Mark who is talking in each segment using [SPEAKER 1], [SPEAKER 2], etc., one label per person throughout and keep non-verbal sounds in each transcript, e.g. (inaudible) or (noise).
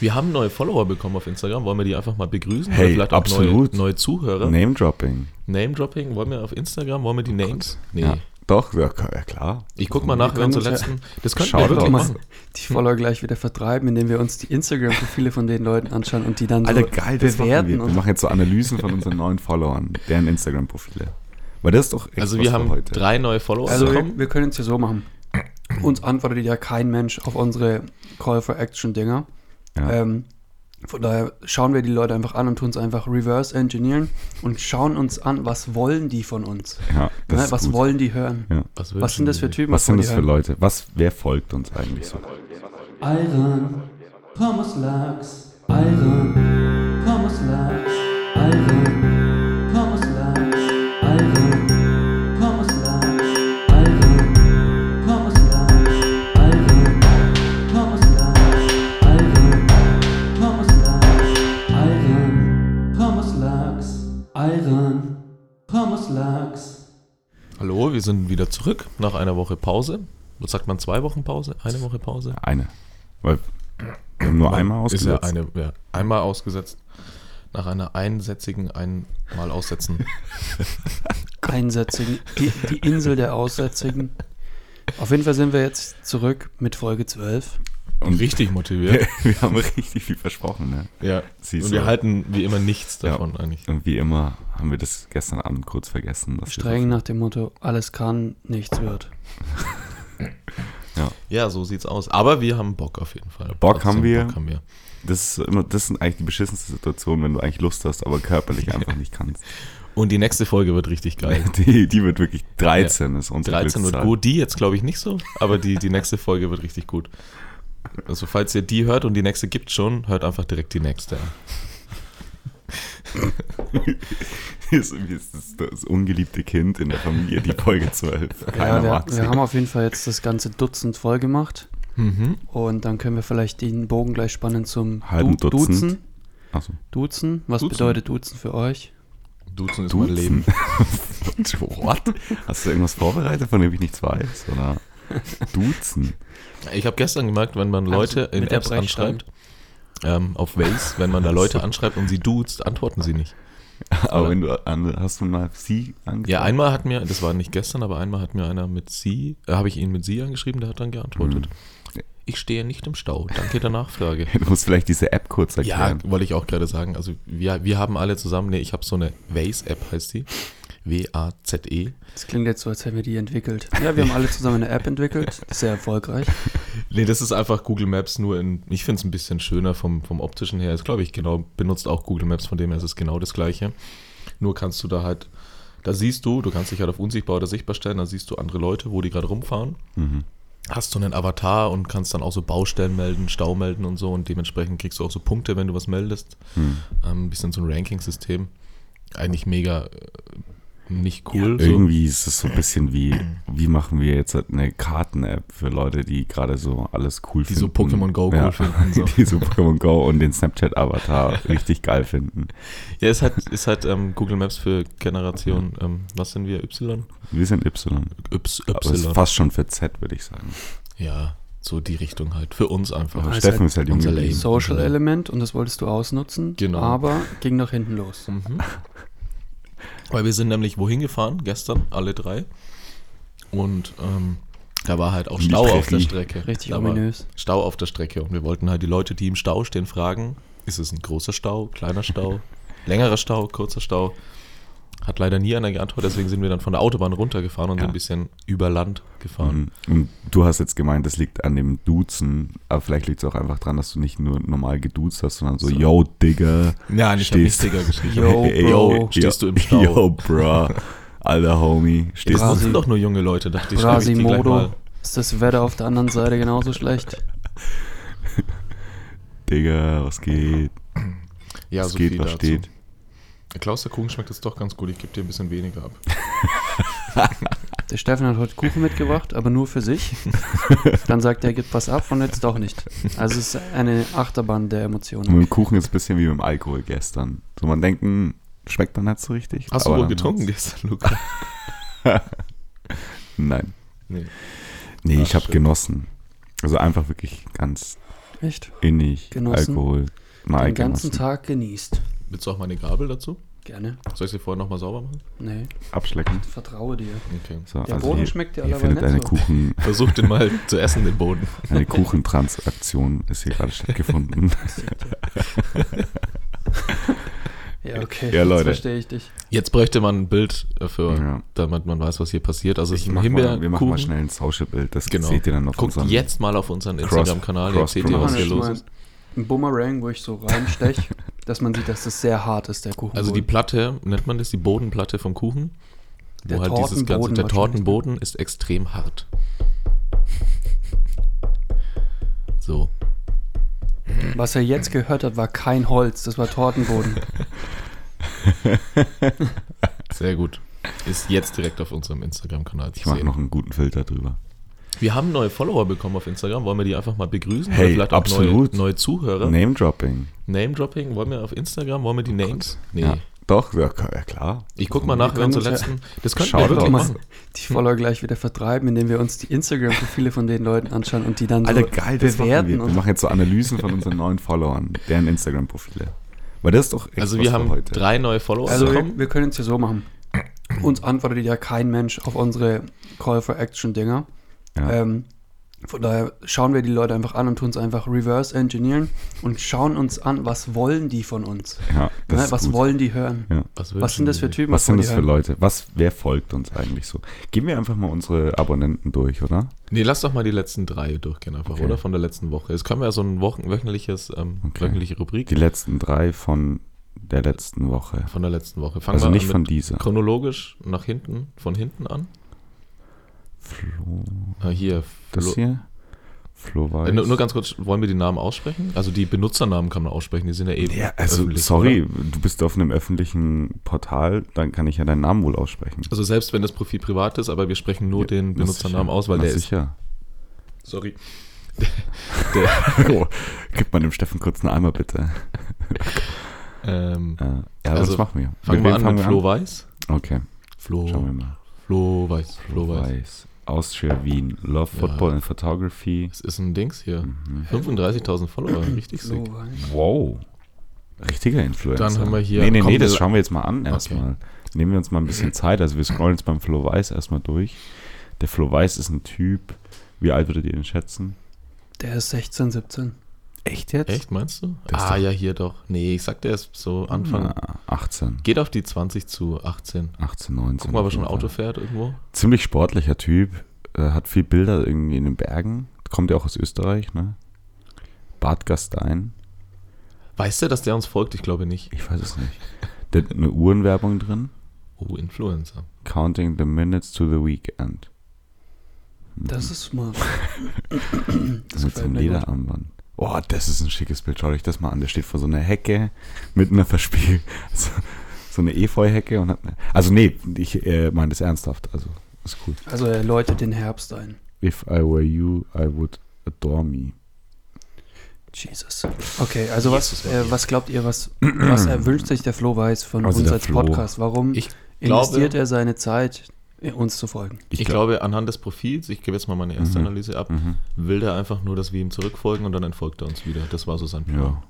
[SPEAKER 1] Wir haben neue Follower bekommen auf Instagram. Wollen wir die einfach mal begrüßen?
[SPEAKER 2] Hey,
[SPEAKER 1] vielleicht auch
[SPEAKER 2] absolut.
[SPEAKER 1] Neue, neue Zuhörer.
[SPEAKER 2] Name-Dropping.
[SPEAKER 1] Name-Dropping. Wollen wir auf Instagram? Wollen wir die Names? Nee.
[SPEAKER 2] Oh Ja. Doch, ja, k- ja klar. Also,
[SPEAKER 1] Ich guck mal nach, wer unsere
[SPEAKER 3] können uns ja-
[SPEAKER 1] letzten. Das könnten wir
[SPEAKER 2] Shoutout.
[SPEAKER 1] wirklich
[SPEAKER 3] Thomas,
[SPEAKER 1] machen.
[SPEAKER 3] die Follower gleich wieder vertreiben, indem wir uns die Instagram-Profile von den Leuten anschauen und die dann so
[SPEAKER 2] Alter, geil, das machen
[SPEAKER 3] bewerten.
[SPEAKER 2] wir. Wir
[SPEAKER 3] Und
[SPEAKER 2] machen jetzt so Analysen von unseren neuen Followern, deren Instagram-Profile. Weil das ist doch echt
[SPEAKER 1] Also
[SPEAKER 2] was
[SPEAKER 1] wir
[SPEAKER 2] für
[SPEAKER 1] haben
[SPEAKER 2] heute.
[SPEAKER 1] drei neue Follower
[SPEAKER 3] also wir,
[SPEAKER 1] bekommen.
[SPEAKER 3] wir können es ja so machen. Uns antwortet ja kein Mensch auf unsere Call for Action-Dinger.
[SPEAKER 2] Ja.
[SPEAKER 3] Ähm, von daher schauen wir die Leute einfach an und tun es einfach reverse engineeren und schauen uns an, was wollen die von uns?
[SPEAKER 2] ja, das
[SPEAKER 3] Ne,
[SPEAKER 2] ist
[SPEAKER 3] was
[SPEAKER 2] gut.
[SPEAKER 3] wollen die hören?
[SPEAKER 2] Ja.
[SPEAKER 3] Was sind das für
[SPEAKER 1] wünschen
[SPEAKER 3] Typen?
[SPEAKER 2] Was sind
[SPEAKER 3] wollen
[SPEAKER 2] das
[SPEAKER 3] die
[SPEAKER 2] für
[SPEAKER 3] hören?
[SPEAKER 2] Leute? Was, wer folgt uns eigentlich so?
[SPEAKER 3] Iron Thomas Lachs, Iron Thomas Lachs, Iron Thomas Lachs, Iron Thomas Lachs, Iron Thomas Lachs, Iron Thomas Lachs, Iron Thomas Lachs, Iron Thomas Lachs, Iron Thomas Lachs.
[SPEAKER 1] die? Hallo, wir sind wieder zurück nach einer Woche Pause. Was sagt man? Zwei Wochen Pause? Eine Woche Pause?
[SPEAKER 2] Eine. Weil wir haben nur einmal
[SPEAKER 1] Ist ja
[SPEAKER 2] ausgesetzt.
[SPEAKER 1] eine, ja, einmal ausgesetzt. Nach einer einsätzigen einmal
[SPEAKER 2] (laughs)
[SPEAKER 1] aussetzen.
[SPEAKER 3] Einsätzigen, die, die Insel der Aussätzigen. Auf jeden Fall sind wir jetzt zurück mit Folge 12.
[SPEAKER 2] Und
[SPEAKER 1] Richtig motiviert.
[SPEAKER 2] (laughs) wir haben richtig viel versprochen, ne?
[SPEAKER 1] ja.
[SPEAKER 2] Siehst
[SPEAKER 1] Und
[SPEAKER 2] du.
[SPEAKER 1] wir halten wie immer nichts davon eigentlich.
[SPEAKER 2] Und wie immer haben wir das gestern Abend kurz vergessen. Dass wir-
[SPEAKER 3] Streng nach dem Motto, alles kann, nichts wird.
[SPEAKER 1] Ja, so sieht's aus. Aber wir haben Bock auf jeden Fall.
[SPEAKER 2] Bock haben wir.
[SPEAKER 1] Bock haben wir.
[SPEAKER 2] Das, ist immer, das sind eigentlich die beschissenste Situation, wenn du eigentlich Lust hast, aber körperlich einfach nicht kannst.
[SPEAKER 1] Und die nächste Folge wird
[SPEAKER 2] (laughs)
[SPEAKER 1] richtig geil.
[SPEAKER 2] Die, die wird wirklich 13 ist unsere
[SPEAKER 1] 13 wird
[SPEAKER 2] Glückszahl.
[SPEAKER 1] gut. Die jetzt glaube ich nicht so, aber die, die nächste Folge wird richtig gut. Also falls ihr die hört und die nächste gibt schon, hört einfach direkt die nächste. an.
[SPEAKER 2] Hier (laughs) ist, irgendwie das, das, das ungeliebte Kind in der Familie, die
[SPEAKER 1] (laughs)
[SPEAKER 2] Folge 12. Keiner
[SPEAKER 3] Ja, wir,
[SPEAKER 2] mag sie.
[SPEAKER 3] wir haben auf jeden Fall jetzt das ganze Dutzend voll gemacht.
[SPEAKER 1] Mhm.
[SPEAKER 3] Und dann können wir vielleicht den Bogen gleich spannen zum
[SPEAKER 2] Halben Dutzend.
[SPEAKER 3] Duzen.
[SPEAKER 2] Achso.
[SPEAKER 3] Duzen. Was
[SPEAKER 1] Duzen.
[SPEAKER 3] bedeutet Duzen für euch?
[SPEAKER 1] Duzen ist mein
[SPEAKER 2] Duzen?
[SPEAKER 1] Leben.
[SPEAKER 2] (laughs) What? Hast du irgendwas vorbereitet, von dem ich nichts weiß? Oder? Duzen.
[SPEAKER 1] Ich habe gestern gemerkt, wenn man Leute
[SPEAKER 3] Also,
[SPEAKER 1] in
[SPEAKER 3] mit der
[SPEAKER 1] Apps
[SPEAKER 3] Brechstange.
[SPEAKER 1] anschreibt, ähm, auf Waze, wenn man da Leute anschreibt und sie duzt, antworten sie nicht.
[SPEAKER 2] Aber wenn du an, hast du mal sie angesprochen?
[SPEAKER 1] Ja, einmal hat mir, das war nicht gestern, aber einmal hat mir einer mit sie, äh, habe ich ihn mit sie angeschrieben, der hat dann geantwortet. Ich stehe nicht im Stau, danke der
[SPEAKER 2] (laughs)
[SPEAKER 1] Nachfrage.
[SPEAKER 2] Du musst vielleicht diese App kurz
[SPEAKER 1] Ja,
[SPEAKER 2] erklären.
[SPEAKER 1] wollte ich auch gerade sagen. Also wir, wir haben alle zusammen, nee, ich habe so eine Waze-App, heißt die. W-A-Z-E.
[SPEAKER 3] Das klingt jetzt so, als hätten wir die entwickelt. Ja, wir haben alle zusammen eine App entwickelt. Sehr erfolgreich.
[SPEAKER 1] Nee, das ist einfach Google Maps nur in, ich finde es ein bisschen schöner vom, vom optischen her. Ist, glaube ich, genau, benutzt auch Google Maps, von dem her ist es genau das gleiche. Nur kannst du da halt, da siehst du, du kannst dich halt auf unsichtbar oder sichtbar stellen, da siehst du andere Leute, wo die gerade rumfahren. Hast so einen Avatar und kannst dann auch so Baustellen melden, Stau melden und so und dementsprechend kriegst du auch so Punkte, wenn du was meldest.
[SPEAKER 2] Hm.
[SPEAKER 1] Ähm, ein bisschen so ein Ranking-System. Eigentlich mega äh, nicht cool. so.
[SPEAKER 2] Irgendwie ist es
[SPEAKER 1] (clears throat)
[SPEAKER 2] so ein bisschen wie, wie machen wir jetzt halt eine Karten-App für Leute, die gerade so alles cool
[SPEAKER 1] Die so
[SPEAKER 2] finden.
[SPEAKER 1] Pokémon Go cool finden, so.
[SPEAKER 2] (laughs) Die so Pokémon Go und
[SPEAKER 1] (laughs)
[SPEAKER 2] den Snapchat-Avatar richtig geil finden.
[SPEAKER 1] Ja, ist halt, ist halt ähm, Google Maps für Generation, ähm, was sind wir, Y?
[SPEAKER 2] Wir sind Y.
[SPEAKER 1] Y.
[SPEAKER 2] Aber es ist
[SPEAKER 1] y.
[SPEAKER 2] fast schon für Z, würde ich sagen.
[SPEAKER 1] Ja, so die Richtung halt. Für uns einfach.
[SPEAKER 2] Aber
[SPEAKER 3] Also
[SPEAKER 2] Steffen ist halt jung
[SPEAKER 1] unser
[SPEAKER 2] geblieben.
[SPEAKER 1] Leben.
[SPEAKER 3] Social Element und das wolltest du ausnutzen.
[SPEAKER 1] Genau.
[SPEAKER 3] Aber ging nach hinten los.
[SPEAKER 1] Mhm. Weil wir sind nämlich wohin gefahren, gestern, alle drei. Und ähm, da war halt auch
[SPEAKER 2] In die
[SPEAKER 1] Stau auf der
[SPEAKER 2] Prärie.
[SPEAKER 1] Strecke.
[SPEAKER 3] Richtig
[SPEAKER 1] da war
[SPEAKER 3] ominös.
[SPEAKER 1] Stau auf der Strecke. Und wir wollten halt die Leute, die im Stau stehen, fragen, ist es ein großer Stau, kleiner
[SPEAKER 2] (laughs)
[SPEAKER 1] Stau, längerer Stau, kurzer Stau? Hat leider nie einer geantwortet, deswegen sind wir dann von der Autobahn runtergefahren und
[SPEAKER 2] Ja.
[SPEAKER 1] sind ein bisschen über Land gefahren.
[SPEAKER 2] Mhm. Und du hast jetzt gemeint, das liegt an dem Duzen, aber vielleicht liegt es auch einfach dran, dass du nicht nur normal geduzt hast, sondern so, yo, Digga.
[SPEAKER 1] Nein, ich habe nicht
[SPEAKER 2] Mhm. (laughs) Stehst-
[SPEAKER 1] Digger geschrieben.
[SPEAKER 3] Yo,
[SPEAKER 2] Ey,
[SPEAKER 3] Bro.
[SPEAKER 2] yo,
[SPEAKER 1] Stehst du im Stau?
[SPEAKER 2] Yo, bro. Alter Homie.
[SPEAKER 1] Das
[SPEAKER 2] Stehst du?
[SPEAKER 1] nutzen doch nur junge Leute, dachte ich. schreib ich die gleich
[SPEAKER 3] Brasimodo.
[SPEAKER 1] mal.
[SPEAKER 3] Ist das Wetter auf der anderen Seite genauso schlecht?
[SPEAKER 2] Digga, was geht?
[SPEAKER 1] Ja,
[SPEAKER 2] was
[SPEAKER 1] so
[SPEAKER 2] geht,
[SPEAKER 1] viel
[SPEAKER 2] was
[SPEAKER 1] dazu.
[SPEAKER 2] steht?
[SPEAKER 1] Klaus, der Kuchen schmeckt jetzt doch ganz gut. Ich gebe dir ein bisschen weniger ab.
[SPEAKER 3] Der Steffen hat heute Kuchen mitgebracht, aber nur für sich. Dann sagt er, er gibt was ab und jetzt doch nicht. Also es ist eine Achterbahn der
[SPEAKER 2] Und
[SPEAKER 3] Emotionen.
[SPEAKER 2] mit dem Kuchen ist es ein bisschen wie mit dem Alkohol gestern. So, man denkt, hm, schmeckt man nicht so richtig.
[SPEAKER 1] Hast du
[SPEAKER 2] aber
[SPEAKER 1] wohl
[SPEAKER 2] dann-
[SPEAKER 1] getrunken gestern, Luca? (laughs)
[SPEAKER 2] Nein.
[SPEAKER 1] Nee.
[SPEAKER 2] Nee,
[SPEAKER 1] Ja,
[SPEAKER 2] ich habe
[SPEAKER 1] stimmt.
[SPEAKER 2] genossen. Also einfach wirklich ganz
[SPEAKER 3] Echt?
[SPEAKER 2] Innig,
[SPEAKER 3] Genossen.
[SPEAKER 2] Alkohol. Mal
[SPEAKER 3] Den ganzen
[SPEAKER 2] genossen.
[SPEAKER 3] Tag genießt.
[SPEAKER 1] Willst du auch meine Gabel dazu?
[SPEAKER 3] Gerne.
[SPEAKER 1] Soll ich sie vorher nochmal sauber machen?
[SPEAKER 3] Nee,
[SPEAKER 2] Abschlecken.
[SPEAKER 3] vertraue dir.
[SPEAKER 1] Okay.
[SPEAKER 2] So, also
[SPEAKER 3] Der Boden
[SPEAKER 2] hier,
[SPEAKER 3] schmeckt dir
[SPEAKER 2] hier
[SPEAKER 3] allerweil
[SPEAKER 2] findet
[SPEAKER 3] nicht
[SPEAKER 2] eine,
[SPEAKER 3] so.
[SPEAKER 1] (laughs)
[SPEAKER 2] Kuchen,
[SPEAKER 1] Versuch den mal zu essen, den Boden.
[SPEAKER 2] eine Kuchentransaktion ist hier gerade
[SPEAKER 1] (laughs)
[SPEAKER 2] stattgefunden.
[SPEAKER 3] Ja, okay.
[SPEAKER 2] Ja, Leute.
[SPEAKER 3] Jetzt verstehe ich dich.
[SPEAKER 1] Jetzt bräuchte man ein Bild dafür,
[SPEAKER 2] Ja.
[SPEAKER 1] damit man weiß, was hier passiert. Also es ist
[SPEAKER 2] Ich
[SPEAKER 1] ein
[SPEAKER 2] mach mal, wir machen mal
[SPEAKER 1] Himbeerkuchen.
[SPEAKER 2] schnell ein Social-Bild, das
[SPEAKER 1] Genau.
[SPEAKER 2] seht ihr dann auf
[SPEAKER 1] Guckt
[SPEAKER 2] unserem...
[SPEAKER 1] jetzt mal auf unseren
[SPEAKER 2] Cross-
[SPEAKER 1] Instagram-Kanal, jetzt seht ihr, was
[SPEAKER 2] Cross-Promotion.
[SPEAKER 1] hier los
[SPEAKER 3] Mal
[SPEAKER 1] ist.
[SPEAKER 3] Ein Bumerang, wo ich so reinstech, dass man sieht, dass das sehr hart ist, der Kuchen.
[SPEAKER 1] Also die Platte, nennt man das die Bodenplatte vom Kuchen?
[SPEAKER 3] Der
[SPEAKER 1] Wo halt dieses ganze,
[SPEAKER 2] ne?
[SPEAKER 3] Tortenboden
[SPEAKER 1] der
[SPEAKER 3] wahrscheinlich,
[SPEAKER 1] Tortenboden ist extrem hart. (laughs) So.
[SPEAKER 3] Was er jetzt gehört hat, war kein Holz, das war Tortenboden.
[SPEAKER 1] Sehr gut. Ist jetzt direkt auf unserem Instagram-Kanal zu
[SPEAKER 2] Ich mache
[SPEAKER 1] sehen.
[SPEAKER 2] noch einen guten Filter drüber.
[SPEAKER 1] Wir haben neue Follower bekommen auf Instagram. Wollen wir die einfach mal begrüßen?
[SPEAKER 2] Hey,
[SPEAKER 1] Oder vielleicht auch
[SPEAKER 2] absolut.
[SPEAKER 1] Neue, neue Zuhörer.
[SPEAKER 2] Name-Dropping.
[SPEAKER 1] Name-Dropping. Wollen wir auf Instagram? Wollen wir die Names? Nee.
[SPEAKER 2] Oh Ja, doch, ja, k- ja klar.
[SPEAKER 1] Ich guck mal nach,
[SPEAKER 3] können
[SPEAKER 1] wer zur
[SPEAKER 3] uns ja-
[SPEAKER 1] letzten. Das könnten
[SPEAKER 2] Shoutout.
[SPEAKER 1] wir wirklich
[SPEAKER 3] Mal
[SPEAKER 1] machen.
[SPEAKER 3] die Follower gleich wieder vertreiben, indem wir uns die Instagram-Profile von den Leuten anschauen und die dann so
[SPEAKER 2] Alter, geil, das machen
[SPEAKER 3] bewerten.
[SPEAKER 2] wir. Wir
[SPEAKER 3] Und
[SPEAKER 2] machen jetzt so Analysen von unseren neuen Followern, deren Instagram-Profile. Weil das ist doch echt
[SPEAKER 1] Also
[SPEAKER 2] was
[SPEAKER 1] wir
[SPEAKER 2] für
[SPEAKER 1] haben
[SPEAKER 2] heute.
[SPEAKER 1] drei neue Follower
[SPEAKER 3] also wir,
[SPEAKER 1] bekommen.
[SPEAKER 3] wir können es ja so machen. Uns antwortet ja kein Mensch auf unsere Call for Action-Dinger.
[SPEAKER 2] Ja.
[SPEAKER 3] Ähm, von daher schauen wir die Leute einfach an und tun es einfach reverse engineeren und schauen uns an, was wollen die von uns?
[SPEAKER 2] ja, das
[SPEAKER 3] Ne,
[SPEAKER 2] ist
[SPEAKER 3] was
[SPEAKER 2] gut.
[SPEAKER 3] wollen die hören? Was sind das für
[SPEAKER 1] Typen?
[SPEAKER 3] Typen?
[SPEAKER 2] was sind
[SPEAKER 3] wollen
[SPEAKER 2] das
[SPEAKER 3] die
[SPEAKER 2] für
[SPEAKER 3] hören?
[SPEAKER 2] Leute? Was, wer folgt uns eigentlich so? Gehen wir einfach mal unsere Abonnenten durch, oder?
[SPEAKER 1] Nee, lass doch mal die letzten drei durchgehen einfach,
[SPEAKER 2] Okay.
[SPEAKER 1] oder? Von der letzten Woche. Jetzt können wir ja so ein Wochen wöchentliches, ähm,
[SPEAKER 2] Okay.
[SPEAKER 1] wöchentliche Rubrik
[SPEAKER 2] Die letzten drei von der letzten Woche.
[SPEAKER 1] von der letzten Woche. Fangen
[SPEAKER 2] Also
[SPEAKER 1] wir
[SPEAKER 2] nicht
[SPEAKER 1] an
[SPEAKER 2] von
[SPEAKER 1] mit
[SPEAKER 2] dieser.
[SPEAKER 1] chronologisch nach hinten, von hinten an.
[SPEAKER 2] Flo,
[SPEAKER 1] Ah, hier.
[SPEAKER 2] das
[SPEAKER 1] Flo-
[SPEAKER 2] hier? Flo
[SPEAKER 1] Äh,
[SPEAKER 2] Weiß.
[SPEAKER 1] nur, nur ganz kurz, wollen wir die Namen aussprechen? Also die Benutzernamen kann man aussprechen, die sind ja eben.
[SPEAKER 2] ja, also
[SPEAKER 1] öffentlich,
[SPEAKER 2] sorry,
[SPEAKER 1] oder?
[SPEAKER 2] du bist auf einem öffentlichen Portal, dann kann ich ja deinen Namen wohl aussprechen.
[SPEAKER 1] Also selbst wenn das Profil privat ist, aber wir sprechen nur
[SPEAKER 2] Ja,
[SPEAKER 1] den
[SPEAKER 2] na
[SPEAKER 1] Benutzernamen
[SPEAKER 2] sicher,
[SPEAKER 1] aus, weil
[SPEAKER 2] na
[SPEAKER 1] der (laughs)
[SPEAKER 2] sicher.
[SPEAKER 1] ist. Sorry.
[SPEAKER 2] oh, gib mal dem Steffen kurz einen Eimer bitte.
[SPEAKER 1] Ähm,
[SPEAKER 2] Äh, ja,
[SPEAKER 1] Also,
[SPEAKER 2] das machen wir.
[SPEAKER 1] fangen
[SPEAKER 2] wem
[SPEAKER 1] wir an
[SPEAKER 2] fangen
[SPEAKER 1] mit Flo Weiß.
[SPEAKER 2] Okay, schauen wir
[SPEAKER 1] Flo,
[SPEAKER 2] mal.
[SPEAKER 1] Flo Weiß. Flo Weiß.
[SPEAKER 2] Weiß. Austria Wien. Love
[SPEAKER 1] Ja.
[SPEAKER 2] Football and Photography.
[SPEAKER 1] Das ist ein Dings hier.
[SPEAKER 2] Mhm.
[SPEAKER 1] 35.000 Follower,
[SPEAKER 2] (clears throat)
[SPEAKER 1] richtig sick.
[SPEAKER 3] So, äh,
[SPEAKER 2] Wow. Richtiger Influencer.
[SPEAKER 1] Dann haben wir hier-
[SPEAKER 2] Nee, nee, nee,
[SPEAKER 1] komm,
[SPEAKER 2] das
[SPEAKER 1] wir-
[SPEAKER 2] schauen wir jetzt mal an erstmal. Nehmen wir uns mal ein bisschen Zeit. Also, wir scrollen jetzt beim Flo Weiß erstmal durch. Der Flo Weiß ist ein Typ. Wie alt würdet ihr ihn schätzen?
[SPEAKER 3] Der ist 16, 17.
[SPEAKER 2] Echt jetzt?
[SPEAKER 1] Echt, meinst du?
[SPEAKER 2] Das ist
[SPEAKER 1] ah,
[SPEAKER 2] doch-
[SPEAKER 1] ja, hier doch. Nee, ich sagte erst so Anfang.
[SPEAKER 2] Na, 18.
[SPEAKER 1] Geht auf die 20 zu 18.
[SPEAKER 2] 18, 19.
[SPEAKER 1] Guck mal, ob er
[SPEAKER 2] auf
[SPEAKER 1] schon
[SPEAKER 2] jeden
[SPEAKER 1] Auto
[SPEAKER 2] Fall.
[SPEAKER 1] fährt irgendwo.
[SPEAKER 2] Ziemlich sportlicher Typ, äh, hat viel Bilder irgendwie in den Bergen, kommt ja auch aus Österreich, ne? Bad Gastein,
[SPEAKER 1] Weißt du, dass der uns folgt? Ich glaube nicht.
[SPEAKER 2] ich weiß es nicht. Der hat eine Uhrenwerbung drin.
[SPEAKER 1] Oh, Influencer.
[SPEAKER 2] Counting the minutes to the weekend. Mhm.
[SPEAKER 3] Das ist smart.
[SPEAKER 2] das mit so
[SPEAKER 3] gefällt
[SPEAKER 2] einem
[SPEAKER 3] mir gut.
[SPEAKER 2] Lederarmband. Oh, das ist ein schickes Bild. Schaut euch das mal an. Der steht vor so einer Hecke mit einer Verspiel. (laughs) So, so eine Efeu-Hecke und hat eine. Also, nee, ich äh, meine das ernsthaft. Also, ist cool.
[SPEAKER 3] Also er läutet den Herbst ein.
[SPEAKER 2] If I were you, I would adore me.
[SPEAKER 3] Jesus. Okay, also was,
[SPEAKER 1] Jesus, Maria.
[SPEAKER 3] äh, was glaubt ihr, was, was erwünscht sich der Flo Weiß von
[SPEAKER 2] Also
[SPEAKER 3] uns
[SPEAKER 2] der
[SPEAKER 3] als
[SPEAKER 2] Flo.
[SPEAKER 3] Podcast? Warum
[SPEAKER 1] Ich
[SPEAKER 3] investiert
[SPEAKER 1] glaube-
[SPEAKER 3] er seine Zeit, äh, uns zu folgen?
[SPEAKER 1] Ich,
[SPEAKER 2] glaub-
[SPEAKER 1] glaube, anhand des Profils, ich gebe jetzt mal meine erste
[SPEAKER 2] Mhm.
[SPEAKER 1] Analyse ab,
[SPEAKER 2] Mhm.
[SPEAKER 1] will der einfach nur, dass wir ihm zurückfolgen und dann entfolgt er uns wieder. Das war so sein Plan.
[SPEAKER 2] Ja.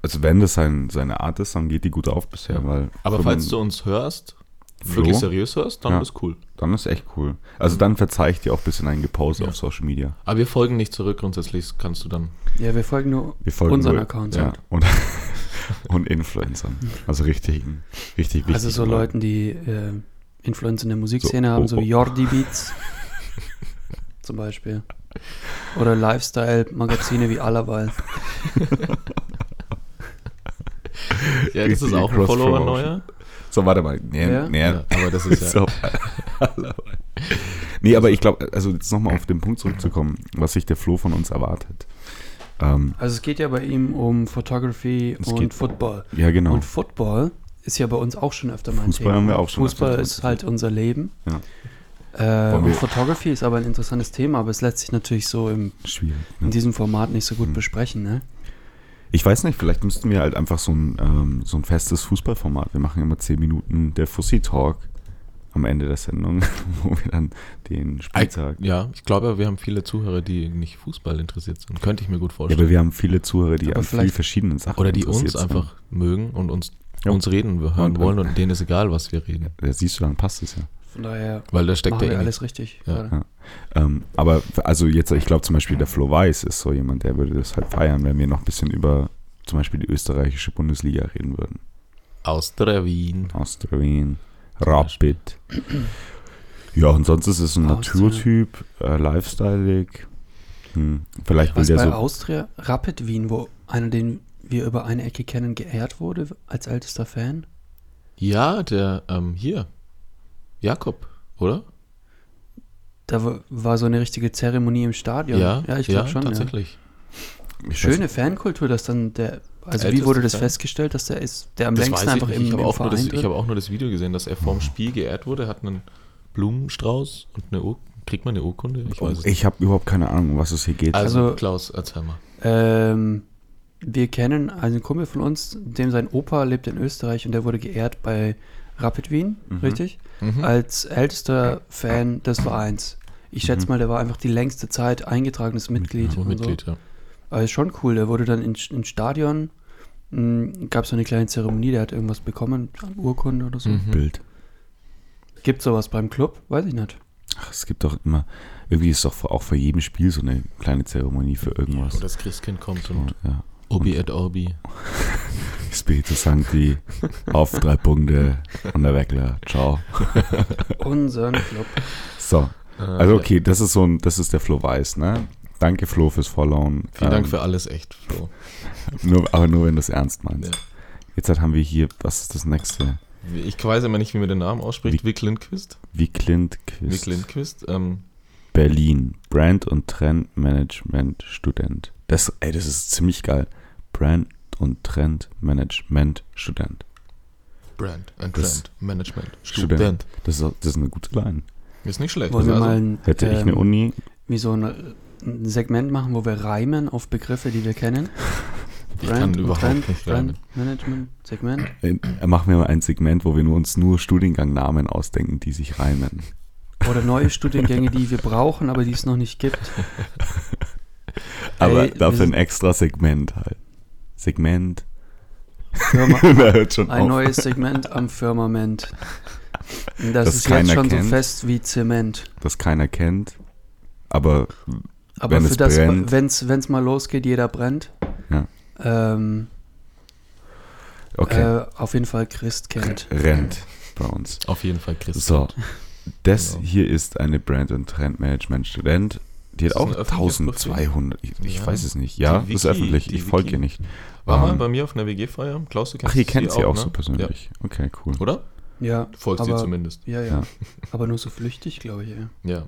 [SPEAKER 2] Also wenn das sein, seine Art ist, dann geht die gut auf bisher,
[SPEAKER 1] Ja.
[SPEAKER 2] weil
[SPEAKER 1] Aber
[SPEAKER 2] so
[SPEAKER 1] falls
[SPEAKER 2] man-
[SPEAKER 1] du uns hörst,
[SPEAKER 2] Flo?
[SPEAKER 1] wirklich seriös hörst, dann
[SPEAKER 2] Ja.
[SPEAKER 1] ist cool.
[SPEAKER 2] dann ist echt cool. Also dann verzeiht dir auch ein bisschen ein Gepause
[SPEAKER 1] Ja.
[SPEAKER 2] auf Social Media.
[SPEAKER 1] Aber wir folgen nicht zurück, grundsätzlich kannst du
[SPEAKER 2] (laughs)
[SPEAKER 1] dann.
[SPEAKER 3] Ja, wir folgen nur
[SPEAKER 2] Wir folgen
[SPEAKER 3] unseren
[SPEAKER 2] nur-
[SPEAKER 3] Accounts.
[SPEAKER 2] ja, und, (laughs) und Influencern. Also richtigen, richtig wichtig.
[SPEAKER 3] also so Leuten, die äh, Influencer in der Musikszene
[SPEAKER 2] So,
[SPEAKER 3] haben,
[SPEAKER 2] oh,
[SPEAKER 3] so wie Jordi
[SPEAKER 2] (laughs)
[SPEAKER 3] Beats zum Beispiel. Oder Lifestyle-Magazine wie Allerweil.
[SPEAKER 1] Ja, das ist
[SPEAKER 2] Richtige
[SPEAKER 1] auch ein Follower
[SPEAKER 2] Cross-Promotion.
[SPEAKER 1] neuer.
[SPEAKER 2] So, warte mal. Nee,
[SPEAKER 3] Ja?
[SPEAKER 2] nee,
[SPEAKER 1] Ja, aber das ist ja.
[SPEAKER 2] (laughs) So. nee, aber ich glaube, also jetzt nochmal auf den Punkt zurückzukommen, was sich der Flo von uns erwartet. Ähm,
[SPEAKER 3] Also es geht ja bei ihm um Photography
[SPEAKER 2] Es
[SPEAKER 3] und
[SPEAKER 2] geht-
[SPEAKER 3] Football.
[SPEAKER 2] ja, genau.
[SPEAKER 3] Und Football ist ja bei uns auch schon öfter mal ein
[SPEAKER 2] Fußball
[SPEAKER 3] Thema.
[SPEAKER 2] haben wir auch schon
[SPEAKER 3] Fußball
[SPEAKER 2] öfter
[SPEAKER 3] ist halt unser Leben.
[SPEAKER 2] Ja.
[SPEAKER 3] Äh,
[SPEAKER 2] Wollen
[SPEAKER 3] und
[SPEAKER 2] wir-
[SPEAKER 3] Photography ist aber ein interessantes Thema, aber es lässt sich natürlich so im,
[SPEAKER 2] Schwierig.
[SPEAKER 3] in
[SPEAKER 2] ne?
[SPEAKER 3] diesem Format nicht so gut
[SPEAKER 2] Mhm.
[SPEAKER 3] besprechen. Ne?
[SPEAKER 2] Ich weiß nicht, vielleicht müssten wir halt einfach so ein, ähm, so ein festes Fußballformat. Wir machen immer 10 Minuten der Fussi Talk am Ende der Sendung, (laughs) wo wir dann den Spieltag.
[SPEAKER 1] Ja, ich glaube, wir haben viele Zuhörer, die nicht Fußball interessiert sind. Könnte ich mir gut
[SPEAKER 2] Ja,
[SPEAKER 1] vorstellen.
[SPEAKER 2] aber wir haben viele Zuhörer, die
[SPEAKER 3] Aber
[SPEAKER 2] an vielen
[SPEAKER 3] vielleicht-
[SPEAKER 2] verschiedenen Sachen
[SPEAKER 1] Oder die uns
[SPEAKER 2] interessiert sind.
[SPEAKER 1] einfach mögen und uns,
[SPEAKER 2] Ja.
[SPEAKER 1] uns reden wir hören
[SPEAKER 2] Und-
[SPEAKER 1] wollen und denen ist egal, was wir reden.
[SPEAKER 2] Ja, siehst du, dann passt es ja.
[SPEAKER 3] Von daher
[SPEAKER 1] Weil da steckt
[SPEAKER 2] Ah,
[SPEAKER 3] machen
[SPEAKER 1] ja
[SPEAKER 3] wir
[SPEAKER 1] eh
[SPEAKER 3] alles richtig.
[SPEAKER 1] Ja.
[SPEAKER 3] gerade.
[SPEAKER 2] Ja. Ähm, aber f- also jetzt, ich glaube zum Beispiel der Flo Weiß ist so jemand, der würde das halt feiern, wenn wir noch ein bisschen über zum Beispiel die österreichische Bundesliga reden würden.
[SPEAKER 1] nichts. aus der Wien.
[SPEAKER 2] Austria-Wien, Rapid. Ja, und sonst ist es ein
[SPEAKER 3] Austria.
[SPEAKER 2] Naturtyp, äh, lifestyleig. Hm, vielleicht will
[SPEAKER 3] Was
[SPEAKER 2] der
[SPEAKER 3] bei
[SPEAKER 2] so.
[SPEAKER 3] Austria, Rapid Wien, wo einer, den wir über eine Ecke kennen, geehrt wurde als ältester Fan.
[SPEAKER 1] Ja, der ähm, hier. Jakob, oder?
[SPEAKER 3] Da wa- war so eine richtige Zeremonie im Stadion. ja ich glaube schon. Ja.
[SPEAKER 1] Tatsächlich.
[SPEAKER 2] Ich weiß-
[SPEAKER 3] Schöne Fankultur, dass dann der. Also wie
[SPEAKER 1] Älteste
[SPEAKER 3] wurde das
[SPEAKER 1] Fan?
[SPEAKER 3] festgestellt, dass der ist, der am
[SPEAKER 1] Das
[SPEAKER 3] längsten
[SPEAKER 1] weiß
[SPEAKER 3] einfach
[SPEAKER 1] ich
[SPEAKER 3] im,
[SPEAKER 1] nicht. Ich
[SPEAKER 3] im
[SPEAKER 1] habe auch, nur das-
[SPEAKER 3] Verein
[SPEAKER 1] ich
[SPEAKER 3] drin? Mhm.
[SPEAKER 1] habe auch nur das Video gesehen, dass er vorm Spiel geehrt wurde, hat einen Blumenstrauß und eine Ur Kriegt man eine Urkunde? Ich weiß es nicht.
[SPEAKER 2] Ich habe überhaupt keine Ahnung, um was es hier geht.
[SPEAKER 1] Also,
[SPEAKER 3] Oh, Also-
[SPEAKER 1] Klaus, erzähl mal.
[SPEAKER 3] Ähm, wir kennen einen Kumpel von uns, dem sein Opa lebt in Österreich und der wurde geehrt bei Rapid Wien, richtig? Als ältester Fan des Vereins. Ich schätze mal, der war einfach die längste Zeit eingetragenes Mitglied.
[SPEAKER 1] Ja,
[SPEAKER 3] und
[SPEAKER 1] Mitglied, ja.
[SPEAKER 3] So. Aber ist schon cool. Der wurde dann ins in Stadion, gab es so eine kleine Zeremonie, der hat irgendwas bekommen, Urkunde oder so.
[SPEAKER 1] Mhm.
[SPEAKER 2] Bild.
[SPEAKER 3] Gibt sowas beim Club? Weiß ich nicht.
[SPEAKER 2] Ach, es gibt doch immer, irgendwie ist doch vor- auch vor jedem Spiel so eine kleine Zeremonie für
[SPEAKER 1] Wo
[SPEAKER 2] irgendwas.
[SPEAKER 1] das Christkind kommt und
[SPEAKER 2] Ja.
[SPEAKER 1] Obi et Orbi.
[SPEAKER 2] Spiritus Sancti, auf drei Punkte und der Weckler. Ciao.
[SPEAKER 3] Unseren Club.
[SPEAKER 2] So,
[SPEAKER 1] Äh,
[SPEAKER 2] also
[SPEAKER 1] ja.
[SPEAKER 2] okay, das ist so ein, das ist der Flo Weiß, ne? Danke Flo fürs Followen.
[SPEAKER 1] Vielen Dank
[SPEAKER 2] Ähm,
[SPEAKER 1] für alles, echt, Flo.
[SPEAKER 2] Nur, aber nur, wenn du es ernst meinst.
[SPEAKER 1] Ja.
[SPEAKER 2] Jetzt halt haben wir hier, was ist das nächste?
[SPEAKER 1] Ich weiß immer nicht, wie man den Namen ausspricht. Vic Lindquist.
[SPEAKER 2] Wie Clint
[SPEAKER 1] Vic
[SPEAKER 2] Quist.
[SPEAKER 1] Lindquist. Ähm,
[SPEAKER 2] Berlin. Brand- und Trendmanagement-Student. Das, ey, das ist ziemlich geil. Brand- und Trendmanagement-Student.
[SPEAKER 1] Brand and
[SPEAKER 2] Das-
[SPEAKER 1] Trend Management.
[SPEAKER 2] Student.
[SPEAKER 1] Student.
[SPEAKER 2] Das ist, auch- das ist eine gute Line.
[SPEAKER 1] Ist nicht schlecht.
[SPEAKER 3] Wollen wir
[SPEAKER 1] Also,
[SPEAKER 3] mal ein,
[SPEAKER 2] Hätte ich eine
[SPEAKER 3] ähm,
[SPEAKER 2] Uni,
[SPEAKER 3] wie so ein, ein Segment machen, wo wir reimen auf Begriffe, die wir kennen.
[SPEAKER 1] ich kann
[SPEAKER 3] und
[SPEAKER 1] überhaupt
[SPEAKER 3] Trend,
[SPEAKER 1] nicht lernen.
[SPEAKER 3] Trendmanagement, Segment.
[SPEAKER 2] äh, machen wir mal ein Segment, wo wir nur, uns nur Studiengangnamen ausdenken, die sich reimen.
[SPEAKER 3] Oder neue Studiengänge, die wir brauchen, aber die es noch nicht gibt.
[SPEAKER 2] Aber
[SPEAKER 3] Ey, wir
[SPEAKER 2] dafür ein
[SPEAKER 3] sind-
[SPEAKER 2] extra Segment halt. Segment. (laughs)
[SPEAKER 3] Firma,
[SPEAKER 2] Da hört schon
[SPEAKER 3] ein
[SPEAKER 2] auf.
[SPEAKER 3] neues Segment am Firmament. Und Das,
[SPEAKER 2] Das
[SPEAKER 3] ist jetzt
[SPEAKER 2] keiner
[SPEAKER 3] schon
[SPEAKER 2] kennt.
[SPEAKER 3] so fest wie Zement.
[SPEAKER 2] das keiner kennt. Aber
[SPEAKER 3] Aber
[SPEAKER 2] Wenn
[SPEAKER 3] für
[SPEAKER 2] es
[SPEAKER 3] das,
[SPEAKER 2] brennt.
[SPEAKER 3] wenn es mal losgeht, jeder brennt.
[SPEAKER 2] Ja.
[SPEAKER 3] Ähm,
[SPEAKER 2] okay,
[SPEAKER 3] äh, auf jeden Fall Christ kennt.
[SPEAKER 2] rennt bei uns.
[SPEAKER 1] Auf jeden Fall Christ.
[SPEAKER 2] So, das
[SPEAKER 1] Genau.
[SPEAKER 2] hier ist eine Brand- und Trendmanagement-Student. Die
[SPEAKER 1] Ist
[SPEAKER 2] hat
[SPEAKER 1] das
[SPEAKER 2] auch
[SPEAKER 1] ein öffentliches
[SPEAKER 2] 1200. Ich, ich
[SPEAKER 1] Ja.
[SPEAKER 2] weiß es nicht. Ja,
[SPEAKER 1] Die
[SPEAKER 2] das ist
[SPEAKER 1] Wiki,
[SPEAKER 2] öffentlich.
[SPEAKER 1] die
[SPEAKER 2] Ich folge
[SPEAKER 1] Wiki.
[SPEAKER 2] ihr nicht.
[SPEAKER 1] War mal
[SPEAKER 2] Ähm,
[SPEAKER 1] bei mir auf einer WG-Feier. Klaus, du kennst
[SPEAKER 2] Ach, ihr kennt sie auch,
[SPEAKER 1] ne?
[SPEAKER 2] so persönlich. Okay, cool.
[SPEAKER 1] Ja. Oder?
[SPEAKER 3] Ja,
[SPEAKER 1] Du folgst
[SPEAKER 3] aber,
[SPEAKER 1] ihr zumindest.
[SPEAKER 3] Ja, ja,
[SPEAKER 2] Ja.
[SPEAKER 3] Aber nur so flüchtig, glaube ich. Ja.
[SPEAKER 1] Ja.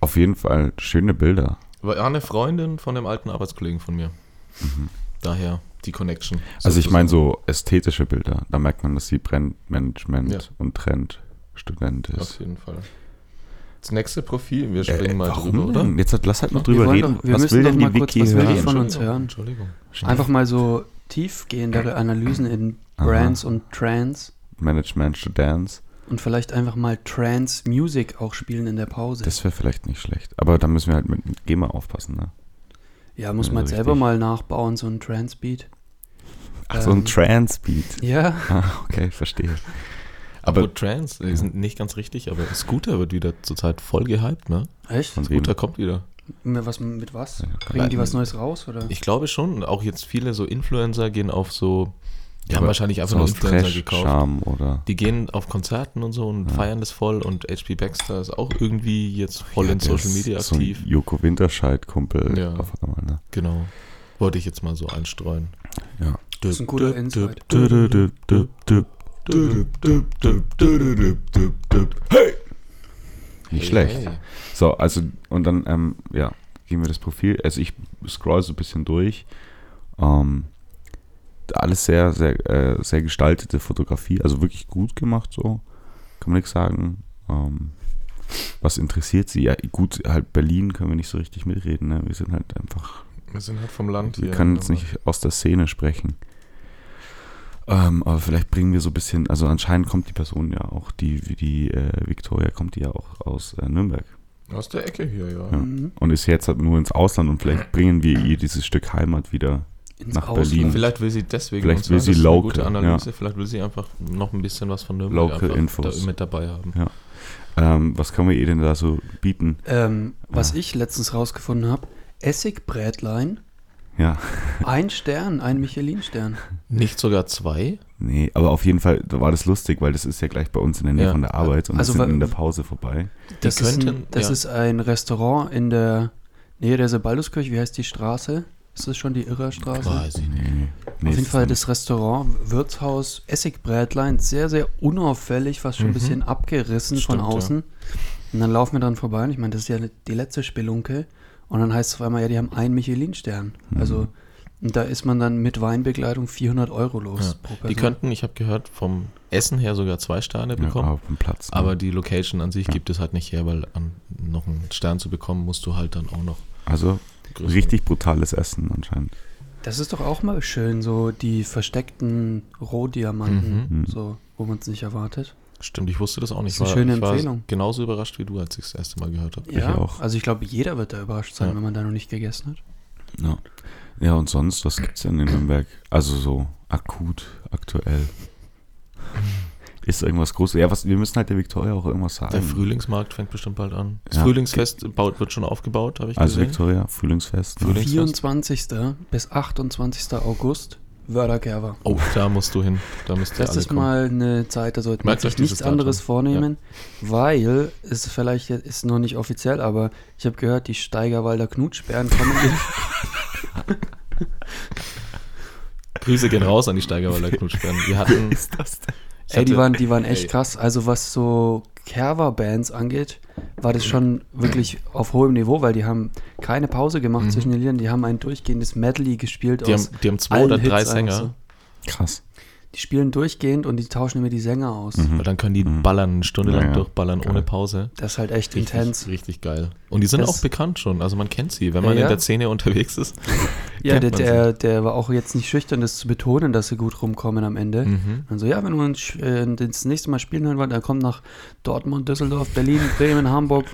[SPEAKER 2] Auf jeden Fall schöne Bilder.
[SPEAKER 1] War eine Freundin von dem alten Arbeitskollegen von mir. Daher die Connection.
[SPEAKER 2] Mhm. Also ich
[SPEAKER 1] sozusagen.
[SPEAKER 2] meine so ästhetische Bilder. Da merkt man, dass sie Brandmanagement
[SPEAKER 1] Ja.
[SPEAKER 2] und Trendstudent
[SPEAKER 1] Auf
[SPEAKER 2] ist. Äh,
[SPEAKER 1] jeden Fall. Das nächste Profil, wir springen mal
[SPEAKER 2] warum
[SPEAKER 1] drüber, oder?
[SPEAKER 2] denn? Jetzt hat, lass halt mal
[SPEAKER 1] Wir
[SPEAKER 2] drüber
[SPEAKER 3] wollen
[SPEAKER 2] reden.
[SPEAKER 3] doch- wir
[SPEAKER 2] was
[SPEAKER 3] müssen
[SPEAKER 2] will
[SPEAKER 3] doch
[SPEAKER 2] denn die
[SPEAKER 3] mal kurz-
[SPEAKER 2] Wiki
[SPEAKER 3] was will die
[SPEAKER 2] hören?
[SPEAKER 3] von uns
[SPEAKER 1] Entschuldigung,
[SPEAKER 3] hören.
[SPEAKER 1] Entschuldigung.
[SPEAKER 3] Einfach mal so tiefgehendere Analysen in
[SPEAKER 2] Aha.
[SPEAKER 3] Brands und Trans
[SPEAKER 2] Management Students.
[SPEAKER 3] und vielleicht einfach mal Trans Music auch spielen in der Pause.
[SPEAKER 2] Das wäre vielleicht nicht schlecht. Aber da müssen wir halt mit dem GEMA aufpassen, ne?
[SPEAKER 3] ja, muss
[SPEAKER 2] ja,
[SPEAKER 3] man
[SPEAKER 2] richtig.
[SPEAKER 3] selber mal nachbauen, so ein Trans Beat.
[SPEAKER 2] Ach, so ein
[SPEAKER 3] Ähm.
[SPEAKER 2] Transbeat.
[SPEAKER 3] Ja,
[SPEAKER 2] Ah, okay, verstehe.
[SPEAKER 1] Aber
[SPEAKER 2] Aber-
[SPEAKER 1] Apropos Trans, die sind nicht ganz richtig, aber Scooter wird wieder zurzeit voll gehypt, ne?
[SPEAKER 3] echt?
[SPEAKER 2] Von wem?
[SPEAKER 1] Scooter kommt wieder.
[SPEAKER 3] Mit was, mit was?
[SPEAKER 2] Ja,
[SPEAKER 3] Bringen die was Neues raus oder?
[SPEAKER 1] Ich glaube schon, auch jetzt viele so Influencer gehen auf so, die haben
[SPEAKER 2] Aber
[SPEAKER 1] wahrscheinlich einfach
[SPEAKER 2] so
[SPEAKER 1] nur
[SPEAKER 2] aus
[SPEAKER 1] Influencer gekauft.
[SPEAKER 2] Trash-Charme oder.
[SPEAKER 1] Die gehen auf Konzerten und so und feiern das voll und HP Baxter ist auch irgendwie jetzt voll
[SPEAKER 2] Ja,
[SPEAKER 1] in
[SPEAKER 2] der
[SPEAKER 1] Social
[SPEAKER 2] ist
[SPEAKER 1] Media
[SPEAKER 2] so ein
[SPEAKER 1] aktiv.
[SPEAKER 2] Joko Winterscheid-Kumpel
[SPEAKER 1] Ja.
[SPEAKER 2] auf einmal, ne?
[SPEAKER 1] Genau. Wollte ich jetzt mal so einstreuen.
[SPEAKER 2] Ja.
[SPEAKER 3] Das ist ein guter Insight.
[SPEAKER 2] Nicht schlecht.
[SPEAKER 1] Hey.
[SPEAKER 2] So, also, und dann, ähm, ja, gehen wir das Profil. Also, ich scroll so ein bisschen durch. Ähm, alles sehr, sehr, äh, sehr gestaltete Fotografie, also wirklich gut gemacht, so. Kann man nichts sagen. Ähm, was interessiert sie? Ja, gut, halt Berlin können wir nicht so richtig mitreden, ne? Wir sind halt einfach,
[SPEAKER 1] Wir sind halt vom Land
[SPEAKER 2] wir
[SPEAKER 1] hier.
[SPEAKER 2] können jetzt nicht aus der Szene sprechen. Ähm, aber vielleicht bringen wir so ein bisschen, also anscheinend kommt die Person ja auch, die, die äh, Victoria kommt die ja auch aus äh, Nürnberg.
[SPEAKER 1] Aus der Ecke hier, ja.
[SPEAKER 2] Ja.
[SPEAKER 3] Mhm.
[SPEAKER 2] Und ist jetzt halt nur ins Ausland und vielleicht bringen wir ihr dieses Stück Heimat wieder.
[SPEAKER 3] Ins
[SPEAKER 2] Nach
[SPEAKER 3] Ausland.
[SPEAKER 2] Berlin.
[SPEAKER 1] Vielleicht will sie deswegen.
[SPEAKER 2] Vielleicht
[SPEAKER 1] uns
[SPEAKER 2] will
[SPEAKER 1] sagen,
[SPEAKER 2] sie
[SPEAKER 1] das ist eine
[SPEAKER 2] local,
[SPEAKER 1] gute Analyse. Vielleicht will sie einfach noch ein bisschen was von Nürnberg
[SPEAKER 2] Local
[SPEAKER 1] einfach
[SPEAKER 2] Infos.
[SPEAKER 1] Da, mit dabei haben.
[SPEAKER 2] Ähm, was können wir ihr denn da so bieten?
[SPEAKER 3] Ähm, was
[SPEAKER 2] Ja.
[SPEAKER 3] ich letztens rausgefunden habe, Essigbrätlein,
[SPEAKER 2] Ja,
[SPEAKER 3] ein Stern, ein Michelin-Stern.
[SPEAKER 1] Nicht sogar zwei?
[SPEAKER 2] nee, aber auf jeden Fall da war das lustig, weil das ist ja gleich bei uns in der Nähe
[SPEAKER 1] Ja.
[SPEAKER 2] von der Arbeit und
[SPEAKER 3] Also,
[SPEAKER 2] wir
[SPEAKER 3] wa-
[SPEAKER 2] sind in der Pause vorbei.
[SPEAKER 3] Das, ist, ein,
[SPEAKER 1] könnten-
[SPEAKER 3] das
[SPEAKER 1] ja.
[SPEAKER 3] ist ein Restaurant in der Nähe der Sebalduskirche. Wie heißt die Straße? Ist das schon die Irrerstraße?
[SPEAKER 1] Weiß ich nicht.
[SPEAKER 2] Nee, nee,
[SPEAKER 3] Auf
[SPEAKER 2] es
[SPEAKER 3] jeden
[SPEAKER 2] ist
[SPEAKER 3] Fall
[SPEAKER 2] dann-
[SPEAKER 3] das Restaurant, Wirtshaus, Essigbrätlein, sehr, sehr unauffällig, fast schon ein
[SPEAKER 1] Mhm.
[SPEAKER 3] bisschen abgerissen
[SPEAKER 1] Stimmt,
[SPEAKER 3] von
[SPEAKER 1] ja.
[SPEAKER 3] außen. Und dann laufen wir dran vorbei und ich meine, das ist ja die letzte Spelunke. Und dann heißt es auf einmal, ja, die haben einen Michelin-Stern.
[SPEAKER 1] Mhm.
[SPEAKER 3] Also und da ist man dann mit Weinbegleitung 400 Euro los.
[SPEAKER 1] Ja. Die könnten, ich habe gehört, vom Essen her sogar zwei Sterne
[SPEAKER 2] ja,
[SPEAKER 1] bekommen.
[SPEAKER 2] auf dem Platz. ne?
[SPEAKER 1] Aber die Location an sich gibt es halt nicht her, weil an, noch einen Stern zu bekommen, musst du halt dann auch noch.
[SPEAKER 2] also
[SPEAKER 1] größere-
[SPEAKER 2] richtig brutales Essen anscheinend.
[SPEAKER 3] Das ist doch auch mal schön, so die versteckten Rohdiamanten,
[SPEAKER 2] Mhm.
[SPEAKER 3] so, wo man es nicht erwartet.
[SPEAKER 1] Stimmt, ich wusste das auch nicht.
[SPEAKER 3] Das ist eine schöne
[SPEAKER 1] ich war
[SPEAKER 3] Empfehlung.
[SPEAKER 1] genauso überrascht wie du, als ich das erste Mal gehört habe.
[SPEAKER 3] ja,
[SPEAKER 2] auch.
[SPEAKER 3] also ich glaube, jeder wird da überrascht sein,
[SPEAKER 1] Ja.
[SPEAKER 3] wenn man da noch nicht gegessen hat.
[SPEAKER 2] Ja. ja, und sonst, was gibt's denn in Nürnberg? Also so akut, aktuell. Ist irgendwas Großes? Ja, was, wir müssen halt der Victoria auch irgendwas sagen.
[SPEAKER 1] Der
[SPEAKER 3] Ähm.
[SPEAKER 1] Frühlingsmarkt fängt bestimmt bald an. Das
[SPEAKER 2] Ja.
[SPEAKER 1] Frühlingsfest baut, wird schon aufgebaut, habe ich
[SPEAKER 2] Also
[SPEAKER 1] gesehen.
[SPEAKER 2] Victoria, Frühlingsfest. Ne?
[SPEAKER 1] Frühling- Links was?
[SPEAKER 3] 24. bis 28. August, Wörderkerber.
[SPEAKER 1] Oh, da musst du hin. Da müsst ihr
[SPEAKER 3] Das
[SPEAKER 1] alle
[SPEAKER 3] ist
[SPEAKER 1] kommen.
[SPEAKER 3] mal eine Zeit, da sollte man
[SPEAKER 1] Merkt
[SPEAKER 3] sich
[SPEAKER 1] euch dieses
[SPEAKER 3] nichts anderes
[SPEAKER 1] Datum.
[SPEAKER 3] vornehmen, weil es vielleicht jetzt- ist noch nicht offiziell, aber ich habe gehört, die Steigerwalder
[SPEAKER 1] (laughs)
[SPEAKER 3] Knutschbären kommen. in-
[SPEAKER 1] Grüße gehen raus an die Steigerwalder Knutschbären.
[SPEAKER 3] (laughs)
[SPEAKER 1] Wir hatten.
[SPEAKER 3] Mhm.
[SPEAKER 2] Ist das denn?
[SPEAKER 1] ich
[SPEAKER 3] ey, die
[SPEAKER 1] hatte-
[SPEAKER 3] waren, die waren echt
[SPEAKER 1] ey,
[SPEAKER 3] krass. Also was so Kerver-Bands angeht, war das schon wirklich auf hohem Niveau, weil die haben keine Pause gemacht zwischen den Liedern, die haben ein durchgehendes Medley gespielt
[SPEAKER 1] Mhm. Die
[SPEAKER 3] aus
[SPEAKER 1] haben, die haben zwei
[SPEAKER 3] allen
[SPEAKER 1] oder drei
[SPEAKER 3] Hits einfach
[SPEAKER 1] Sänger.
[SPEAKER 3] so.
[SPEAKER 2] Krass.
[SPEAKER 3] Die spielen durchgehend und die tauschen immer die Sänger aus.
[SPEAKER 1] Weil dann können die
[SPEAKER 3] Mhm.
[SPEAKER 1] ballern, eine Stunde lang
[SPEAKER 2] Ja, ja.
[SPEAKER 1] durchballern
[SPEAKER 2] Geil.
[SPEAKER 1] ohne Pause.
[SPEAKER 3] Das ist halt echt
[SPEAKER 1] Richtig,
[SPEAKER 3] intens.
[SPEAKER 1] richtig geil. Und die sind
[SPEAKER 3] Das-
[SPEAKER 1] auch bekannt schon. Also man kennt sie, wenn man
[SPEAKER 3] Ja, ja.
[SPEAKER 1] in der Szene unterwegs ist.
[SPEAKER 3] Ja, der,
[SPEAKER 1] kennt man
[SPEAKER 3] der, der war auch jetzt nicht schüchtern, das zu betonen, dass sie gut rumkommen am Ende.
[SPEAKER 1] Mhm.
[SPEAKER 3] Und so, ja, wenn wir uns sch- äh, das nächste Mal spielen hören wollt, dann kommt nach Dortmund, Düsseldorf,
[SPEAKER 1] (laughs)
[SPEAKER 3] Berlin, Bremen, Hamburg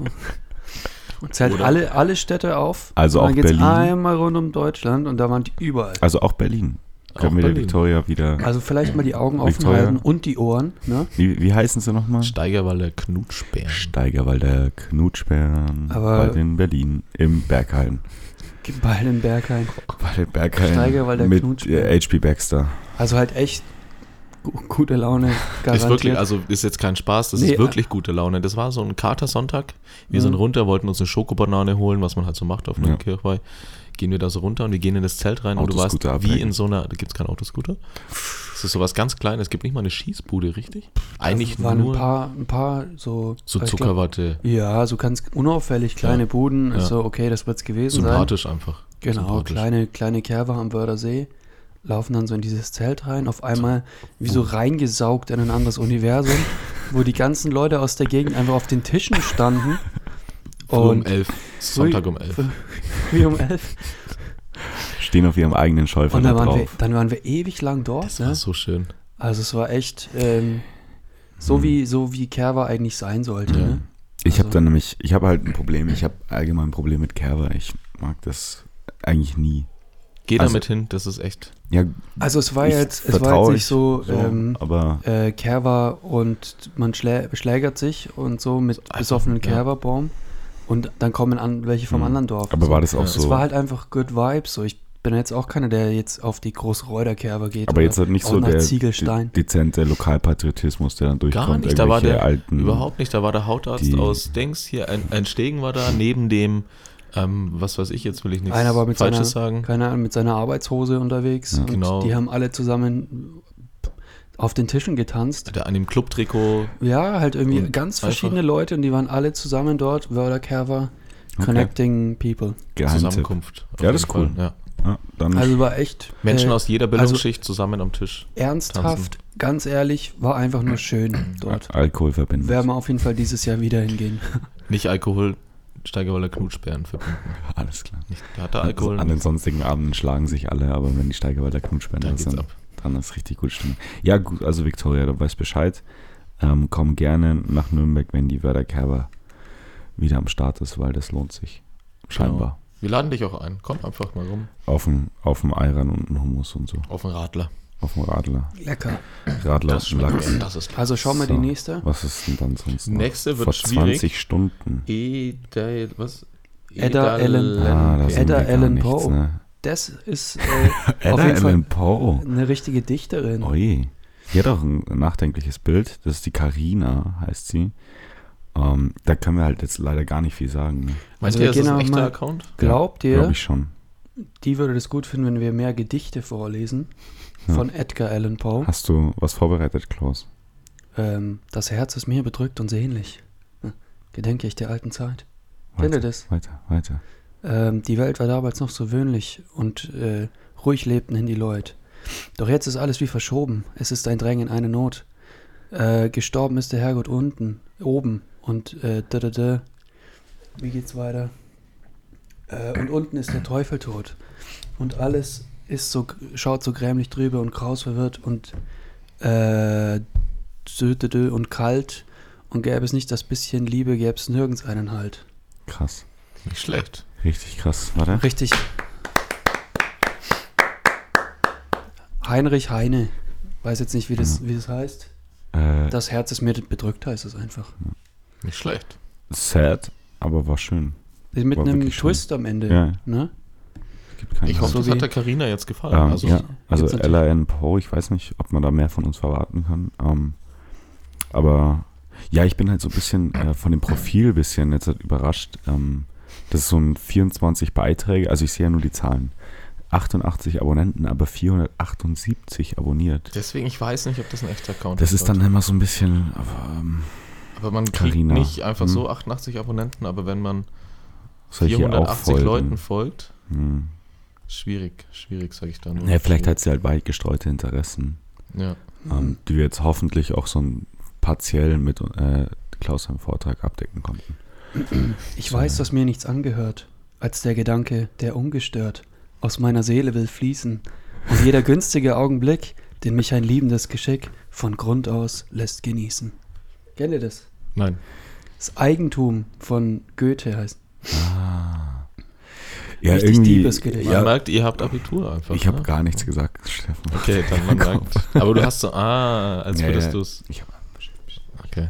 [SPEAKER 3] und zählt
[SPEAKER 1] Oder-
[SPEAKER 3] alle, alle Städte auf.
[SPEAKER 2] Also
[SPEAKER 3] und
[SPEAKER 2] auch
[SPEAKER 3] dann geht's
[SPEAKER 2] Berlin?
[SPEAKER 3] einmal rund um Deutschland und da waren die überall.
[SPEAKER 2] Also auch Berlin.
[SPEAKER 1] Auch
[SPEAKER 2] Können wir der
[SPEAKER 1] Berlin.
[SPEAKER 2] Victoria wieder.
[SPEAKER 3] Also vielleicht mal die Augen offen
[SPEAKER 2] Victoria.
[SPEAKER 3] halten und die Ohren. Ne?
[SPEAKER 2] Wie, wie heißen sie nochmal?
[SPEAKER 1] Steigerwalder Knutschbären.
[SPEAKER 2] Steigerwalder Knutschbären.
[SPEAKER 3] Aber-
[SPEAKER 2] bald in Berlin. Im
[SPEAKER 3] (laughs)
[SPEAKER 2] Berghain.
[SPEAKER 3] Gib Ball in Bergheim.
[SPEAKER 2] Bei den Berghain.
[SPEAKER 3] Steigerwalder
[SPEAKER 2] Mit
[SPEAKER 3] Knutschbären.
[SPEAKER 2] äh, HP Baxter.
[SPEAKER 3] Also halt echt gu- gute Laune garantiert.
[SPEAKER 1] Ist wirklich, also ist jetzt kein Spaß, das
[SPEAKER 3] Nee, äh,
[SPEAKER 1] ist wirklich gute Laune. Das war so ein Kater-Sonntag. Wir sind
[SPEAKER 3] Mhm.
[SPEAKER 1] runter, wollten uns eine Schokobanane holen, was man halt so macht auf
[SPEAKER 2] Ja.
[SPEAKER 1] einem Kirchweih. Gehen wir da so runter und wir gehen in das Zelt rein und du warst
[SPEAKER 2] Autoscooter
[SPEAKER 1] wie
[SPEAKER 2] abhängen.
[SPEAKER 1] in so einer, da gibt es keinen Autoscooter. Es ist sowas ganz Kleines, es gibt nicht mal eine Schießbude, richtig? Eigentlich
[SPEAKER 3] Also waren ein
[SPEAKER 1] nur
[SPEAKER 3] paar, ein paar so.
[SPEAKER 1] so
[SPEAKER 3] ich glaub,
[SPEAKER 1] Zuckerwatte.
[SPEAKER 3] Ja, so ganz unauffällig kleine
[SPEAKER 1] Ja.
[SPEAKER 3] Buden.
[SPEAKER 1] Ja.
[SPEAKER 3] Also okay, das wird's gewesen sein.
[SPEAKER 1] Sympathisch einfach.
[SPEAKER 3] Genau,
[SPEAKER 1] Sympathisch.
[SPEAKER 3] kleine, kleine Kerber am Wördersee laufen dann so in dieses Zelt rein, auf einmal wie so reingesaugt in ein anderes Universum, wo die ganzen Leute aus der Gegend einfach auf den Tischen standen.
[SPEAKER 1] Früh um
[SPEAKER 3] Und
[SPEAKER 1] elf, Sonntag um
[SPEAKER 3] (laughs)
[SPEAKER 1] elf.
[SPEAKER 3] wie um elf.
[SPEAKER 2] Stehen auf ihrem eigenen Schäufer
[SPEAKER 3] Und dann waren, wir,
[SPEAKER 2] drauf.
[SPEAKER 3] dann waren wir ewig lang dort.
[SPEAKER 1] Das war
[SPEAKER 3] Ne?
[SPEAKER 1] so schön.
[SPEAKER 3] Also es war echt ähm, so, wie, so wie Kerber eigentlich sein sollte.
[SPEAKER 1] Hm. Ja.
[SPEAKER 3] Ne?
[SPEAKER 2] Ich habe
[SPEAKER 3] Also-
[SPEAKER 2] dann nämlich, ich habe halt ein Problem, ich habe allgemein ein Problem mit Kerber. Ich mag das eigentlich nie.
[SPEAKER 1] Geh
[SPEAKER 2] Also-
[SPEAKER 1] damit hin, das ist echt.
[SPEAKER 2] Ja,
[SPEAKER 3] Also es war
[SPEAKER 2] Ich
[SPEAKER 3] jetzt, es war
[SPEAKER 2] vertrau
[SPEAKER 3] jetzt
[SPEAKER 2] euch
[SPEAKER 3] nicht so,
[SPEAKER 2] so,
[SPEAKER 3] Ähm,
[SPEAKER 2] aber
[SPEAKER 3] äh, Kerber und man schlä schlägert sich und so mit
[SPEAKER 1] einfach,
[SPEAKER 3] besoffenen
[SPEAKER 1] ja. Hm.
[SPEAKER 3] Kerberbaum und dann kommen an welche vom
[SPEAKER 2] Mhm.
[SPEAKER 3] anderen Dorf.
[SPEAKER 2] aber
[SPEAKER 3] so.
[SPEAKER 2] war das auch
[SPEAKER 1] Ja, es
[SPEAKER 2] so?
[SPEAKER 3] Es war halt einfach good vibes. So, ich bin jetzt auch keiner, der jetzt auf die Großreuder Kerber geht.
[SPEAKER 2] aber
[SPEAKER 3] oder
[SPEAKER 2] jetzt halt nicht
[SPEAKER 3] auch
[SPEAKER 2] so
[SPEAKER 3] nach
[SPEAKER 2] der
[SPEAKER 3] Ziegelstein.
[SPEAKER 2] de dezente Lokalpatriotismus, der dann durchkommt.
[SPEAKER 1] Gar nicht, da war
[SPEAKER 2] irgendwelche
[SPEAKER 1] der
[SPEAKER 2] alten,
[SPEAKER 1] Überhaupt nicht, da war der Hautarzt
[SPEAKER 2] Hm. die-
[SPEAKER 1] aus Dings, hier ein, ein Stegen war da, neben dem, ähm, was weiß ich, jetzt will ich nichts
[SPEAKER 3] Einer war mit seiner,
[SPEAKER 1] Falsches sagen.
[SPEAKER 3] keine Ahnung, mit seiner Arbeitshose unterwegs
[SPEAKER 2] Ja.
[SPEAKER 3] und
[SPEAKER 1] Genau.
[SPEAKER 3] die haben alle zusammen auf den Tischen getanzt.
[SPEAKER 1] Also Der an dem Clubtrikot,
[SPEAKER 3] Ja, halt irgendwie
[SPEAKER 1] Und
[SPEAKER 3] ganz
[SPEAKER 1] einfach-
[SPEAKER 3] verschiedene Leute und die waren alle zusammen dort. Wörder Kerber,
[SPEAKER 2] Okay.
[SPEAKER 3] Connecting People.
[SPEAKER 2] Geheimtipp.
[SPEAKER 1] Zusammenkunft. auf
[SPEAKER 2] Ja, das
[SPEAKER 1] jeden
[SPEAKER 2] ist cool.
[SPEAKER 1] Fall, Ja.
[SPEAKER 2] Ja, dann
[SPEAKER 3] Also war echt.
[SPEAKER 1] Hm. Menschen
[SPEAKER 3] äh,
[SPEAKER 1] aus jeder
[SPEAKER 3] also-
[SPEAKER 1] Bildungsschicht zusammen am Tisch.
[SPEAKER 3] ernsthaft, ganz ehrlich, war einfach
[SPEAKER 2] (clears throat)
[SPEAKER 3] nur schön dort.
[SPEAKER 2] Alkohol verbinden.
[SPEAKER 3] Werden wir auf jeden Fall dieses Jahr wieder
[SPEAKER 2] (laughs)
[SPEAKER 3] hingehen.
[SPEAKER 1] Nicht Alkohol, Steigerwalder Knutschbären verbinden.
[SPEAKER 2] Alles klar. Also
[SPEAKER 1] Nicht, da hat er Alkohol.
[SPEAKER 2] An den sonstigen Abenden schlagen sich alle, aber wenn die Steigerwalder Knutschbänder
[SPEAKER 1] da geht's
[SPEAKER 2] sind,
[SPEAKER 1] ab.
[SPEAKER 2] Dann ist richtig gut Stimmung. Ja, gut, also Victoria, du weißt Bescheid. Ähm, komm gerne nach Nürnberg, wenn die Werder Kerber wieder am Start ist, weil das lohnt sich.
[SPEAKER 1] Genau.
[SPEAKER 2] Scheinbar.
[SPEAKER 1] Wir laden dich auch ein. Komm einfach mal rum.
[SPEAKER 2] Auf dem, auf dem Eiran und einem Hummus und so.
[SPEAKER 1] Auf den Radler.
[SPEAKER 2] Auf dem Radler.
[SPEAKER 3] Lecker.
[SPEAKER 2] Radler aus dem Lachs.
[SPEAKER 1] Das ist
[SPEAKER 3] Also schauen wir
[SPEAKER 2] So.
[SPEAKER 3] die nächste.
[SPEAKER 2] Was ist denn dann sonst noch?
[SPEAKER 1] Nächste wird
[SPEAKER 2] Vor
[SPEAKER 1] schwierig.
[SPEAKER 2] 20 Stunden.
[SPEAKER 1] Edel, was?
[SPEAKER 3] Edda Allen.
[SPEAKER 2] Ah, da sind
[SPEAKER 3] Edda
[SPEAKER 2] wir gar
[SPEAKER 3] Allen
[SPEAKER 2] nichts,
[SPEAKER 3] Poe.
[SPEAKER 2] ne?
[SPEAKER 3] Das
[SPEAKER 2] (laughs)
[SPEAKER 3] ist äh,
[SPEAKER 2] Edda
[SPEAKER 3] jeden Fall-
[SPEAKER 2] Allen Poe.
[SPEAKER 3] eine richtige Dichterin.
[SPEAKER 2] Oi. Oh Die hat auch ein nachdenkliches Bild. Das ist die Karina, heißt sie. Ähm, da können wir halt jetzt leider gar nicht viel sagen. Ne?
[SPEAKER 1] Meint
[SPEAKER 3] Also
[SPEAKER 1] ihr,
[SPEAKER 3] wir
[SPEAKER 1] das
[SPEAKER 3] gehen
[SPEAKER 1] ist ein
[SPEAKER 3] aber
[SPEAKER 1] echter
[SPEAKER 3] mal-
[SPEAKER 1] Account?
[SPEAKER 3] Glaubt
[SPEAKER 2] Glaube
[SPEAKER 3] ihr,
[SPEAKER 2] ich schon.
[SPEAKER 3] die würde das gut finden, wenn wir mehr Gedichte vorlesen
[SPEAKER 2] Ja.
[SPEAKER 3] von Edgar Allan Poe?
[SPEAKER 2] Hast du was vorbereitet, Klaus?
[SPEAKER 3] Ähm, das Herz ist mir bedrückt und sehnlich. Hm. Gedenke ich der alten Zeit. Kennt ihr
[SPEAKER 2] Weiter,
[SPEAKER 3] das?
[SPEAKER 2] weiter, weiter.
[SPEAKER 3] Ähm, die Welt war damals noch so wöhnlich und äh, ruhig lebten hin die Leut. Doch jetzt ist alles wie verschoben. Es ist ein Drängen, eine Not. Äh, gestorben ist der Herrgott unten, oben und äh, da, da, da. Wie geht's weiter? Äh, und unten ist der Teufel tot. Und alles ist so, schaut so grämlich drüber und kraus verwirrt und äh, dö, dö, dö, und kalt. Und gäbe es nicht das bisschen Liebe, gäbe es nirgends einen Halt.
[SPEAKER 2] Krass.
[SPEAKER 1] Nicht schlecht.
[SPEAKER 2] Richtig krass. Warte.
[SPEAKER 3] Richtig. Heinrich Heine. Weiß jetzt nicht, wie das, wie das heißt.
[SPEAKER 2] Äh,
[SPEAKER 3] Das Herz ist mir bedrückt, heißt es einfach.
[SPEAKER 1] Nicht schlecht.
[SPEAKER 2] sad, aber war schön.
[SPEAKER 3] Mit
[SPEAKER 2] War
[SPEAKER 3] einem
[SPEAKER 2] wirklich schön.
[SPEAKER 3] Twist am Ende.
[SPEAKER 2] Ja.
[SPEAKER 3] Ne?
[SPEAKER 2] Gibt keinen
[SPEAKER 1] Ich hoffe,
[SPEAKER 3] so
[SPEAKER 1] das
[SPEAKER 3] wie-
[SPEAKER 1] hat der Karina jetzt gefallen.
[SPEAKER 2] Ähm,
[SPEAKER 1] also,
[SPEAKER 2] ja, also
[SPEAKER 3] Ah, Gibt's natürlich-
[SPEAKER 2] LRN Poe, ich weiß nicht, ob man da mehr von uns verwarten kann. Ähm, aber ja, ich bin halt so ein bisschen äh, von dem Profil ein bisschen jetzt halt überrascht. Ähm, das ist so ein 24 Beiträge, also ich sehe ja nur die Zahlen. 88 Abonnenten, aber 478 abonniert.
[SPEAKER 1] deswegen, ich weiß nicht, ob das ein echter Account
[SPEAKER 2] Das ist dann
[SPEAKER 1] Leute.
[SPEAKER 2] immer so ein bisschen. aber, ähm,
[SPEAKER 1] Aber man kriegt
[SPEAKER 2] Carina.
[SPEAKER 1] nicht einfach
[SPEAKER 2] Hm.
[SPEAKER 1] so 88 Abonnenten, aber wenn man
[SPEAKER 2] soll ich hier auch
[SPEAKER 1] 480
[SPEAKER 2] folgen?
[SPEAKER 1] Leuten folgt,
[SPEAKER 2] Hm.
[SPEAKER 1] schwierig, schwierig, sage ich da nur.
[SPEAKER 2] Ja, vielleicht hat sie halt weit gestreute Interessen.
[SPEAKER 1] Ja.
[SPEAKER 3] Hm.
[SPEAKER 2] ähm, die wir jetzt hoffentlich auch so ein partiell mit äh, Klaus im Vortrag abdecken konnten.
[SPEAKER 3] Ich
[SPEAKER 2] So.
[SPEAKER 3] weiß, dass mir nichts angehört, als der Gedanke, der ungestört aus meiner Seele will fließen. Und jeder günstige Augenblick, den mich ein liebendes Geschick von Grund aus lässt genießen. Kennt ihr das?
[SPEAKER 1] Nein.
[SPEAKER 3] Das Eigentum von Goethe heißt.
[SPEAKER 2] Ja,
[SPEAKER 3] Richtig
[SPEAKER 2] irgendwie,
[SPEAKER 3] tiefes Gedicht.
[SPEAKER 1] Man
[SPEAKER 2] ja,
[SPEAKER 1] merkt, ihr habt Abitur einfach.
[SPEAKER 2] ich habe
[SPEAKER 1] ne?
[SPEAKER 2] gar nichts gesagt, Steffen.
[SPEAKER 1] Okay,
[SPEAKER 2] (laughs)
[SPEAKER 1] dann man
[SPEAKER 2] Komm.
[SPEAKER 1] merkt. Aber du hast so, ah, als
[SPEAKER 2] Ja,
[SPEAKER 1] würdest
[SPEAKER 2] ja.
[SPEAKER 1] du es.
[SPEAKER 2] Ich hab,
[SPEAKER 1] Okay.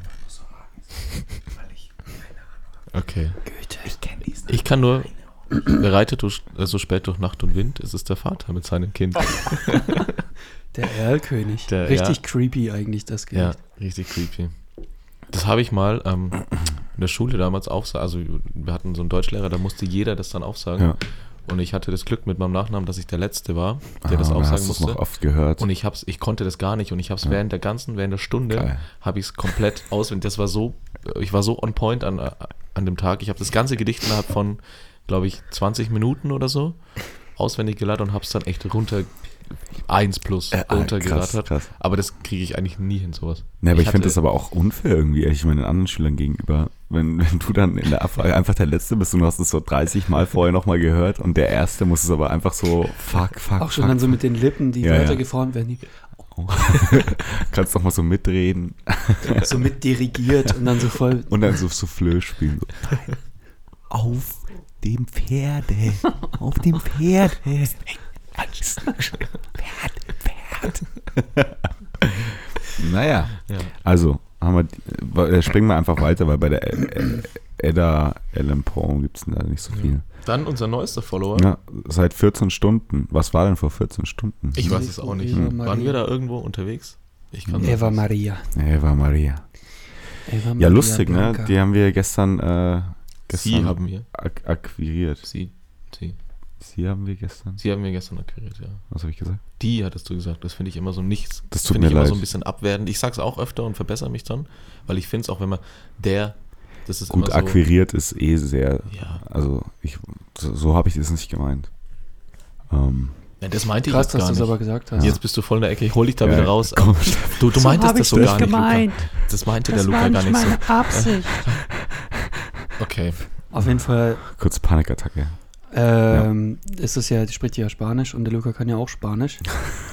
[SPEAKER 1] Okay.
[SPEAKER 3] Goethe.
[SPEAKER 1] Ich kann nur. Wer reitet durch- äh, so spät durch Nacht und Wind? Es ist der Vater mit seinem Kind.
[SPEAKER 3] Der Erlkönig.
[SPEAKER 1] Der-
[SPEAKER 3] Richtig
[SPEAKER 1] ja.
[SPEAKER 3] creepy eigentlich das Gedicht.
[SPEAKER 1] Ja, richtig creepy. Das habe ich mal ähm, in der Schule damals aufsagen. Also, wir hatten so einen Deutschlehrer, da musste jeder das dann aufsagen.
[SPEAKER 2] ja.
[SPEAKER 1] Und ich hatte das Glück mit meinem Nachnamen, dass ich der Letzte war, der
[SPEAKER 2] Ah,
[SPEAKER 1] das
[SPEAKER 2] da
[SPEAKER 1] aufsagen
[SPEAKER 2] hast du's
[SPEAKER 1] musste.
[SPEAKER 2] noch oft gehört.
[SPEAKER 1] Und ich hab's, ich konnte das gar nicht und ich habe es während der ganzen, während der Stunde,
[SPEAKER 2] Geil.
[SPEAKER 1] habe ich es komplett (laughs) auswendig. Das war so, ich war so on point an, äh, an dem Tag. Ich habe das ganze Gedicht innerhalb von, glaube ich, 20 Minuten oder so auswendig geladen und habe es dann echt runter, 1 plus
[SPEAKER 2] Äh, ah, krass,
[SPEAKER 1] runtergeladen.
[SPEAKER 2] krass.
[SPEAKER 1] Aber das kriege ich eigentlich nie hin, sowas.
[SPEAKER 2] Nee, aber ich, finde
[SPEAKER 1] hatte-
[SPEAKER 2] das aber auch unfair irgendwie, ich meine, den anderen Schülern gegenüber. Wenn, wenn du dann in der Abfrage einfach der Letzte bist und du hast es so 30 Mal vorher nochmal gehört und der Erste muss es aber einfach so, fuck, fuck,
[SPEAKER 3] Auch schon
[SPEAKER 2] fuck,
[SPEAKER 3] dann so mit den Lippen, die
[SPEAKER 2] Ja,
[SPEAKER 3] Wörter
[SPEAKER 2] ja.
[SPEAKER 3] geformt werden,
[SPEAKER 2] kannst nochmal so mitreden
[SPEAKER 3] die (laughs) so mitdirigiert und dann so voll.
[SPEAKER 2] und dann so Souffleur spielen. So. Auf dem Pferde, auf dem Pferde. Pferd, Pferd. naja,
[SPEAKER 1] Ja.
[SPEAKER 2] also haben wir, die- äh, springen wir einfach weiter, weil bei der Ä- Ä- Edda Allen Poe gibt es da nicht so viel.
[SPEAKER 1] Dann unser neuester Follower.
[SPEAKER 2] Ja, seit 14 Stunden. Was war denn vor 14 Stunden?
[SPEAKER 1] Ich weiß es auch nicht.
[SPEAKER 3] Eva
[SPEAKER 1] Waren
[SPEAKER 3] Maria.
[SPEAKER 1] wir da irgendwo unterwegs? Ich kann
[SPEAKER 3] Eva Maria.
[SPEAKER 2] Eva Maria.
[SPEAKER 3] Eva
[SPEAKER 2] Ja,
[SPEAKER 3] Maria
[SPEAKER 2] lustig, ne?
[SPEAKER 3] Blanca.
[SPEAKER 2] Die haben wir gestern, äh, gestern
[SPEAKER 1] Sie haben wir.
[SPEAKER 2] ak akquiriert.
[SPEAKER 1] Sie, sie.
[SPEAKER 2] Sie haben wir gestern.
[SPEAKER 1] Sie haben wir gestern akquiriert, ja.
[SPEAKER 2] Was habe ich gesagt?
[SPEAKER 1] Die hattest du gesagt. Das finde ich immer so nichts.
[SPEAKER 2] Das tut
[SPEAKER 1] Finde ich
[SPEAKER 2] mir
[SPEAKER 1] immer
[SPEAKER 2] leid.
[SPEAKER 1] so ein bisschen abwertend. Ich sag's auch öfter und verbessere mich dann, weil ich finde es auch, wenn man der, das ist
[SPEAKER 2] Gut,
[SPEAKER 1] immer so,
[SPEAKER 2] akquiriert ist eh sehr.
[SPEAKER 1] Ja,
[SPEAKER 2] Also, ich, so, so habe ich das nicht gemeint. Ähm,
[SPEAKER 1] Ja, das meinte ich
[SPEAKER 3] Krass,
[SPEAKER 1] jetzt
[SPEAKER 3] dass
[SPEAKER 1] gar
[SPEAKER 3] du es
[SPEAKER 1] nicht.
[SPEAKER 3] aber gesagt hast.
[SPEAKER 1] Jetzt bist du voll in der Ecke. Ich hol dich da
[SPEAKER 2] Ja,
[SPEAKER 1] wieder raus. also.
[SPEAKER 2] komm, (laughs)
[SPEAKER 1] du, du meintest das so gar nicht.
[SPEAKER 4] gemeint.
[SPEAKER 1] Luca. Das meinte
[SPEAKER 4] Das
[SPEAKER 1] der Luca
[SPEAKER 4] war
[SPEAKER 1] gar
[SPEAKER 4] nicht
[SPEAKER 1] nicht so.
[SPEAKER 4] meine Absicht.
[SPEAKER 1] Okay.
[SPEAKER 3] Auf jeden Fall
[SPEAKER 2] kurz Panikattacke.
[SPEAKER 3] ähm, ist das ja, die spricht ja Spanisch und der Luca kann ja auch Spanisch.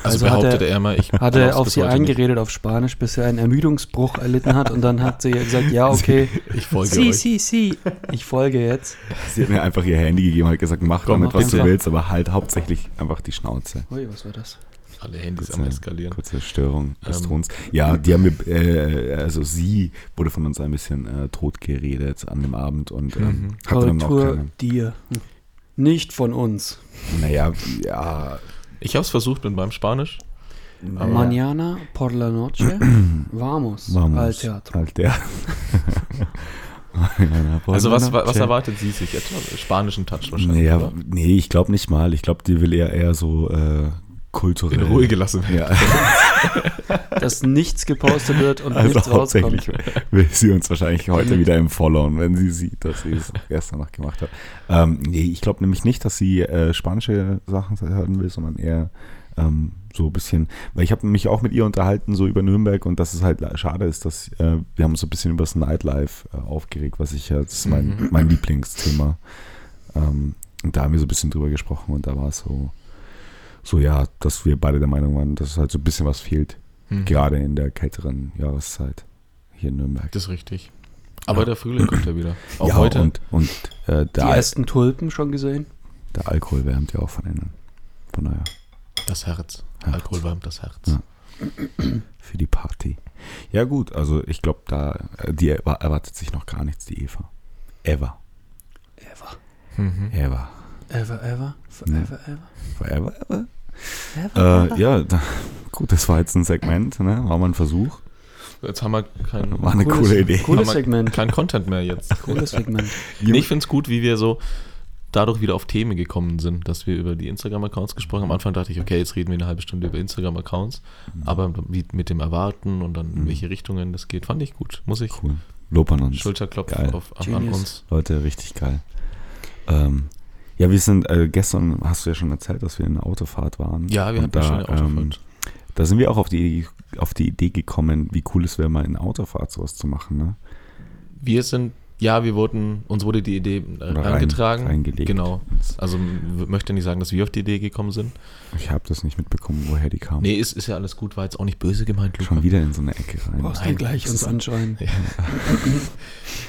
[SPEAKER 1] Also,
[SPEAKER 3] hat
[SPEAKER 1] behauptet
[SPEAKER 3] er-
[SPEAKER 1] er immer, ich
[SPEAKER 3] Hat er
[SPEAKER 1] glaub's
[SPEAKER 3] auf
[SPEAKER 1] bis
[SPEAKER 3] sie
[SPEAKER 1] heute
[SPEAKER 3] eingeredet auf Spanisch, bis er einen Ermüdungsbruch erlitten hat und dann hat sie ja gesagt, ja, okay,
[SPEAKER 1] nicht. Ich folge
[SPEAKER 3] si,
[SPEAKER 1] euch.
[SPEAKER 3] si, si, ich folge jetzt.
[SPEAKER 2] Sie hat mir einfach ihr Handy gegeben, hat gesagt, mach
[SPEAKER 1] Komm,
[SPEAKER 2] damit,
[SPEAKER 1] mach
[SPEAKER 2] was du
[SPEAKER 1] einfach.
[SPEAKER 2] willst, aber halt hauptsächlich einfach die Schnauze.
[SPEAKER 3] Ui, was war das?
[SPEAKER 1] Alle Handys am
[SPEAKER 2] Kurze-
[SPEAKER 1] Eskalieren.
[SPEAKER 2] Kurze Störung des
[SPEAKER 1] Ähm.
[SPEAKER 2] Throns. Ja, die haben mir, äh, also sie wurde von uns ein bisschen äh, tot geredet an dem Abend und ähm,
[SPEAKER 1] Mhm.
[SPEAKER 2] hatte dann auch
[SPEAKER 3] Korrektur
[SPEAKER 2] keine.
[SPEAKER 3] dir. Hm. Nicht von uns.
[SPEAKER 2] Naja, ja.
[SPEAKER 1] Ich habe es versucht mit meinem Spanisch. Aber-
[SPEAKER 3] Mañana por la
[SPEAKER 2] (clears throat)
[SPEAKER 3] noche vamos,
[SPEAKER 2] Vamos.
[SPEAKER 3] al teatro.
[SPEAKER 2] Halt (laughs) der.
[SPEAKER 1] Also was, was erwartet sie sich etwa? Spanischen Touch wahrscheinlich,
[SPEAKER 2] Naja,
[SPEAKER 1] oder?
[SPEAKER 2] nee, ich glaube nicht mal. Ich glaube, die will eher eher so äh, kulturell.
[SPEAKER 1] In Ruhe gelassen werden.
[SPEAKER 2] Ja,
[SPEAKER 3] Dass nichts gepostet wird und
[SPEAKER 2] (laughs) also
[SPEAKER 3] nichts rauskommt.
[SPEAKER 2] hauptsächlich (laughs) will sie uns wahrscheinlich heute wieder im Followen, wenn sie sieht, dass sie es erst danach gemacht hat. Ähm, nee, ich glaube nämlich nicht, dass sie äh, spanische Sachen hören will, sondern eher ähm, so ein bisschen, weil ich habe mich auch mit ihr unterhalten, so über Nürnberg und dass es halt le- schade ist, dass äh, wir haben uns so ein bisschen über das Nightlife äh, aufgeregt, was ich ja, das ist mein,
[SPEAKER 1] Mhm.
[SPEAKER 2] mein Lieblingsthema. Ähm, und da haben wir so ein bisschen drüber gesprochen und da war es so, so ja, dass wir beide der Meinung waren, dass es halt so ein bisschen was fehlt
[SPEAKER 1] Hm.
[SPEAKER 2] gerade in der kälteren Jahreszeit hier in Nürnberg.
[SPEAKER 1] Das ist richtig. Aber
[SPEAKER 2] Ja.
[SPEAKER 1] der Frühling kommt ja wieder. Auch
[SPEAKER 2] ja,
[SPEAKER 1] heute.
[SPEAKER 2] und, und äh,
[SPEAKER 3] Die
[SPEAKER 2] der, Al
[SPEAKER 3] ersten Tulpen schon gesehen?
[SPEAKER 2] der Alkohol wärmt ja auch von innen. Von daher,
[SPEAKER 1] das Herz.
[SPEAKER 2] Herz.
[SPEAKER 1] Alkohol warmt das Herz.
[SPEAKER 2] Ja. für die Party. Ja gut, also ich glaube, da äh, die erwa- erwartet sich noch gar nichts, die Eva. Ever.
[SPEAKER 3] Ever.
[SPEAKER 1] Mhm.
[SPEAKER 2] Ever.
[SPEAKER 3] Ever, ever, forever, ever.
[SPEAKER 2] Forever, ever.
[SPEAKER 3] ever.
[SPEAKER 2] Äh, ja, da, gut, das war jetzt ein Segment, ne? war mal ein Versuch.
[SPEAKER 1] Jetzt haben wir kein,
[SPEAKER 2] War eine
[SPEAKER 3] Cooles-
[SPEAKER 2] coole Idee.
[SPEAKER 3] Cooles
[SPEAKER 1] Aber-
[SPEAKER 3] Segment.
[SPEAKER 1] kein Content mehr
[SPEAKER 2] (laughs)
[SPEAKER 1] jetzt.
[SPEAKER 3] Cooles Segment.
[SPEAKER 1] Nee, ich finde es gut, wie wir so dadurch wieder auf Themen gekommen sind, dass wir über die Instagram-Accounts gesprochen haben. Am Anfang dachte ich, okay, jetzt reden wir eine halbe Stunde über Instagram-Accounts, aber wie, mit dem Erwarten und dann in
[SPEAKER 2] Mhm.
[SPEAKER 1] welche Richtungen das geht, fand ich gut. Muss ich
[SPEAKER 2] Cool. Lob an uns. Geil.
[SPEAKER 1] Schulterklopfen auf, an, an
[SPEAKER 3] Genius.
[SPEAKER 1] uns.
[SPEAKER 2] Leute, richtig geil. Ähm, ja, wir sind, äh, gestern hast du ja schon erzählt, dass wir in einer Autofahrt waren.
[SPEAKER 1] Ja, wir
[SPEAKER 2] Und
[SPEAKER 1] hatten da, schon eine Autofahrt.
[SPEAKER 2] ähm, Da sind wir auch auf die, auf die Idee gekommen, wie cool es wäre, mal in einer Autofahrt sowas zu machen. Ne?
[SPEAKER 1] wir sind, ja, wir wurden, uns wurde die Idee äh,
[SPEAKER 2] Oder rein-
[SPEAKER 1] angetragen.
[SPEAKER 2] reingelegt.
[SPEAKER 1] Genau. Also m- w- möchte nicht sagen, dass wir auf die Idee gekommen sind.
[SPEAKER 2] Ich habe das nicht mitbekommen, woher die kam.
[SPEAKER 1] Nee, ist, ist ja alles gut, war jetzt auch nicht böse gemeint, Luca.
[SPEAKER 2] Schon wieder in so eine Ecke rein.
[SPEAKER 3] Brauchst du
[SPEAKER 1] Nein,
[SPEAKER 3] gleich
[SPEAKER 1] das
[SPEAKER 3] uns
[SPEAKER 1] ist-
[SPEAKER 3] anschreien.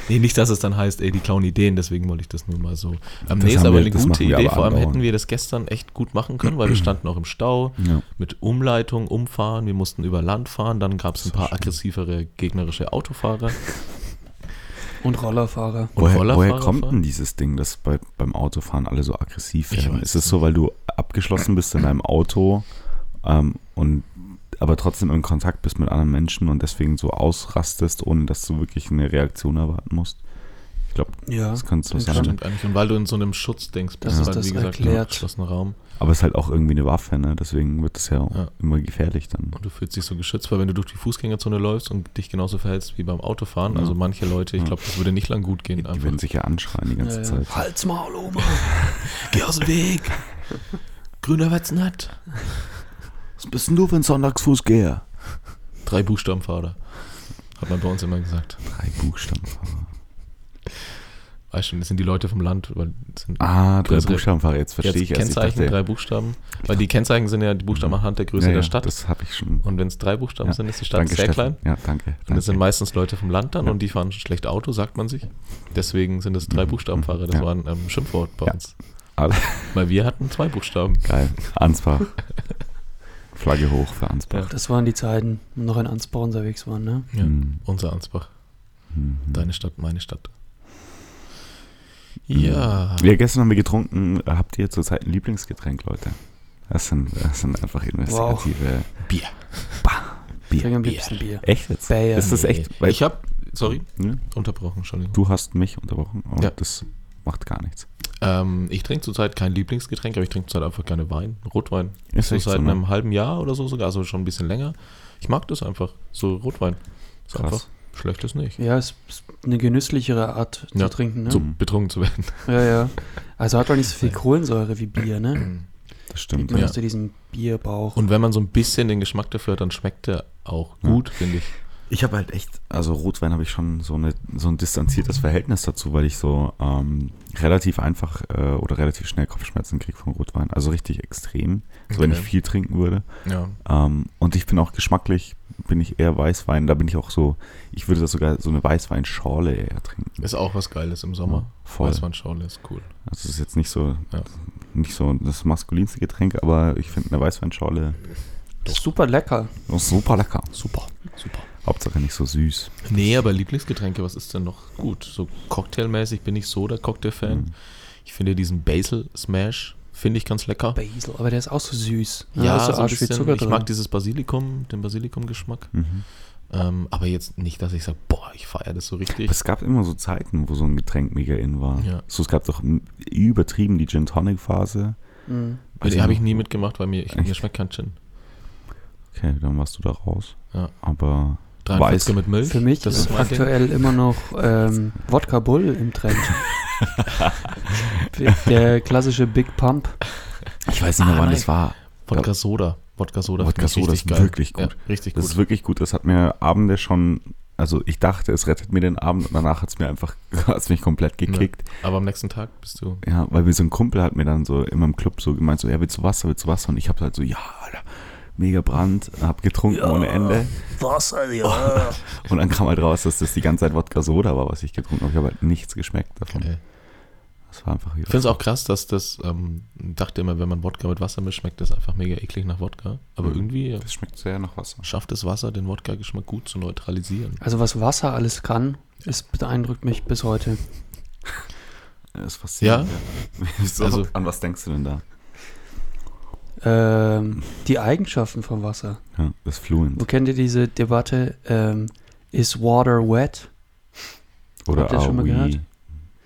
[SPEAKER 1] Nee, nicht, dass es dann heißt, ey, die klauen Ideen, deswegen wollte ich das nur mal so. Ähm,
[SPEAKER 2] Das
[SPEAKER 1] nee, ist
[SPEAKER 2] haben
[SPEAKER 1] aber
[SPEAKER 2] wir-
[SPEAKER 1] eine
[SPEAKER 2] das
[SPEAKER 1] gute
[SPEAKER 2] machen wir
[SPEAKER 1] Idee.
[SPEAKER 2] aber
[SPEAKER 1] Vor allem
[SPEAKER 2] andauernd.
[SPEAKER 1] hätten wir das gestern echt gut machen können, weil wir standen auch im Stau
[SPEAKER 2] Ja.
[SPEAKER 1] mit Umleitung, Umfahren, wir mussten über Land fahren, dann gab es ein
[SPEAKER 2] Das war
[SPEAKER 1] paar
[SPEAKER 2] schlimm.
[SPEAKER 1] aggressivere gegnerische Autofahrer.
[SPEAKER 3] Und Rollerfahrer.
[SPEAKER 1] Und
[SPEAKER 2] Woher,
[SPEAKER 1] Rollerfahrer
[SPEAKER 2] woher kommt
[SPEAKER 1] fahren?
[SPEAKER 2] denn dieses Ding, dass bei, beim Autofahren alle so aggressiv
[SPEAKER 1] Ich
[SPEAKER 2] werden?
[SPEAKER 1] weiß
[SPEAKER 2] Ist es so, weil du abgeschlossen bist in deinem Auto ähm, und aber trotzdem in Kontakt bist mit anderen Menschen und deswegen so ausrastest, ohne dass du wirklich eine Reaktion erwarten musst? Ich glaube,
[SPEAKER 3] Ja.
[SPEAKER 2] das kann so
[SPEAKER 3] das
[SPEAKER 2] sein.
[SPEAKER 1] Stimmt eigentlich. Und weil du in so einem Schutzdings
[SPEAKER 3] Das
[SPEAKER 1] bist,
[SPEAKER 3] ist
[SPEAKER 1] weil,
[SPEAKER 3] das
[SPEAKER 1] wie gesagt, im
[SPEAKER 3] erklärt.
[SPEAKER 1] geschlossenen Raum.
[SPEAKER 2] Aber es ist halt auch irgendwie eine Waffe, ne? Deswegen wird das ja, auch
[SPEAKER 1] Ja.
[SPEAKER 2] immer gefährlich dann.
[SPEAKER 1] Und du fühlst dich so geschützt, weil wenn du durch die Fußgängerzone läufst und dich genauso verhältst wie beim Autofahren,
[SPEAKER 2] Ja.
[SPEAKER 1] also manche Leute, ich
[SPEAKER 2] Ja.
[SPEAKER 1] glaube, das würde nicht lang gut gehen.
[SPEAKER 2] Die, die werden sich ja anschreien die ganze
[SPEAKER 3] Ja, ja.
[SPEAKER 2] Zeit.
[SPEAKER 3] Halt's Maul, (laughs) Oma.
[SPEAKER 1] Geh aus dem Weg! Grüner wird's nett.
[SPEAKER 2] Was bist denn du für ein Sonntagsfußgeher?
[SPEAKER 1] Drei Buchstaben, Vater. Hat man bei uns immer gesagt.
[SPEAKER 2] Drei Buchstabenfahrer.
[SPEAKER 1] Weißt schon, das sind die Leute vom Land. Weil das sind
[SPEAKER 2] Ah, drei
[SPEAKER 1] Größere-
[SPEAKER 2] Buchstabenfahrer, jetzt verstehe ich
[SPEAKER 1] jetzt
[SPEAKER 2] erst. Ich
[SPEAKER 1] Kennzeichen,
[SPEAKER 2] dachte- Mhm.
[SPEAKER 1] drei Buchstaben. Weil die Kennzeichen sind ja die Buchstaben anhand der Größe
[SPEAKER 2] Ja, ja,
[SPEAKER 1] der Stadt.
[SPEAKER 2] Das habe ich schon.
[SPEAKER 1] Und wenn es drei Buchstaben
[SPEAKER 2] Ja.
[SPEAKER 1] sind, ist die Stadt
[SPEAKER 2] danke,
[SPEAKER 1] sehr klein.
[SPEAKER 2] Steffen. Ja, danke.
[SPEAKER 1] Und
[SPEAKER 2] danke.
[SPEAKER 1] das sind meistens Leute vom Land dann und die fahren schlecht Auto, sagt man sich. Deswegen sind es drei Buchstabenfahrer. Das
[SPEAKER 2] Mhm. Ja.
[SPEAKER 1] war ein ähm, Schimpfwort bei
[SPEAKER 2] Ja.
[SPEAKER 1] uns. (laughs)
[SPEAKER 2] Alles
[SPEAKER 1] Weil wir hatten zwei Buchstaben.
[SPEAKER 2] geil. Ansbach. Flagge hoch für Ansbach.
[SPEAKER 3] Das waren die Zeiten, wo noch in Ansbach unterwegs waren, ne?
[SPEAKER 1] Ja.
[SPEAKER 2] Mhm.
[SPEAKER 1] Unser Ansbach.
[SPEAKER 2] Mhm.
[SPEAKER 1] Deine Stadt, meine Stadt.
[SPEAKER 2] Mhm.
[SPEAKER 1] Ja.
[SPEAKER 2] Ja, gestern haben wir getrunken. Habt ihr zurzeit ein Lieblingsgetränk, Leute? Das sind, das sind einfach investigative.
[SPEAKER 1] Bier.
[SPEAKER 3] Ich trinke am
[SPEAKER 1] Bier.
[SPEAKER 3] liebsten Bier.
[SPEAKER 2] Echt jetzt?
[SPEAKER 3] Bier.
[SPEAKER 2] Ist das echt? Weil-
[SPEAKER 1] ich habe, sorry,
[SPEAKER 2] Ne?
[SPEAKER 1] unterbrochen, Entschuldigung.
[SPEAKER 2] Du hast mich unterbrochen und
[SPEAKER 1] Ja.
[SPEAKER 2] das macht gar nichts.
[SPEAKER 1] Ähm, ich trinke zurzeit kein Lieblingsgetränk, aber ich trinke zurzeit einfach gerne Wein, Rotwein.
[SPEAKER 2] Ist
[SPEAKER 1] so halt
[SPEAKER 2] echt
[SPEAKER 1] seit
[SPEAKER 2] so, ne?
[SPEAKER 1] einem halben Jahr oder so sogar, also schon ein bisschen länger. Ich mag das einfach, so Rotwein. Ist
[SPEAKER 2] Krass.
[SPEAKER 1] einfach schlecht ist nicht. Mhm.
[SPEAKER 3] Ja, es ist eine genüsslichere Art
[SPEAKER 1] Ja.
[SPEAKER 3] zu trinken, ne?
[SPEAKER 1] So betrunken zu werden.
[SPEAKER 3] Ja, ja. Also hat doch nicht so viel Kohlensäure wie Bier, ne?
[SPEAKER 2] Das
[SPEAKER 3] Kriegt
[SPEAKER 2] stimmt.
[SPEAKER 3] man
[SPEAKER 1] Ja.
[SPEAKER 3] aus diesen Bierbauch.
[SPEAKER 1] Und wenn man so ein bisschen den Geschmack dafür hat, dann schmeckt der auch
[SPEAKER 2] Ja.
[SPEAKER 1] gut, finde ich.
[SPEAKER 2] Ich habe halt echt, also Rotwein habe ich schon so, eine, so ein distanziertes Verhältnis dazu, weil ich so ähm, relativ einfach äh, oder relativ schnell Kopfschmerzen kriege von Rotwein. Also richtig extrem, so wenn ich
[SPEAKER 1] Okay.
[SPEAKER 2] viel trinken würde.
[SPEAKER 1] Ja.
[SPEAKER 2] Ähm, und ich bin auch geschmacklich, bin ich eher Weißwein. Da bin ich auch so, ich würde das sogar so eine Weißweinschorle eher trinken.
[SPEAKER 1] Ist auch was Geiles im Sommer.
[SPEAKER 2] Voll.
[SPEAKER 1] Weißweinschorle ist cool.
[SPEAKER 2] Also es ist jetzt nicht so,
[SPEAKER 1] Ja.
[SPEAKER 2] nicht so das maskulinste Getränk, aber ich finde eine Weißweinschorle
[SPEAKER 3] Ist super lecker.
[SPEAKER 2] super lecker.
[SPEAKER 1] Super, super.
[SPEAKER 2] Hauptsache nicht so süß.
[SPEAKER 1] Nee, aber Lieblingsgetränke, was ist denn noch gut? So cocktailmäßig bin ich so der Cocktail-Fan.
[SPEAKER 2] Mhm.
[SPEAKER 1] Ich finde diesen Basil Smash, finde ich ganz lecker.
[SPEAKER 3] Basil, aber der ist auch so süß.
[SPEAKER 1] Ja,
[SPEAKER 3] da ist so,
[SPEAKER 1] so ein
[SPEAKER 3] arg viel
[SPEAKER 1] bisschen,
[SPEAKER 3] Zucker
[SPEAKER 1] ich
[SPEAKER 3] drin.
[SPEAKER 1] mag dieses Basilikum, den Basilikum-Geschmack.
[SPEAKER 2] Mhm.
[SPEAKER 1] Ähm, aber jetzt nicht, dass ich sage, boah, ich feiere das so richtig.
[SPEAKER 2] Aber es gab immer so Zeiten, wo so ein Getränk mega in war.
[SPEAKER 1] Ja.
[SPEAKER 2] So, es gab doch m- übertrieben die Gin Tonic Phase.
[SPEAKER 3] Mhm.
[SPEAKER 1] Mit
[SPEAKER 2] Also-
[SPEAKER 1] dem habe ich nie mitgemacht, weil mir, ich, mir
[SPEAKER 2] Echt?
[SPEAKER 1] schmeckt kein Gin.
[SPEAKER 2] Okay, dann warst du da raus.
[SPEAKER 1] Ja.
[SPEAKER 2] Aber
[SPEAKER 1] 43
[SPEAKER 2] Weiß.
[SPEAKER 1] mit Milch.
[SPEAKER 3] Für mich
[SPEAKER 1] das
[SPEAKER 3] ist
[SPEAKER 1] ist mein Ding.
[SPEAKER 3] aktuell immer noch ähm, Wodka Bull im Trend.
[SPEAKER 1] (laughs)
[SPEAKER 3] der klassische Big Pump.
[SPEAKER 2] ich weiß nicht mehr,
[SPEAKER 1] Ah,
[SPEAKER 2] wann
[SPEAKER 1] nein.
[SPEAKER 2] das war.
[SPEAKER 1] Wodka Soda. Wodka Soda.
[SPEAKER 2] Wodka
[SPEAKER 1] finde ich
[SPEAKER 2] Soda
[SPEAKER 1] richtig
[SPEAKER 2] ist wirklich gut.
[SPEAKER 1] Ja, richtig
[SPEAKER 2] Das
[SPEAKER 1] gut.
[SPEAKER 2] ist wirklich gut. Das hat mir Abende schon, also ich dachte, es rettet mir den Abend und danach hat es mir einfach, (laughs) hat's mich komplett gekickt.
[SPEAKER 1] Aber am nächsten Tag bist du.
[SPEAKER 2] Ja, weil mir so ein Kumpel hat mir dann so in meinem Club so gemeint, so, ja, willst du Wasser, willst du Wasser? Und ich habe halt so, ja, Alter, mega Brand, hab getrunken ohne Ende.
[SPEAKER 4] Wasser, ja.
[SPEAKER 2] (laughs) Und dann kam halt raus, dass das die ganze Zeit Wodka Soda war, was ich getrunken habe. Ich habe halt nichts geschmeckt davon.
[SPEAKER 1] Geil.
[SPEAKER 2] Das war einfach
[SPEAKER 1] äh, Ich finde es auch krass, dass das, ähm, dachte immer, wenn man Wodka mit Wasser mischt, schmeckt das einfach mega eklig nach Wodka. Aber
[SPEAKER 2] Mhm.
[SPEAKER 1] irgendwie äh,
[SPEAKER 2] Das schmeckt sehr nach Wasser.
[SPEAKER 1] schafft das Wasser, den Wodka-Geschmack gut zu neutralisieren.
[SPEAKER 3] Also was Wasser alles kann, es beeindruckt mich bis heute.
[SPEAKER 2] Das ist faszinierend. Ja? (laughs) Wieso?
[SPEAKER 1] Also-
[SPEAKER 2] An was denkst du denn da?
[SPEAKER 3] Ähm, die Eigenschaften von Wasser.
[SPEAKER 2] Ja, das ist fluent.
[SPEAKER 3] Wo kennt ihr diese Debatte? Ähm, is water wet?
[SPEAKER 2] Oder
[SPEAKER 3] Habt ihr das schon
[SPEAKER 2] are
[SPEAKER 3] mal
[SPEAKER 2] we
[SPEAKER 3] gehört?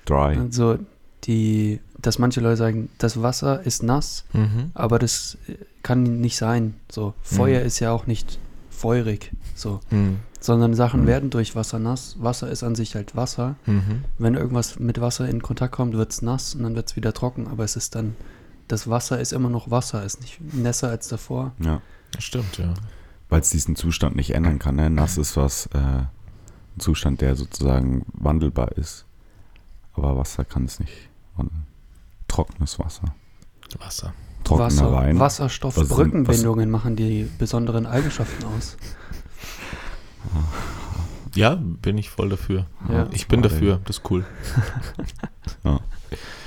[SPEAKER 2] dry?
[SPEAKER 3] Also die, dass manche Leute sagen, das Wasser ist nass,
[SPEAKER 1] Mhm.
[SPEAKER 3] aber das äh, kann nicht sein. So Feuer
[SPEAKER 2] Mhm.
[SPEAKER 3] ist ja auch nicht feurig. So,
[SPEAKER 1] Mhm.
[SPEAKER 3] sondern Sachen
[SPEAKER 2] Mhm.
[SPEAKER 3] werden durch Wasser nass. Wasser ist an sich halt Wasser.
[SPEAKER 1] Mhm.
[SPEAKER 3] Wenn irgendwas mit Wasser in Kontakt kommt, wird es nass und dann wird es wieder trocken. Aber es ist dann, das Wasser ist immer noch Wasser, ist nicht nässer als davor.
[SPEAKER 2] Ja.
[SPEAKER 1] Das Stimmt, ja.
[SPEAKER 2] Weil es diesen Zustand nicht ändern kann. Ne? Nass ist was, äh, ein Zustand, der sozusagen wandelbar ist. Aber Wasser kann es nicht wandeln. Trockenes Wasser.
[SPEAKER 1] Wasser.
[SPEAKER 2] Trockener
[SPEAKER 3] Wasser,
[SPEAKER 2] Wein. Was sind-
[SPEAKER 3] Wasserstoffbrückenbindungen machen die besonderen Eigenschaften aus.
[SPEAKER 1] Ja, bin ich voll dafür.
[SPEAKER 3] Ja.
[SPEAKER 1] Ich bin
[SPEAKER 2] Warte.
[SPEAKER 1] dafür, das ist cool.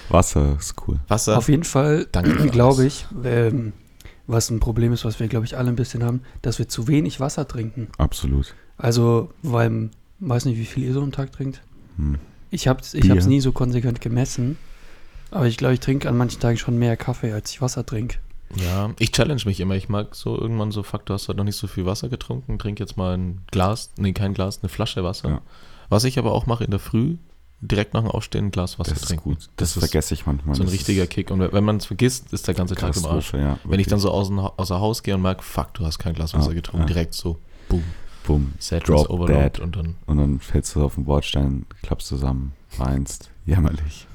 [SPEAKER 2] Wasser ist cool.
[SPEAKER 1] Wasser.
[SPEAKER 3] Auf jeden Fall (clears throat)
[SPEAKER 1] Danke für alles.
[SPEAKER 3] glaube ich, ähm, was ein Problem ist, was wir, glaube ich, alle ein bisschen haben, dass wir zu wenig Wasser trinken.
[SPEAKER 2] Absolut.
[SPEAKER 3] Also, weil, weiß nicht, wie viel ihr so am Tag trinkt.
[SPEAKER 2] Hm.
[SPEAKER 3] Ich habe es ich hab's
[SPEAKER 2] Bier.
[SPEAKER 3] nie so konsequent gemessen. Aber ich glaube, ich trinke an manchen Tagen schon mehr Kaffee, als ich Wasser trinke.
[SPEAKER 1] Ja, ich challenge mich immer. Ich mag so irgendwann so, fuck, du hast halt noch nicht so viel Wasser getrunken, trink jetzt mal ein Glas, nee, kein Glas, eine Flasche Wasser.
[SPEAKER 2] Ja.
[SPEAKER 1] Was ich aber auch mache in der Früh, direkt nach dem Aufstehen ein Glas Wasser
[SPEAKER 2] das ist
[SPEAKER 1] trinken.
[SPEAKER 2] gut. Das, vergesse ich manchmal.
[SPEAKER 1] So ein
[SPEAKER 2] Das
[SPEAKER 1] richtiger
[SPEAKER 2] ist
[SPEAKER 1] Kick. Und wenn man es vergisst, ist der ganze Tag im Arsch.
[SPEAKER 2] Katastrophe, ja.
[SPEAKER 1] Wenn ich dann so außen, außer Haus gehe und merke, fuck, du hast kein Glas Wasser
[SPEAKER 2] Ja,
[SPEAKER 1] getrunken,
[SPEAKER 2] ja.
[SPEAKER 1] direkt so, boom,
[SPEAKER 2] Bumm.
[SPEAKER 1] Sadness
[SPEAKER 2] Drop
[SPEAKER 1] overload
[SPEAKER 2] dead.
[SPEAKER 1] und dann,
[SPEAKER 2] Und dann fällst du auf den Bordstein, klappst zusammen, weinst. Jämmerlich.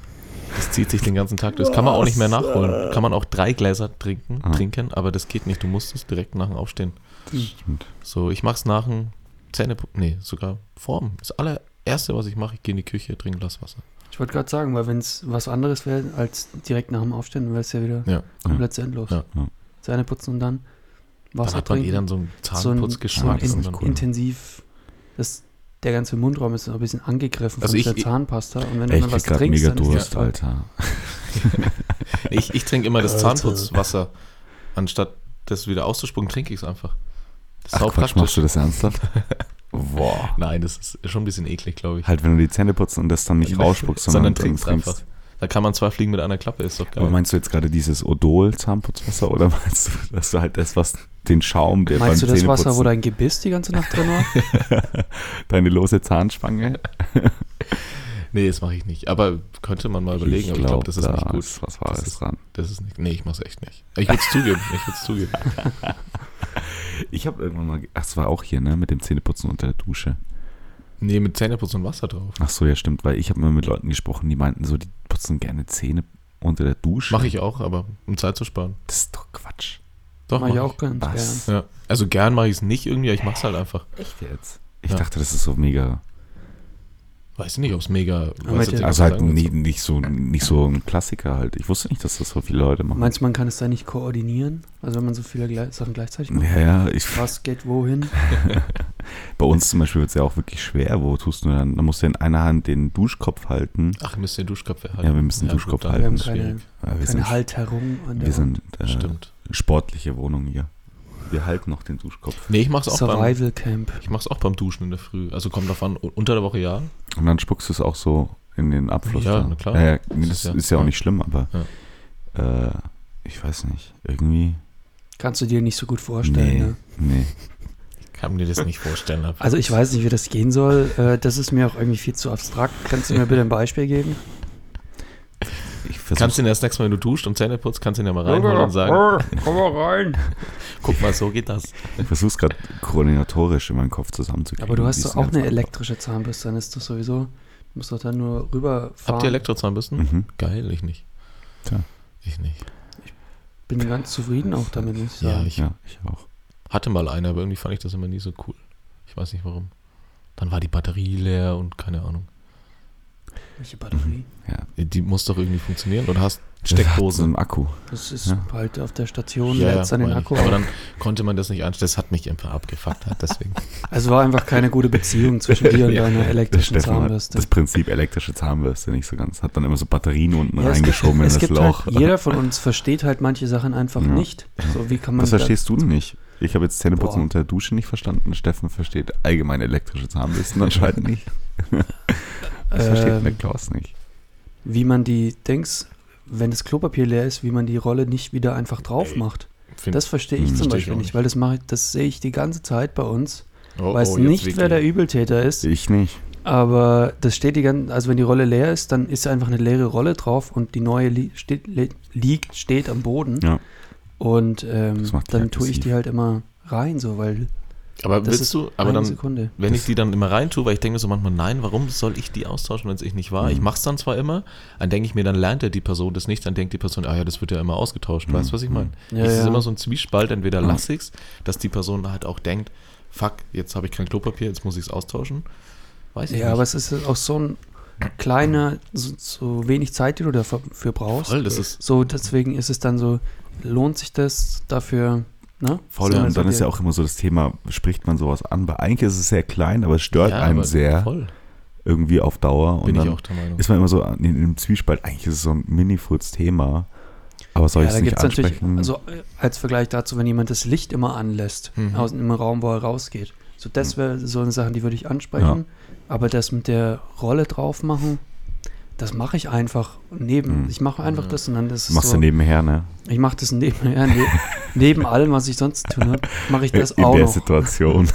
[SPEAKER 1] das zieht sich den ganzen Tag durch. Das kann man auch nicht mehr nachholen. Kann man auch drei Gläser trinken,
[SPEAKER 2] Ah.
[SPEAKER 1] trinken aber das geht nicht. Du musst es direkt nach dem Aufstehen.
[SPEAKER 2] Das stimmt.
[SPEAKER 1] So, ich mach's nach dem Zähne, nee, sogar vorm. Das allererste, was ich mache, ich gehe in die Küche, trinke ein Glas Wasser.
[SPEAKER 3] Ich wollte gerade sagen, weil wenn es was anderes wäre, als direkt nach dem Aufstehen, wäre es ja wieder
[SPEAKER 1] Ja.
[SPEAKER 3] komplett sinnlos.
[SPEAKER 1] Ja.
[SPEAKER 2] Ja.
[SPEAKER 3] Zähne putzen und dann
[SPEAKER 1] Dann
[SPEAKER 3] Wasser
[SPEAKER 1] hat man
[SPEAKER 3] trinken.
[SPEAKER 1] eh dann so einen
[SPEAKER 3] so ein, so ein
[SPEAKER 1] Zahnputzgeschmack.
[SPEAKER 2] das ist
[SPEAKER 3] in,
[SPEAKER 1] und dann-
[SPEAKER 2] cool.
[SPEAKER 3] intensiv, das, der ganze Mundraum ist noch ein bisschen angegriffen
[SPEAKER 1] Also
[SPEAKER 3] von
[SPEAKER 1] ich-
[SPEAKER 3] dieser Zahnpasta. Und
[SPEAKER 2] Ey,
[SPEAKER 3] wenn du
[SPEAKER 2] ich
[SPEAKER 3] dann was
[SPEAKER 2] krieg grad
[SPEAKER 3] trinkst,
[SPEAKER 2] mega
[SPEAKER 3] dann ist
[SPEAKER 2] Durst,
[SPEAKER 3] das toll.
[SPEAKER 2] Alter.
[SPEAKER 1] Ich, ich trinke immer das
[SPEAKER 4] Alter.
[SPEAKER 1] Zahnputzwasser. Anstatt das wieder auszuspucken, trinke ich es einfach. Das ist
[SPEAKER 2] Ach,
[SPEAKER 1] sau
[SPEAKER 2] Quatsch,
[SPEAKER 1] praktisch.
[SPEAKER 2] machst du
[SPEAKER 1] (laughs)
[SPEAKER 2] das ernsthaft? Boah.
[SPEAKER 1] Nein, das ist schon ein bisschen eklig, glaube ich.
[SPEAKER 2] Halt, wenn du die Zähne putzt und das dann nicht rausspuckst,
[SPEAKER 1] Sondern
[SPEAKER 2] sondern, dann
[SPEAKER 1] trinkst einfach. Da kann man zwei Fliegen mit einer Klappe, ist doch geil.
[SPEAKER 2] Aber meinst du jetzt gerade dieses Odol-Zahnputzwasser oder meinst du, dass du halt das, was den Schaum, der
[SPEAKER 3] Meinst du
[SPEAKER 2] beim
[SPEAKER 3] das Wasser, wo
[SPEAKER 2] Zähneputzen,
[SPEAKER 3] dein Gebiss die ganze Nacht drin war?
[SPEAKER 2] (laughs) deine lose Zahnspange?
[SPEAKER 1] nee, das mache ich nicht. Aber könnte man mal überlegen. aber ich glaube, das ist
[SPEAKER 2] da
[SPEAKER 1] nicht gut.
[SPEAKER 2] ist was Wahres
[SPEAKER 1] Das ist-
[SPEAKER 2] dran.
[SPEAKER 1] Das ist nicht, nee, ich mache es echt nicht. Ich würde es zugeben. Ich würde es zugeben.
[SPEAKER 2] Ich habe irgendwann mal, ge- ach, das war auch hier, ne, mit dem Zähneputzen unter der Dusche.
[SPEAKER 1] Nee, mit Zähneputzen und Wasser drauf.
[SPEAKER 2] Ach so, ja, stimmt, weil ich habe mal mit Leuten gesprochen, die meinten so, die putzen gerne Zähne unter der Dusche.
[SPEAKER 1] Mache ich auch, aber um Zeit zu sparen.
[SPEAKER 2] Das ist doch Quatsch.
[SPEAKER 1] (laughs) Doch,
[SPEAKER 3] Mach ich
[SPEAKER 1] mach
[SPEAKER 3] auch ganz
[SPEAKER 2] Was?
[SPEAKER 1] Ja. Also gern mache ich es nicht irgendwie, aber ich mache es halt einfach.
[SPEAKER 2] Echt jetzt? Ich
[SPEAKER 1] Ja.
[SPEAKER 2] dachte, das ist so mega.
[SPEAKER 1] Weiß nicht, ob es mega.
[SPEAKER 3] Aber
[SPEAKER 1] weiß jetzt
[SPEAKER 3] der-
[SPEAKER 1] nicht,
[SPEAKER 2] Also
[SPEAKER 1] was
[SPEAKER 2] halt
[SPEAKER 1] sagen
[SPEAKER 2] nie,
[SPEAKER 1] willst.
[SPEAKER 2] nicht, so, nicht so ein Klassiker halt. Ich wusste nicht, dass das so viele Leute machen.
[SPEAKER 3] Meinst du, man kann es da nicht koordinieren? Also wenn man so viele gle Sachen gleichzeitig macht?
[SPEAKER 2] Ja, ja, ich,
[SPEAKER 3] Was geht wohin?
[SPEAKER 2] Halt bei uns zum Beispiel wird es ja auch wirklich schwer. Wo tust du dann? Da musst du in einer Hand den Duschkopf halten.
[SPEAKER 1] Ach, wir müssen den Duschkopf halten.
[SPEAKER 2] Ja, wir müssen den
[SPEAKER 1] gut,
[SPEAKER 2] Duschkopf
[SPEAKER 1] dann
[SPEAKER 2] halten.
[SPEAKER 3] Wir haben
[SPEAKER 1] ist
[SPEAKER 3] keine,
[SPEAKER 1] schwierig.
[SPEAKER 2] Ja, wir
[SPEAKER 3] keine
[SPEAKER 2] sind,
[SPEAKER 3] Halterung an der
[SPEAKER 2] wir sind äh,
[SPEAKER 1] Stimmt.
[SPEAKER 2] sportliche Wohnung hier. Wir halten noch den Duschkopf.
[SPEAKER 1] Nee, ich mach's auch beim,
[SPEAKER 3] Survival Camp.
[SPEAKER 1] ich mach's auch beim Duschen in der Früh. Also kommt davon, unter der Woche ja.
[SPEAKER 2] Und dann spuckst du es auch so in den Abfluss.
[SPEAKER 1] Ja,
[SPEAKER 2] da.
[SPEAKER 1] na klar.
[SPEAKER 2] Ja, ja, nee,
[SPEAKER 1] Das ist
[SPEAKER 2] das
[SPEAKER 1] ja-
[SPEAKER 2] ist ja auch nicht schlimm, aber äh, ich weiß nicht. Irgendwie.
[SPEAKER 3] Kannst du dir nicht so gut vorstellen.
[SPEAKER 2] nee,
[SPEAKER 3] Ne?
[SPEAKER 2] nee.
[SPEAKER 1] Kann mir das nicht vorstellen. aber-
[SPEAKER 3] (laughs) Also ich weiß nicht, wie das gehen soll. Äh, das ist mir auch irgendwie viel zu abstrakt. Kannst du mir bitte ein Beispiel geben?
[SPEAKER 2] Ich versuch's.
[SPEAKER 1] kannst du ihn erst nächstes Mal, wenn du duscht und Zähne putzt, kannst du ihn ja mal reinholen und sagen,
[SPEAKER 3] (laughs) Komm mal rein.
[SPEAKER 1] guck mal, so geht das.
[SPEAKER 2] Ich versuch's gerade koordinatorisch in meinem Kopf zusammenzukriegen. (laughs)
[SPEAKER 3] Aber du hast
[SPEAKER 2] Die
[SPEAKER 3] doch
[SPEAKER 2] ist
[SPEAKER 3] auch
[SPEAKER 2] ganz
[SPEAKER 3] eine
[SPEAKER 2] einfach.
[SPEAKER 3] elektrische Zahnbürste, dann ist das sowieso. Du musst doch dann nur rüberfahren.
[SPEAKER 1] Habt ihr Elektrozahnbürsten?
[SPEAKER 2] Mhm.
[SPEAKER 1] Geil, ich nicht.
[SPEAKER 2] Tja.
[SPEAKER 1] Ich nicht.
[SPEAKER 3] Bin ganz zufrieden auch damit, muss ich
[SPEAKER 1] Ja,
[SPEAKER 3] sagen.
[SPEAKER 1] ich
[SPEAKER 2] Ja, ich auch.
[SPEAKER 1] hatte mal eine, aber irgendwie fand ich das immer nie so cool. Ich weiß nicht warum. Dann war die Batterie leer und keine Ahnung.
[SPEAKER 3] Welche Batterie?
[SPEAKER 1] Die muss doch irgendwie funktionieren oder hast
[SPEAKER 2] Steckdose
[SPEAKER 1] Steckdosen.
[SPEAKER 2] im Akku.
[SPEAKER 3] Das ist
[SPEAKER 2] Ja.
[SPEAKER 3] halt auf der Station, lädst dann den
[SPEAKER 1] meine
[SPEAKER 3] Akku
[SPEAKER 1] ich. Aber
[SPEAKER 3] auf.
[SPEAKER 1] dann konnte man das nicht einstellen. Das hat mich einfach abgefuckt, hat
[SPEAKER 3] (laughs)
[SPEAKER 1] deswegen.
[SPEAKER 3] Also war einfach keine gute Beziehung
[SPEAKER 2] (laughs)
[SPEAKER 3] zwischen dir und deiner elektrischen
[SPEAKER 2] Stefan hat
[SPEAKER 3] Zahnbürste.
[SPEAKER 2] Das Prinzip elektrische Zahnbürste nicht so ganz. Hat dann immer so Batterien unten
[SPEAKER 3] Ja, es gibt-
[SPEAKER 2] reingeschoben
[SPEAKER 3] Es
[SPEAKER 2] in das
[SPEAKER 3] gibt
[SPEAKER 2] Loch.
[SPEAKER 3] halt, jeder von uns versteht halt manche Sachen einfach
[SPEAKER 2] Ja.
[SPEAKER 3] nicht. So, wie kann man
[SPEAKER 2] Was
[SPEAKER 3] da-
[SPEAKER 2] verstehst du denn nicht? Ich habe jetzt Zähneputzen
[SPEAKER 3] Boah.
[SPEAKER 2] unter der Dusche nicht verstanden. Steffen versteht allgemein elektrische Zahnbürsten anscheinend nicht. Das versteht
[SPEAKER 3] Ähm,
[SPEAKER 2] der Klaus nicht.
[SPEAKER 3] wie man die Dings, wenn das Klopapier leer ist, wie man die Rolle nicht wieder einfach drauf macht.
[SPEAKER 1] Find-
[SPEAKER 3] Das verstehe
[SPEAKER 2] Hm,
[SPEAKER 3] ich zum
[SPEAKER 1] versteh ich
[SPEAKER 3] Beispiel
[SPEAKER 1] auch
[SPEAKER 3] nicht,
[SPEAKER 1] nicht.
[SPEAKER 3] weil das mache ich, das sehe ich die ganze Zeit bei uns.
[SPEAKER 1] oh,
[SPEAKER 3] weiß
[SPEAKER 1] oh, jetzt
[SPEAKER 3] nicht, wer
[SPEAKER 1] wirklich.
[SPEAKER 3] der Übeltäter ist,
[SPEAKER 2] Ich nicht.
[SPEAKER 3] aber das steht die ganze, also wenn die Rolle leer ist, dann ist einfach eine leere Rolle drauf und die neue li steht, li liegt, steht am Boden.
[SPEAKER 2] Ja.
[SPEAKER 3] Und ähm,
[SPEAKER 2] Das macht die
[SPEAKER 3] dann tue ich
[SPEAKER 2] aggressiv.
[SPEAKER 3] die halt immer rein, so, weil
[SPEAKER 1] Aber
[SPEAKER 3] das
[SPEAKER 1] willst
[SPEAKER 3] ist
[SPEAKER 1] du, aber
[SPEAKER 3] eine
[SPEAKER 1] dann,
[SPEAKER 3] Sekunde.
[SPEAKER 1] wenn ich die dann immer rein tue, weil ich denke mir so manchmal, nein, warum soll ich die austauschen, wenn es ich nicht war? Ich mache es dann zwar immer, dann denke ich mir, dann lernt ja die Person das nicht, dann denkt die Person, ah ja, das wird ja immer ausgetauscht. Weißt du, was ich meine?
[SPEAKER 3] Ja,
[SPEAKER 1] es ist
[SPEAKER 3] ja.
[SPEAKER 1] immer so ein Zwiespalt, entweder lass ich's, dass die Person halt auch denkt, fuck, jetzt habe ich kein Klopapier, jetzt muss ich es austauschen. Weiß ich
[SPEAKER 3] Ja, aber
[SPEAKER 1] nicht.
[SPEAKER 3] es ist auch so ein kleiner, so, so wenig Zeit, die du dafür brauchst.
[SPEAKER 1] Voll, das ist,
[SPEAKER 3] So, deswegen ist es dann so, lohnt sich das dafür, ne?
[SPEAKER 1] Voll,
[SPEAKER 3] So,
[SPEAKER 2] Ja, und
[SPEAKER 3] also
[SPEAKER 2] dann ist
[SPEAKER 3] der-
[SPEAKER 2] ja auch immer so das Thema, spricht man sowas an? Weil eigentlich ist es sehr klein, aber es stört
[SPEAKER 1] ja,
[SPEAKER 2] einen
[SPEAKER 1] aber
[SPEAKER 2] sehr
[SPEAKER 1] Voll,
[SPEAKER 2] irgendwie auf Dauer. Und
[SPEAKER 1] bin ich
[SPEAKER 2] dann
[SPEAKER 1] auch der Meinung.
[SPEAKER 2] ist man immer so in, in einem Zwiespalt. Eigentlich ist es so ein Mini-Furz-Thema. Aber soll ich
[SPEAKER 3] da
[SPEAKER 2] es nicht
[SPEAKER 3] gibt's natürlich,
[SPEAKER 2] ansprechen?
[SPEAKER 3] also äh, als Vergleich dazu, wenn jemand das Licht immer anlässt,
[SPEAKER 1] Mhm.
[SPEAKER 3] aus im Raum, wo er rausgeht. So, das
[SPEAKER 2] Mhm.
[SPEAKER 3] wäre so eine Sache, die würde ich ansprechen. Aber das mit der Rolle drauf machen, das mache ich einfach neben.
[SPEAKER 2] Mhm.
[SPEAKER 3] Ich mache einfach das und dann ist es
[SPEAKER 2] Machst
[SPEAKER 3] so,
[SPEAKER 2] du nebenher, ne?
[SPEAKER 3] ich mache das neben, (laughs) ja, ne, neben allem, was ich sonst zu tun habe, mache ich das
[SPEAKER 2] in
[SPEAKER 3] auch
[SPEAKER 2] Äh, der
[SPEAKER 3] noch. (laughs)
[SPEAKER 2] Situation.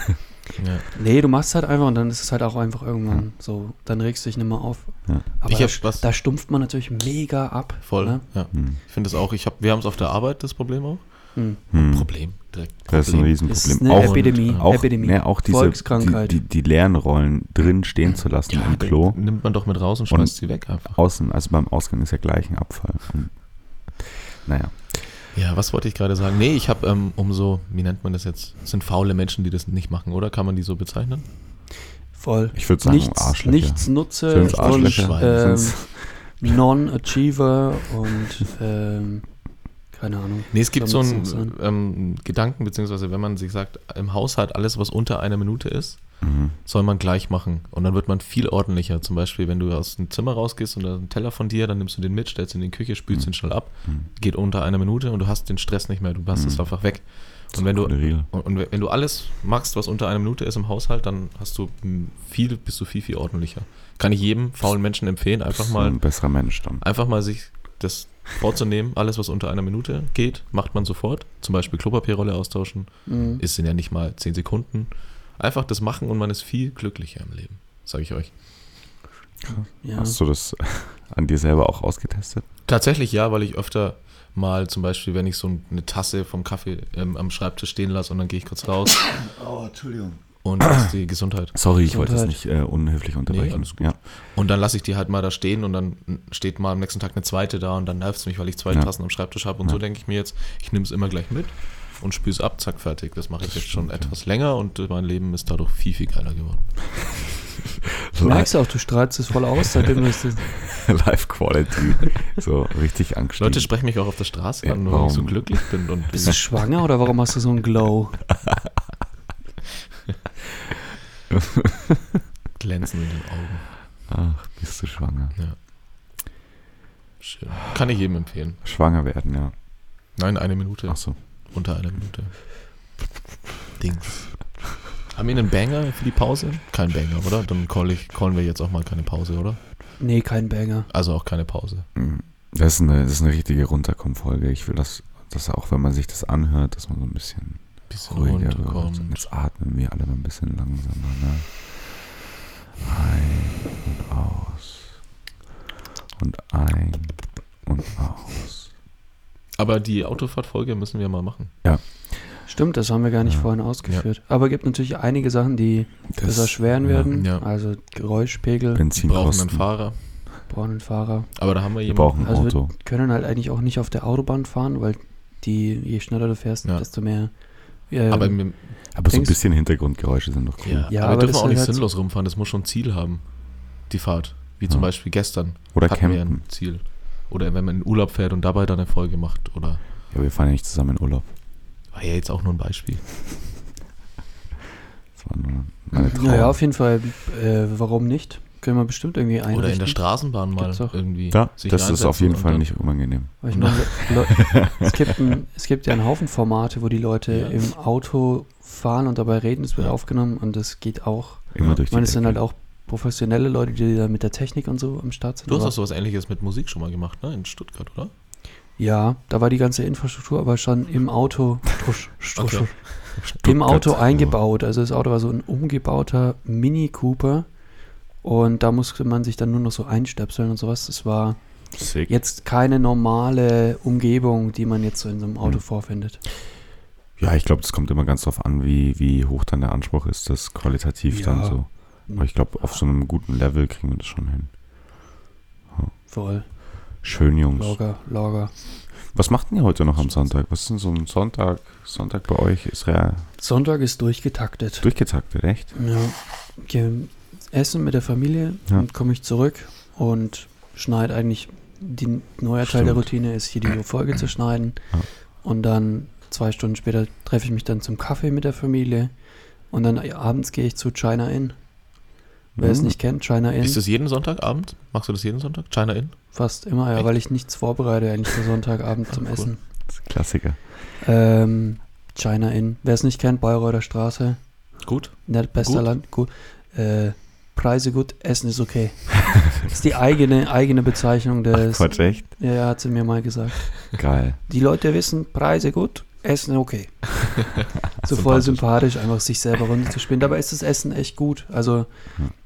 [SPEAKER 1] ja.
[SPEAKER 3] Nee, du machst es halt einfach und dann ist es halt auch einfach irgendwann so, dann regst du dich nicht mehr auf.
[SPEAKER 2] Ja.
[SPEAKER 3] Aber
[SPEAKER 1] Ich
[SPEAKER 3] da,
[SPEAKER 1] hab was-
[SPEAKER 3] da stumpft man natürlich mega ab.
[SPEAKER 1] Voll,
[SPEAKER 3] Ne?
[SPEAKER 1] ja.
[SPEAKER 2] Hm.
[SPEAKER 1] Ich finde das auch, ich hab, wir haben es auf der Arbeit, das Problem auch.
[SPEAKER 3] Hm.
[SPEAKER 2] Hm.
[SPEAKER 1] Problem, direkt.
[SPEAKER 2] Das ist ein
[SPEAKER 1] Problem.
[SPEAKER 3] Das ist
[SPEAKER 2] Riesenproblem.
[SPEAKER 3] eine
[SPEAKER 2] Auch,
[SPEAKER 3] Epidemie.
[SPEAKER 1] und, äh,
[SPEAKER 2] auch,
[SPEAKER 3] Epidemie.
[SPEAKER 2] Ne, auch diese
[SPEAKER 3] Volkskrankheit.
[SPEAKER 2] Die, die, die leeren Rollen drin stehen zu lassen
[SPEAKER 1] Ja,
[SPEAKER 2] im Klo.
[SPEAKER 1] dann nimmt man doch mit raus und schmeißt sie weg einfach.
[SPEAKER 2] Außen, also beim Ausgang ist ja gleich ein Abfall. Und, naja.
[SPEAKER 1] Ja, was wollte ich gerade sagen? Nee, ich habe ähm, umso, wie nennt man das jetzt? Das sind faule Menschen, die das nicht machen, oder? Kann man die so bezeichnen?
[SPEAKER 3] Voll.
[SPEAKER 2] Ich würde sagen,
[SPEAKER 3] nichts,
[SPEAKER 2] Arschlöcher.
[SPEAKER 3] nichts nutze
[SPEAKER 2] Sind's
[SPEAKER 3] und
[SPEAKER 2] Arschlöcher?
[SPEAKER 3] ähm,
[SPEAKER 2] Sind's-
[SPEAKER 3] Non-Achiever und ähm, keine Ahnung.
[SPEAKER 1] Nee, es gibt so
[SPEAKER 3] Damit
[SPEAKER 1] einen
[SPEAKER 3] soll's sein.
[SPEAKER 1] ähm, Gedanken, beziehungsweise wenn man sich sagt, im Haushalt alles, was unter einer Minute ist,
[SPEAKER 2] Mhm.
[SPEAKER 1] soll man gleich machen. Und dann wird man viel ordentlicher. Zum Beispiel, wenn du aus dem Zimmer rausgehst und da ist ein Teller von dir, dann nimmst du den mit, stellst ihn in die Küche, spülst ihn schnell ab, geht unter einer Minute und du hast den Stress nicht mehr, du hast es einfach weg. Und wenn du
[SPEAKER 2] eine Regel.
[SPEAKER 1] und, und wenn du alles machst, was unter einer Minute ist im Haushalt, dann hast du m, viel, bist du viel, viel ordentlicher. Kann ich jedem faulen Menschen empfehlen, einfach
[SPEAKER 2] Bist
[SPEAKER 1] mal,
[SPEAKER 2] ein besserer Mensch dann.
[SPEAKER 1] einfach mal sich das vorzunehmen, alles, was unter einer Minute geht, macht man sofort. Zum Beispiel Klopapierrolle austauschen,
[SPEAKER 3] Mhm.
[SPEAKER 1] ist sind ja nicht mal zehn Sekunden. Einfach das machen und man ist viel glücklicher im Leben, sage ich euch.
[SPEAKER 3] Ja.
[SPEAKER 2] Hast du das (laughs) an dir selber auch ausgetestet?
[SPEAKER 1] Tatsächlich ja, weil ich öfter mal zum Beispiel, wenn ich so eine Tasse vom Kaffee ähm, am Schreibtisch stehen lasse und dann gehe ich kurz raus. Oh, Entschuldigung. Und das ist die Gesundheit.
[SPEAKER 2] Sorry, ich wollte das
[SPEAKER 3] Gesundheit.
[SPEAKER 2] nicht äh, unhöflich unterbrechen.
[SPEAKER 1] alles gut. (laughs)
[SPEAKER 2] Ja.
[SPEAKER 1] Und dann lasse ich die halt mal da stehen und dann steht mal am nächsten Tag eine zweite da und dann nervt es mich, weil ich zwei
[SPEAKER 2] Ja.
[SPEAKER 1] Tassen am Schreibtisch habe. Und so denke ich mir jetzt, ich nehme es immer gleich mit. und spül's ab, zack, fertig. Das mache ich jetzt schon etwas länger und äh, mein Leben ist dadurch viel, viel geiler geworden. (laughs)
[SPEAKER 3] Du merkst auch, du strahlst es voll
[SPEAKER 2] (laughs)
[SPEAKER 3] aus, seitdem du es.
[SPEAKER 2] Life Quality. So richtig angestiegen.
[SPEAKER 1] Leute sprechen mich auch auf der Straße
[SPEAKER 2] Ja,
[SPEAKER 1] an, warum ich so
[SPEAKER 2] warum?
[SPEAKER 1] glücklich bin.
[SPEAKER 2] (laughs)
[SPEAKER 1] Und
[SPEAKER 3] Bist du schwanger oder warum hast du so einen Glow?
[SPEAKER 1] glänzen in den Augen.
[SPEAKER 2] Ach, bist du schwanger.
[SPEAKER 1] Schön. Kann ich jedem empfehlen.
[SPEAKER 2] Schwanger werden, ja.
[SPEAKER 1] Nein, eine Minute.
[SPEAKER 2] Ach so.
[SPEAKER 1] Unter einer Minute. Dings. Haben wir einen Banger für die Pause? Kein Banger, oder? Dann call ich, callen wir jetzt auch mal keine Pause, oder?
[SPEAKER 3] Nee, kein Banger.
[SPEAKER 1] Also auch keine Pause.
[SPEAKER 2] Mhm. Das ist eine, das ist eine richtige Runterkommen-Folge. Ich will, dass, dass auch, wenn man sich das anhört, dass man so ein bisschen
[SPEAKER 1] Bisschen
[SPEAKER 2] ruhiger wird. Und
[SPEAKER 1] runterkommen.
[SPEAKER 2] jetzt atmen wir alle mal ein bisschen langsamer, ne? Ein und aus. Und ein und aus.
[SPEAKER 1] Aber die Autofahrtfolge müssen wir mal machen.
[SPEAKER 3] Stimmt, das haben wir gar nicht
[SPEAKER 2] Ja.
[SPEAKER 3] vorhin ausgeführt. Aber gibt natürlich einige Sachen, die
[SPEAKER 2] Das
[SPEAKER 3] besser schweren werden.
[SPEAKER 1] ja.
[SPEAKER 3] Also Geräuschpegel,
[SPEAKER 1] Wir brauchen
[SPEAKER 2] Benzinkosten.
[SPEAKER 1] einen Fahrer.
[SPEAKER 3] braunen Fahrer.
[SPEAKER 1] Aber da haben wir
[SPEAKER 2] Wir
[SPEAKER 1] jemanden.
[SPEAKER 2] brauchen ein
[SPEAKER 3] Also wir-
[SPEAKER 2] Auto.
[SPEAKER 3] können halt eigentlich auch nicht auf der Autobahn fahren, weil die, je schneller du fährst,
[SPEAKER 1] Ja.
[SPEAKER 3] desto mehr. ähm,
[SPEAKER 1] aber wir,
[SPEAKER 2] Aber so ein
[SPEAKER 3] Dings-
[SPEAKER 2] bisschen Hintergrundgeräusche sind doch cool.
[SPEAKER 1] ja,
[SPEAKER 3] Ja,
[SPEAKER 1] aber wir
[SPEAKER 3] aber
[SPEAKER 1] dürfen
[SPEAKER 3] das
[SPEAKER 1] auch nicht
[SPEAKER 3] halt-
[SPEAKER 1] sinnlos rumfahren. Das muss schon ein Ziel haben. Die Fahrt. Wie zum
[SPEAKER 2] Ja.
[SPEAKER 1] Beispiel gestern.
[SPEAKER 2] Oder
[SPEAKER 1] hatten wir
[SPEAKER 2] campen.
[SPEAKER 1] ein Ziel. Oder wenn man in Urlaub fährt und dabei dann eine Folge macht. Oder
[SPEAKER 2] Ja, wir fahren ja nicht zusammen in Urlaub.
[SPEAKER 1] war ja jetzt auch nur ein Beispiel.
[SPEAKER 2] Das war nur meine Traum.
[SPEAKER 3] naja, auf jeden Fall, äh, warum nicht? Können wir bestimmt irgendwie einrichten.
[SPEAKER 1] Oder in der Straßenbahn mal
[SPEAKER 3] Gibt's auch.
[SPEAKER 1] irgendwie.
[SPEAKER 2] ja,
[SPEAKER 1] sich
[SPEAKER 2] das ist auf
[SPEAKER 1] reinsetzen
[SPEAKER 2] jeden
[SPEAKER 1] und
[SPEAKER 2] Fall
[SPEAKER 1] dann-
[SPEAKER 2] nicht unangenehm.
[SPEAKER 3] Weil
[SPEAKER 1] (laughs)
[SPEAKER 3] ich meine, Le es, gibt ein, es gibt ja einen Haufen Formate, wo die Leute
[SPEAKER 1] Ja.
[SPEAKER 3] im Auto fahren und dabei reden, es wird
[SPEAKER 1] Ja.
[SPEAKER 3] aufgenommen und das geht auch.
[SPEAKER 2] Immer
[SPEAKER 1] Ja.
[SPEAKER 2] durch
[SPEAKER 3] Ich
[SPEAKER 2] die
[SPEAKER 3] meine, es sind
[SPEAKER 2] Decke.
[SPEAKER 3] halt auch professionelle Leute, die da mit der Technik und so am Start sind.
[SPEAKER 1] Du hast
[SPEAKER 3] aber-
[SPEAKER 1] auch sowas ähnliches mit Musik schon mal gemacht, ne? In Stuttgart, oder?
[SPEAKER 3] ja, da war die ganze Infrastruktur aber schon im
[SPEAKER 2] (laughs)
[SPEAKER 3] Auto, tusch, tusch,
[SPEAKER 1] Okay.
[SPEAKER 3] im Auto
[SPEAKER 2] Stuttgart,
[SPEAKER 3] eingebaut. Also das Auto war so ein umgebauter Mini Cooper und da musste man sich dann nur noch so einstöpseln und sowas. Es war
[SPEAKER 2] Sick.
[SPEAKER 3] jetzt keine normale Umgebung, die man jetzt so in so einem Auto
[SPEAKER 2] Hm.
[SPEAKER 3] vorfindet.
[SPEAKER 2] Ja, ich glaube, das kommt immer ganz drauf an, wie, wie hoch dann der Anspruch ist, das qualitativ
[SPEAKER 3] Ja.
[SPEAKER 2] dann so. Aber ich glaube, auf so einem guten Level kriegen wir das schon hin.
[SPEAKER 3] Voll.
[SPEAKER 2] Schön, Jungs.
[SPEAKER 3] Lager, Lager.
[SPEAKER 2] Was macht denn ihr heute noch am Sonntag? Was ist denn so ein Sonntag? Sonntag bei euch ist real
[SPEAKER 3] Sonntag ist durchgetaktet.
[SPEAKER 2] durchgetaktet, echt?
[SPEAKER 3] ja. Geh essen mit der Familie,
[SPEAKER 2] Ja.
[SPEAKER 3] dann komme ich zurück und schneide eigentlich. Die neuer Teil der
[SPEAKER 2] Stimmt.
[SPEAKER 3] Routine ist, hier die Folge zu schneiden.
[SPEAKER 2] Ja.
[SPEAKER 3] Und dann zwei Stunden später treffe ich mich dann zum Kaffee mit der Familie. Und dann abends gehe ich zu China Inn. Wer es
[SPEAKER 2] Hm.
[SPEAKER 3] nicht kennt, China Inn.
[SPEAKER 1] Ist das jeden Sonntagabend? Machst du das jeden Sonntag? China In?
[SPEAKER 3] Fast immer, ja,
[SPEAKER 1] Echt?
[SPEAKER 3] weil ich nichts vorbereite eigentlich für Sonntagabend zum
[SPEAKER 1] cool.
[SPEAKER 3] Essen.
[SPEAKER 2] Das ist ein Klassiker.
[SPEAKER 3] Ähm, China Inn. Wer es nicht kennt, Bayreuther Straße.
[SPEAKER 1] Gut.
[SPEAKER 3] Nicht bester
[SPEAKER 1] Gut.
[SPEAKER 3] Land, gut. Äh, Preise gut, Essen ist
[SPEAKER 2] (laughs)
[SPEAKER 3] okay. das ist die eigene, eigene Bezeichnung des.
[SPEAKER 2] Quatsch, echt?
[SPEAKER 3] ja, ja, hat sie mir mal gesagt.
[SPEAKER 2] Geil.
[SPEAKER 3] Die Leute wissen, Preise gut, Essen
[SPEAKER 2] (laughs)
[SPEAKER 3] okay. so voll sympathisch, einfach sich selber runterzuspielen. Dabei ist das Essen echt gut. Also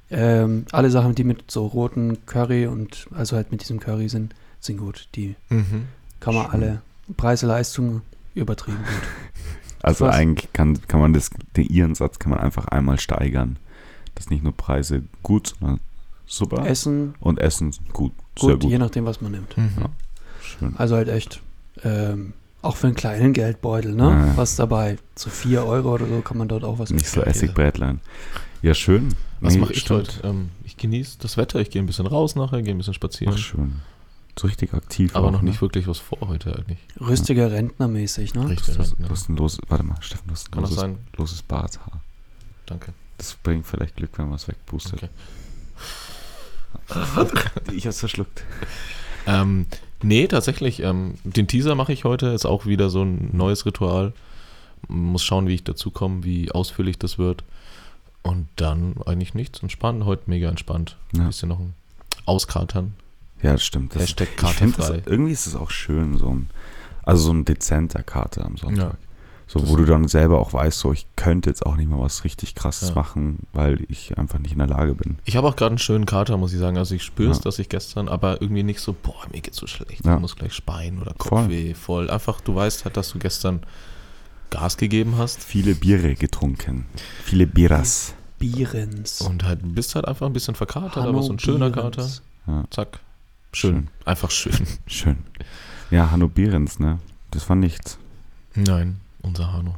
[SPEAKER 3] ähm, alle Sachen, die mit so roten Curry und also halt mit diesem Curry sind, sind gut. Die
[SPEAKER 1] Mhm.
[SPEAKER 3] kann man
[SPEAKER 2] Schön.
[SPEAKER 3] alle. Preis-Leistung übertrieben gut.
[SPEAKER 2] Also
[SPEAKER 3] Was?
[SPEAKER 2] eigentlich kann, kann man das, den ihren Satz kann man einfach einmal steigern. Dass nicht nur Preise gut, sondern super
[SPEAKER 3] Essen
[SPEAKER 2] und Essen gut, sehr
[SPEAKER 3] gut,
[SPEAKER 2] gut.
[SPEAKER 3] je nachdem, was man nimmt.
[SPEAKER 1] Mhm.
[SPEAKER 2] Schön.
[SPEAKER 3] Also halt echt, ähm, auch für einen kleinen Geldbeutel, ne?
[SPEAKER 2] Ja, ja.
[SPEAKER 3] Was dabei? So 4 Euro oder so kann man dort auch was
[SPEAKER 2] Nicht so
[SPEAKER 1] Jeder.
[SPEAKER 2] Essigbrätlein. Ja, schön.
[SPEAKER 1] Was
[SPEAKER 2] Nee,
[SPEAKER 1] mache ich
[SPEAKER 2] stimmt.
[SPEAKER 1] heute? Ähm, ich genieße das Wetter, ich gehe ein bisschen raus nachher, gehe ein bisschen spazieren.
[SPEAKER 2] Ach, schön. So richtig aktiv.
[SPEAKER 1] aber
[SPEAKER 2] auch,
[SPEAKER 1] noch
[SPEAKER 2] ne?
[SPEAKER 1] nicht wirklich was vor heute eigentlich.
[SPEAKER 3] Rüstiger Rentnermäßig, ne?
[SPEAKER 2] Du
[SPEAKER 1] Richtig.
[SPEAKER 2] hast,
[SPEAKER 1] ne?
[SPEAKER 2] du hast ein loses, warte mal, Steffen, du hast ein
[SPEAKER 1] Kann das
[SPEAKER 2] loses,
[SPEAKER 1] sein?
[SPEAKER 2] loses Barthaar.
[SPEAKER 1] Danke.
[SPEAKER 2] Das bringt vielleicht Glück, wenn man es wegpustet.
[SPEAKER 1] Okay.
[SPEAKER 2] Ich hab's verschluckt.
[SPEAKER 1] Ähm, nee, tatsächlich. Ähm, den Teaser mache ich heute, ist auch wieder so ein neues Ritual. Muss schauen, wie ich dazu komme, wie ausführlich das wird. Und dann eigentlich nichts. Entspannen, heute mega entspannt.
[SPEAKER 2] Ja.
[SPEAKER 1] Ein bisschen noch ein Auskatern.
[SPEAKER 2] Ja, das stimmt. Das,
[SPEAKER 1] Hashtag
[SPEAKER 2] ich finde das,
[SPEAKER 1] katerfrei.
[SPEAKER 2] irgendwie ist es auch schön, so ein, also so ein dezenter Kater am Sonntag.
[SPEAKER 1] Ja.
[SPEAKER 2] So,
[SPEAKER 1] Das-
[SPEAKER 2] wo du dann selber auch weißt, so ich könnte jetzt auch nicht mal was richtig krasses
[SPEAKER 1] Ja.
[SPEAKER 2] machen, weil ich einfach nicht in der Lage bin.
[SPEAKER 1] Ich habe auch gerade einen schönen Kater, muss ich sagen. Also ich spüre es,
[SPEAKER 2] Ja.
[SPEAKER 1] dass ich gestern, aber irgendwie nicht so, boah, mir geht's so schlecht.
[SPEAKER 2] Ja.
[SPEAKER 1] Ich muss gleich Spein oder
[SPEAKER 2] Voll.
[SPEAKER 1] Kopfweh, voll. Einfach, du weißt halt, dass du gestern Gas gegeben hast
[SPEAKER 2] Viele Biere getrunken. Viele Biras. Oh.
[SPEAKER 3] Bierens.
[SPEAKER 1] und halt bist halt einfach ein bisschen verkatert, aber so ein schöner Kater.
[SPEAKER 3] Bierens.
[SPEAKER 1] Zack. Schön.
[SPEAKER 2] Schön.
[SPEAKER 1] Einfach schön. (laughs)
[SPEAKER 2] Schön. Ja, Hanno Behrens, ne? Das war nichts.
[SPEAKER 1] Nein. Unser Hanno.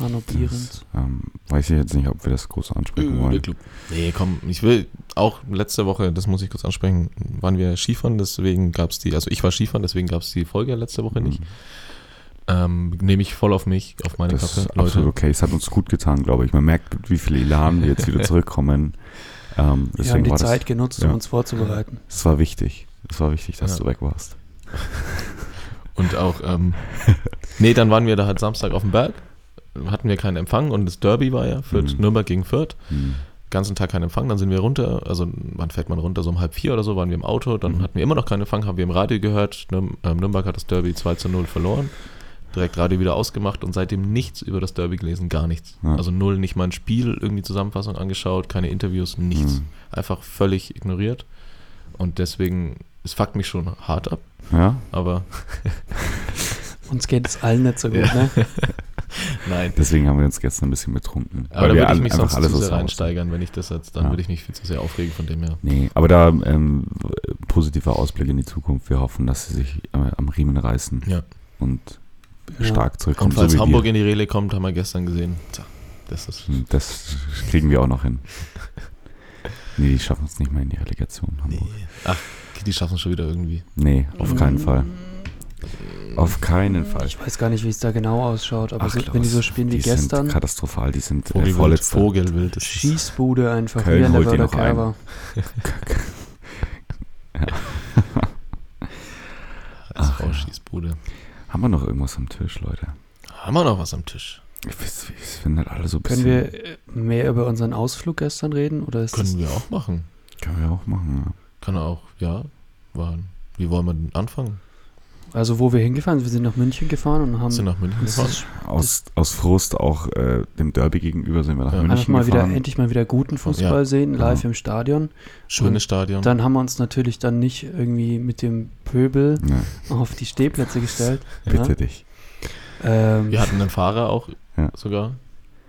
[SPEAKER 3] Hanno Behrens.
[SPEAKER 2] Das, ähm, weiß ich jetzt nicht, ob wir das groß ansprechen
[SPEAKER 1] Äh,
[SPEAKER 2] wollen.
[SPEAKER 1] Club. Nee, komm, ich will auch letzte Woche, das muss ich kurz ansprechen, waren wir Skifahren, deswegen gab es die, also ich war Skifahren, deswegen gab es die Folge letzte Woche
[SPEAKER 2] Mhm.
[SPEAKER 1] nicht. Ähm, Nehme ich voll auf mich, auf meine
[SPEAKER 2] Das
[SPEAKER 1] Kappe,
[SPEAKER 2] ist absolut
[SPEAKER 1] Leute.
[SPEAKER 2] okay. Es hat uns gut getan, glaube ich. Man merkt, wie viele Elan
[SPEAKER 1] (laughs)
[SPEAKER 2] wir jetzt wieder zurückkommen. Ähm,
[SPEAKER 3] Wir haben
[SPEAKER 2] deswegen
[SPEAKER 3] die
[SPEAKER 2] war das,
[SPEAKER 3] Zeit genutzt,
[SPEAKER 2] ja.
[SPEAKER 3] um uns vorzubereiten.
[SPEAKER 2] das war wichtig. Es war wichtig, dass
[SPEAKER 1] Ja.
[SPEAKER 2] du weg warst.
[SPEAKER 1] Und auch,
[SPEAKER 2] (laughs)
[SPEAKER 1] ähm, nee, dann waren wir da halt Samstag auf dem Berg, hatten wir keinen Empfang und das Derby war ja, Fürth,
[SPEAKER 2] Mhm.
[SPEAKER 1] Nürnberg gegen Fürth.
[SPEAKER 2] Hm.
[SPEAKER 1] ganzen Tag keinen Empfang, dann sind wir runter, also wann fährt man runter, so um halb vier oder so, waren wir im Auto, dann
[SPEAKER 2] Mhm.
[SPEAKER 1] hatten wir immer noch keinen Empfang, haben wir im Radio gehört, Nürn, äh, Nürnberg hat das Derby 2 zu 0 verloren, direkt Radio wieder ausgemacht und seitdem nichts über das Derby gelesen, gar nichts.
[SPEAKER 2] Ja.
[SPEAKER 1] Also null, nicht mal ein Spiel, irgendwie Zusammenfassung angeschaut, keine Interviews, nichts.
[SPEAKER 2] Mhm.
[SPEAKER 1] Einfach völlig ignoriert und deswegen, es fuckt mich schon hart ab,
[SPEAKER 2] Ja,
[SPEAKER 1] aber (laughs)
[SPEAKER 3] Uns geht es allen nicht so gut,
[SPEAKER 1] Ja.
[SPEAKER 3] ne?
[SPEAKER 1] nein.
[SPEAKER 2] deswegen haben wir uns gestern ein bisschen betrunken.
[SPEAKER 1] Aber da
[SPEAKER 2] wir
[SPEAKER 1] würde ich
[SPEAKER 2] alle-
[SPEAKER 1] mich
[SPEAKER 2] einfach
[SPEAKER 1] sonst zu
[SPEAKER 2] so
[SPEAKER 1] sehr
[SPEAKER 2] sauer
[SPEAKER 1] reinsteigern, wenn ich das jetzt, dann
[SPEAKER 2] Ja.
[SPEAKER 1] würde ich mich viel zu sehr aufregen von dem her.
[SPEAKER 2] sind. Nee, aber da ähm, positiver Ausblick in die Zukunft. Wir hoffen, dass sie sich äh, am Riemen reißen
[SPEAKER 1] Ja.
[SPEAKER 2] und
[SPEAKER 3] Ja.
[SPEAKER 2] stark
[SPEAKER 1] Und
[SPEAKER 2] zurückkommen.
[SPEAKER 1] falls
[SPEAKER 2] so wie
[SPEAKER 1] Hamburg
[SPEAKER 2] wir.
[SPEAKER 1] in die Rele kommt, haben wir gestern gesehen, tja, das ist
[SPEAKER 2] Hm, Das kriegen wir auch
[SPEAKER 1] (laughs)
[SPEAKER 2] noch hin. Nee, die schaffen es nicht mal in die Relegation. Hamburg.
[SPEAKER 1] Ach, die schaffen es schon wieder irgendwie.
[SPEAKER 2] Nee, (laughs) auf
[SPEAKER 1] Mhm.
[SPEAKER 2] keinen Fall. Auf keinen Fall.
[SPEAKER 3] Ich weiß gar nicht, wie es da genau ausschaut, aber
[SPEAKER 2] Ach,
[SPEAKER 3] so,
[SPEAKER 2] Klaus,
[SPEAKER 3] wenn die so spielen wie
[SPEAKER 2] die
[SPEAKER 3] gestern,
[SPEAKER 2] Sind katastrophal, die sind äh,
[SPEAKER 1] Vogelwild.
[SPEAKER 2] vorletzter.
[SPEAKER 1] Vogelwild. Das ist-
[SPEAKER 3] Schießbude einfach
[SPEAKER 2] Köln
[SPEAKER 3] wieder in der
[SPEAKER 2] holt die
[SPEAKER 3] Wörder
[SPEAKER 2] noch ein.
[SPEAKER 3] Kerber.
[SPEAKER 1] das
[SPEAKER 2] Ach,
[SPEAKER 1] ist
[SPEAKER 2] ja.
[SPEAKER 1] Schießbude.
[SPEAKER 2] Haben wir noch irgendwas am Tisch, Leute?
[SPEAKER 1] Haben wir noch was am Tisch?
[SPEAKER 2] Ich weiß- ich finde halt alle so ein bisschen.
[SPEAKER 3] Können wir äh, mehr über unseren Ausflug gestern reden? Oder ist das,
[SPEAKER 1] Können wir auch machen.
[SPEAKER 2] können wir auch machen. Ja.
[SPEAKER 1] Kann auch, ja. waren. Wie wollen wir denn anfangen?
[SPEAKER 3] also wo wir hingefahren sind, wir sind nach München gefahren und haben
[SPEAKER 1] Sind nach München
[SPEAKER 3] uns
[SPEAKER 1] gefahren?
[SPEAKER 3] das
[SPEAKER 2] Aus, aus Frust auch äh, dem Derby gegenüber sind wir nach
[SPEAKER 1] Ja.
[SPEAKER 3] einfach
[SPEAKER 2] München
[SPEAKER 3] mal wieder,
[SPEAKER 2] gefahren.
[SPEAKER 3] endlich mal wieder guten Fußball sehen, live im Stadion.
[SPEAKER 1] Schönes Stadion.
[SPEAKER 3] Dann haben wir uns natürlich dann nicht irgendwie mit dem Pöbel (laughs)
[SPEAKER 2] Nee,
[SPEAKER 3] auf die Stehplätze gestellt.
[SPEAKER 2] (laughs) bitte dich.
[SPEAKER 3] Ja? Ähm,
[SPEAKER 1] wir hatten einen Fahrer auch
[SPEAKER 2] Ja.
[SPEAKER 1] sogar.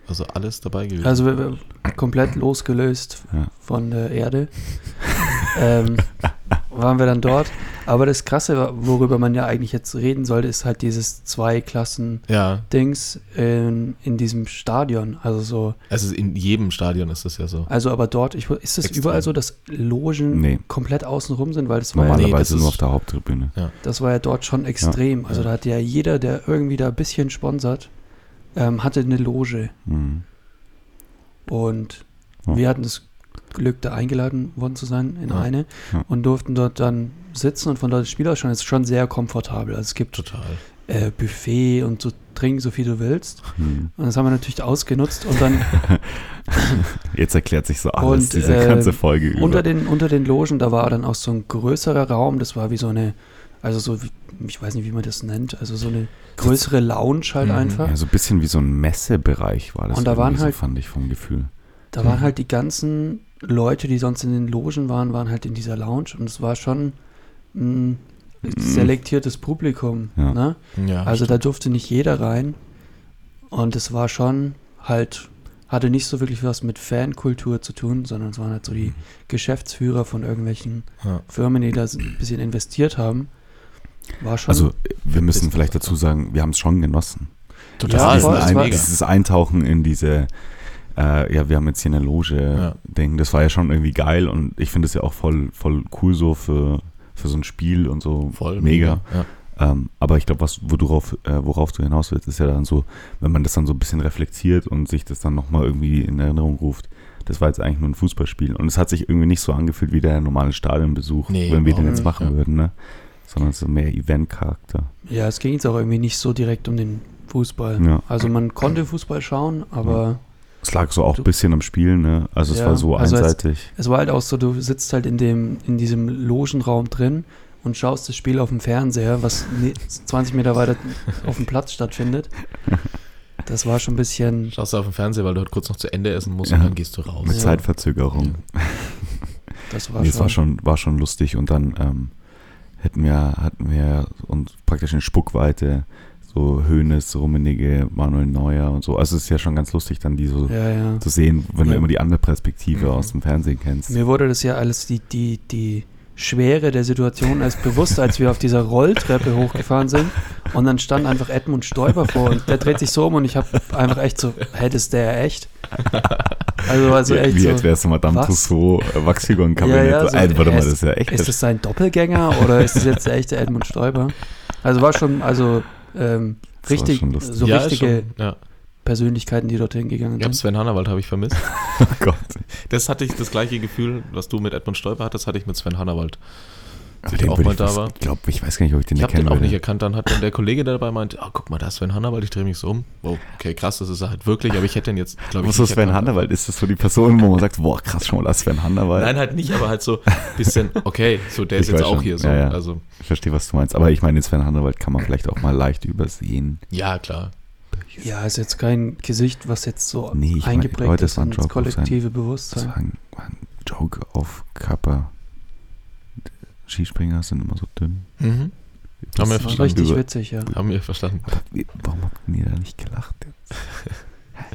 [SPEAKER 1] Also alles dabei gewesen.
[SPEAKER 3] Also wir, wir, komplett losgelöst
[SPEAKER 2] Ja.
[SPEAKER 3] von der Erde ähm, waren wir dann dort. Aber das Krasse, wa- worüber man ja eigentlich jetzt reden sollte, ist halt dieses Zwei-Klassen-Dings
[SPEAKER 1] ja,
[SPEAKER 3] in, in diesem Stadion. Also so,
[SPEAKER 1] es ist in jedem Stadion ist das ja so.
[SPEAKER 3] also aber dort, ich, ist es
[SPEAKER 1] Extrem.
[SPEAKER 3] überall so, dass Logen
[SPEAKER 2] Nee.
[SPEAKER 3] komplett außenrum sind, weil das war, ja,
[SPEAKER 1] Normal. das
[SPEAKER 2] Normalerweise
[SPEAKER 1] ist-
[SPEAKER 2] nur auf der Haupttribüne.
[SPEAKER 3] das war ja dort schon extrem. Also
[SPEAKER 1] ja.
[SPEAKER 3] da hat ja jeder, der irgendwie da ein bisschen sponsert, ähm, hatte eine Loge.
[SPEAKER 2] Mhm.
[SPEAKER 3] Und
[SPEAKER 2] Ja.
[SPEAKER 3] wir hatten das Glück, da eingeladen worden zu sein in
[SPEAKER 1] Ja.
[SPEAKER 3] eine
[SPEAKER 2] Ja.
[SPEAKER 3] und durften dort dann sitzen und von dort das Spiel ausschauen. Es ist schon sehr komfortabel. Also es gibt
[SPEAKER 1] Total.
[SPEAKER 3] äh, Buffet und so trinken, so viel du willst. (laughs)
[SPEAKER 2] Mhm.
[SPEAKER 3] Und das haben wir natürlich ausgenutzt
[SPEAKER 2] (laughs)
[SPEAKER 3] und dann
[SPEAKER 2] Jetzt erklärt sich so alles,
[SPEAKER 3] Und,
[SPEAKER 2] diese
[SPEAKER 3] äh,
[SPEAKER 2] ganze Folge über.
[SPEAKER 3] unter den, unter den Logen, da war dann auch so ein größerer Raum. Das war wie so eine, also so, wie, ich weiß nicht, wie man das nennt, also so eine größere Lounge halt
[SPEAKER 1] Mhm.
[SPEAKER 3] einfach.
[SPEAKER 2] ja, so ein bisschen wie so ein Messebereich war das.
[SPEAKER 3] Und da waren
[SPEAKER 2] irgendwie so,
[SPEAKER 3] halt-
[SPEAKER 2] fand ich vom Gefühl.
[SPEAKER 3] Da
[SPEAKER 1] Mhm.
[SPEAKER 3] waren halt die ganzen Leute, die sonst in den Logen waren, waren halt in dieser Lounge und es war schon ein selektiertes Publikum.
[SPEAKER 2] Mhm. Ja.
[SPEAKER 3] Ne?
[SPEAKER 1] Ja,
[SPEAKER 3] Also da durfte nicht jeder rein und es war schon halt, hatte nicht so wirklich was mit Fankultur zu tun, sondern es waren halt so
[SPEAKER 2] Mhm.
[SPEAKER 3] die Geschäftsführer von irgendwelchen
[SPEAKER 1] Ja.
[SPEAKER 3] Firmen, die da ein bisschen investiert haben. War schon.
[SPEAKER 2] Also wir müssen
[SPEAKER 1] Business,
[SPEAKER 2] vielleicht dazu sagen, wir haben es schon genossen.
[SPEAKER 3] Ja,
[SPEAKER 1] total.
[SPEAKER 2] diesen
[SPEAKER 3] voll, es
[SPEAKER 2] ein,
[SPEAKER 3] war-
[SPEAKER 1] mega.
[SPEAKER 2] dieses Eintauchen in diese, äh, ja, wir haben jetzt hier eine Loge-Ding, das war ja schon irgendwie geil und ich finde es ja auch voll, voll cool so für, für so ein Spiel und so.
[SPEAKER 1] Voll
[SPEAKER 2] mega.
[SPEAKER 1] Ja.
[SPEAKER 2] Ähm, aber ich glaube, was, worauf, äh, worauf du hinaus willst, ist ja dann so, wenn man das dann so ein bisschen reflektiert und sich das dann nochmal irgendwie in Erinnerung ruft, das war jetzt eigentlich nur ein Fußballspiel. Und es hat sich irgendwie nicht so angefühlt wie der normale Stadionbesuch,
[SPEAKER 1] Nee,
[SPEAKER 2] wenn wir den
[SPEAKER 1] überhaupt
[SPEAKER 2] jetzt
[SPEAKER 1] nicht,
[SPEAKER 2] machen
[SPEAKER 1] ja.
[SPEAKER 2] würden, ne? Sondern so mehr Event-Charakter.
[SPEAKER 3] ja, es ging jetzt auch irgendwie nicht so direkt um den Fußball.
[SPEAKER 2] Ja.
[SPEAKER 3] Also man konnte Fußball schauen, aber.
[SPEAKER 2] Es lag so auch
[SPEAKER 3] Du-
[SPEAKER 2] ein bisschen am Spiel, ne? Also es
[SPEAKER 3] Ja,
[SPEAKER 2] war so
[SPEAKER 3] also als-
[SPEAKER 2] einseitig.
[SPEAKER 3] Es war halt auch so, du sitzt halt in, dem, in diesem Logenraum drin und schaust das Spiel auf dem Fernseher, was ne- 20 Meter weiter auf dem Platz stattfindet. Das war schon ein bisschen.
[SPEAKER 1] Schaust du auf den Fernseher, weil du halt kurz noch zu Ende essen musst
[SPEAKER 2] Ja.
[SPEAKER 1] und dann gehst du raus.
[SPEAKER 2] Mit
[SPEAKER 3] Ja.
[SPEAKER 2] Zeitverzögerung.
[SPEAKER 3] Das war
[SPEAKER 2] War nee, es
[SPEAKER 3] schon.
[SPEAKER 2] war schon, war schon lustig und dann ähm, hätten wir, hatten wir uns praktisch in Spuckweite so Hönes, Rummenigge, Manuel Neuer und so. Also es ist ja schon ganz lustig, dann die so
[SPEAKER 3] Ja, ja.
[SPEAKER 2] zu sehen, wenn
[SPEAKER 3] Ja.
[SPEAKER 2] du immer die andere Perspektive
[SPEAKER 1] Mhm.
[SPEAKER 2] aus dem Fernsehen kennst.
[SPEAKER 3] Mir wurde das ja alles, die, die, die Schwere der Situation erst bewusst, als wir auf dieser Rolltreppe hochgefahren sind. Und dann stand einfach Edmund Stoiber vor und der dreht sich so um und ich habe einfach echt so, hey, das ist der echt? Also, also
[SPEAKER 2] Ja,
[SPEAKER 3] echt
[SPEAKER 2] wie
[SPEAKER 3] so,
[SPEAKER 2] als wärst du Madame
[SPEAKER 3] was?
[SPEAKER 2] Tussaud, äh, Wachsfigurenkabinett.
[SPEAKER 3] Ja, ja,
[SPEAKER 2] so,
[SPEAKER 3] so,
[SPEAKER 2] Ey, warte
[SPEAKER 3] er
[SPEAKER 2] mal,
[SPEAKER 3] ist-
[SPEAKER 2] das ist ja echt.
[SPEAKER 3] Ist das sein Doppelgänger oder ist das jetzt der echte Edmund Stoiber? Also war schon, also ähm,
[SPEAKER 2] Das war
[SPEAKER 3] richtig,
[SPEAKER 2] schon lustig.
[SPEAKER 3] so
[SPEAKER 1] ja, ist
[SPEAKER 3] richtige
[SPEAKER 1] Schon, ja.
[SPEAKER 3] Persönlichkeiten, die dorthin gegangen
[SPEAKER 1] Ich hab
[SPEAKER 3] sind.
[SPEAKER 1] Sven Hannawald habe ich
[SPEAKER 3] (laughs)
[SPEAKER 1] vermisst.
[SPEAKER 2] oh Gott.
[SPEAKER 1] Das hatte ich das gleiche Gefühl, was du mit Edmund Stoiber hattest, hatte ich mit Sven Hannawald.
[SPEAKER 2] Ja,
[SPEAKER 1] der auch
[SPEAKER 2] würd
[SPEAKER 1] mal
[SPEAKER 2] ich
[SPEAKER 1] da
[SPEAKER 2] fast-
[SPEAKER 1] war.
[SPEAKER 2] Ich glaube, ich weiß gar nicht, ob ich den
[SPEAKER 1] Ich
[SPEAKER 2] nicht
[SPEAKER 1] habe den
[SPEAKER 2] kennen
[SPEAKER 1] auch nicht
[SPEAKER 2] würde.
[SPEAKER 1] erkannt. Dann hat dann der Kollege der dabei meint, oh, guck mal, da ist Sven Hannawald, ich drehe mich so um. Wow, okay, krass, das ist er halt wirklich, aber ich hätte den jetzt, glaube ich,
[SPEAKER 2] Was ist
[SPEAKER 1] nicht
[SPEAKER 2] Sven
[SPEAKER 1] erkannt.
[SPEAKER 2] Hannawald? Ist das so die Person, wo man sagt, boah, krass, schon mal das Sven Hannawald?
[SPEAKER 1] (laughs) Nein, halt nicht, aber halt so ein bisschen, okay, so
[SPEAKER 2] (laughs)
[SPEAKER 1] der ist
[SPEAKER 2] Ich
[SPEAKER 1] jetzt
[SPEAKER 2] weiß
[SPEAKER 1] auch
[SPEAKER 2] schon.
[SPEAKER 1] hier so.
[SPEAKER 2] Ja, ja.
[SPEAKER 1] Also,
[SPEAKER 2] Ich verstehe, was du meinst. Aber ich meine, den Sven Hannawald kann man vielleicht auch mal leicht übersehen.
[SPEAKER 1] ja, klar.
[SPEAKER 3] Ja, ist jetzt kein Gesicht, was jetzt so
[SPEAKER 2] Nee, ich meine,
[SPEAKER 3] eingeprägt
[SPEAKER 2] heute
[SPEAKER 3] ist
[SPEAKER 2] ist ein
[SPEAKER 3] ins
[SPEAKER 2] Joke auf sein-
[SPEAKER 3] kollektive
[SPEAKER 2] Das
[SPEAKER 3] Bewusstsein.
[SPEAKER 2] war ein, war ein Joke auf Körper. Skispringer sind immer so dünn.
[SPEAKER 1] Mhm. Haben wir
[SPEAKER 2] Das-
[SPEAKER 3] Das war
[SPEAKER 1] verstanden.
[SPEAKER 3] richtig
[SPEAKER 2] über-
[SPEAKER 3] witzig, ja.
[SPEAKER 1] Haben wir verstanden.
[SPEAKER 2] Aber wie- warum habt ihr da nicht gelacht jetzt? (laughs)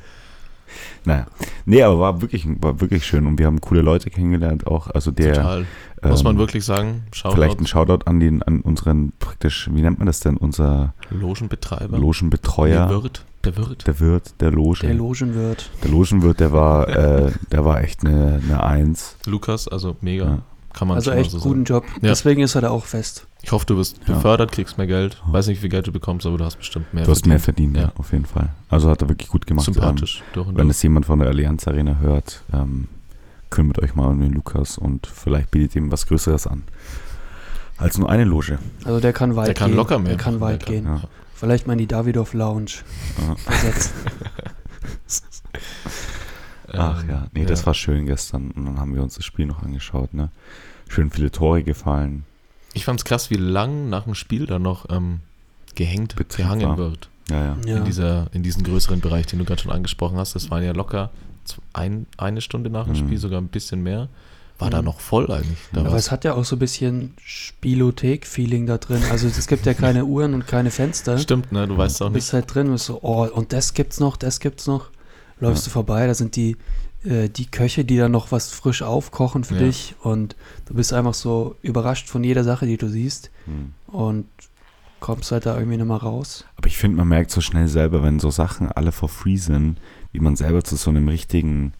[SPEAKER 2] naja. Nee, aber war wirklich, war wirklich schön und wir haben coole Leute kennengelernt auch. Also der.
[SPEAKER 1] Total. Muss man
[SPEAKER 2] ähm,
[SPEAKER 1] wirklich sagen, Shoutout,
[SPEAKER 2] Vielleicht ein Shoutout an den, an unseren praktisch, wie nennt man das denn? Unser
[SPEAKER 1] Logenbetreiber.
[SPEAKER 2] Logenbetreuer.
[SPEAKER 1] Der Wirt. Der Wirt.
[SPEAKER 2] Der Wirt, der Loge.
[SPEAKER 3] Der
[SPEAKER 2] Der,
[SPEAKER 3] Logenwirt.
[SPEAKER 2] Logenwirt, der war, äh, der war echt eine, eine Eins.
[SPEAKER 1] Lukas, also mega.
[SPEAKER 2] Ja.
[SPEAKER 1] Kann man
[SPEAKER 3] Also
[SPEAKER 1] schon mal
[SPEAKER 3] echt
[SPEAKER 1] so
[SPEAKER 3] guten
[SPEAKER 1] sagen.
[SPEAKER 3] Job.
[SPEAKER 1] Ja.
[SPEAKER 3] Deswegen ist er da auch fest.
[SPEAKER 1] Ich hoffe, du wirst befördert, kriegst mehr Geld. Weiß nicht, wie viel Geld du bekommst, aber du hast bestimmt mehr.
[SPEAKER 2] Oh. Du hast mehr verdient, ja.
[SPEAKER 1] Ja.
[SPEAKER 2] auf jeden Fall. Also hat er wirklich gut gemacht.
[SPEAKER 1] Sympathisch. Durch
[SPEAKER 2] Ähm,
[SPEAKER 1] und
[SPEAKER 2] wenn
[SPEAKER 1] durch.
[SPEAKER 2] es jemand von der Allianz Arena hört, ähm, kümmert euch mal um den Lukas und vielleicht bietet ihm was Größeres an. Als nur eine Loge.
[SPEAKER 3] Also der kann weit
[SPEAKER 1] Der kann
[SPEAKER 3] gehen.
[SPEAKER 1] locker mehr.
[SPEAKER 3] Der kann
[SPEAKER 1] machen,
[SPEAKER 3] weit
[SPEAKER 1] der
[SPEAKER 3] gehen.
[SPEAKER 2] ja.
[SPEAKER 3] Vielleicht mal in die Davidoff Lounge
[SPEAKER 2] Ja.
[SPEAKER 3] versetzt.
[SPEAKER 2] Ach
[SPEAKER 1] Ähm,
[SPEAKER 2] ja, nee, das war schön gestern. Und dann haben wir uns das Spiel noch angeschaut, ne? Schön viele Tore gefallen.
[SPEAKER 1] Ich fand's krass, wie lang nach dem Spiel dann noch ähm, gehängt,
[SPEAKER 2] Betrieb
[SPEAKER 1] gehangen
[SPEAKER 2] war.
[SPEAKER 1] wird.
[SPEAKER 2] Ja, ja.
[SPEAKER 3] ja.
[SPEAKER 1] In, dieser, in diesem größeren Bereich, den du gerade schon angesprochen hast. Das waren ja locker z- ein, eine Stunde nach dem
[SPEAKER 2] Mhm.
[SPEAKER 1] Spiel, sogar ein bisschen mehr. War da
[SPEAKER 3] Mhm.
[SPEAKER 1] noch voll eigentlich. Da
[SPEAKER 3] Aber
[SPEAKER 1] war's-
[SPEAKER 3] es hat ja auch so ein bisschen Spielothek-Feeling da drin. Also es gibt ja keine Uhren und keine Fenster.
[SPEAKER 1] Stimmt, ne? Du weißt auch
[SPEAKER 3] Du
[SPEAKER 1] nicht.
[SPEAKER 3] bist halt drin und bist so, oh, und das gibt's noch, das gibt's noch. Läufst
[SPEAKER 2] Ja.
[SPEAKER 3] du vorbei, da sind die, äh, die Köche, die da noch was frisch aufkochen für
[SPEAKER 1] Ja.
[SPEAKER 3] dich und du bist einfach so überrascht von jeder Sache, die du siehst
[SPEAKER 2] Hm.
[SPEAKER 3] und kommst halt da irgendwie nochmal raus.
[SPEAKER 2] Aber ich finde, man merkt so schnell selber, wenn so Sachen alle for free sind, wie man selber zu so einem richtigen,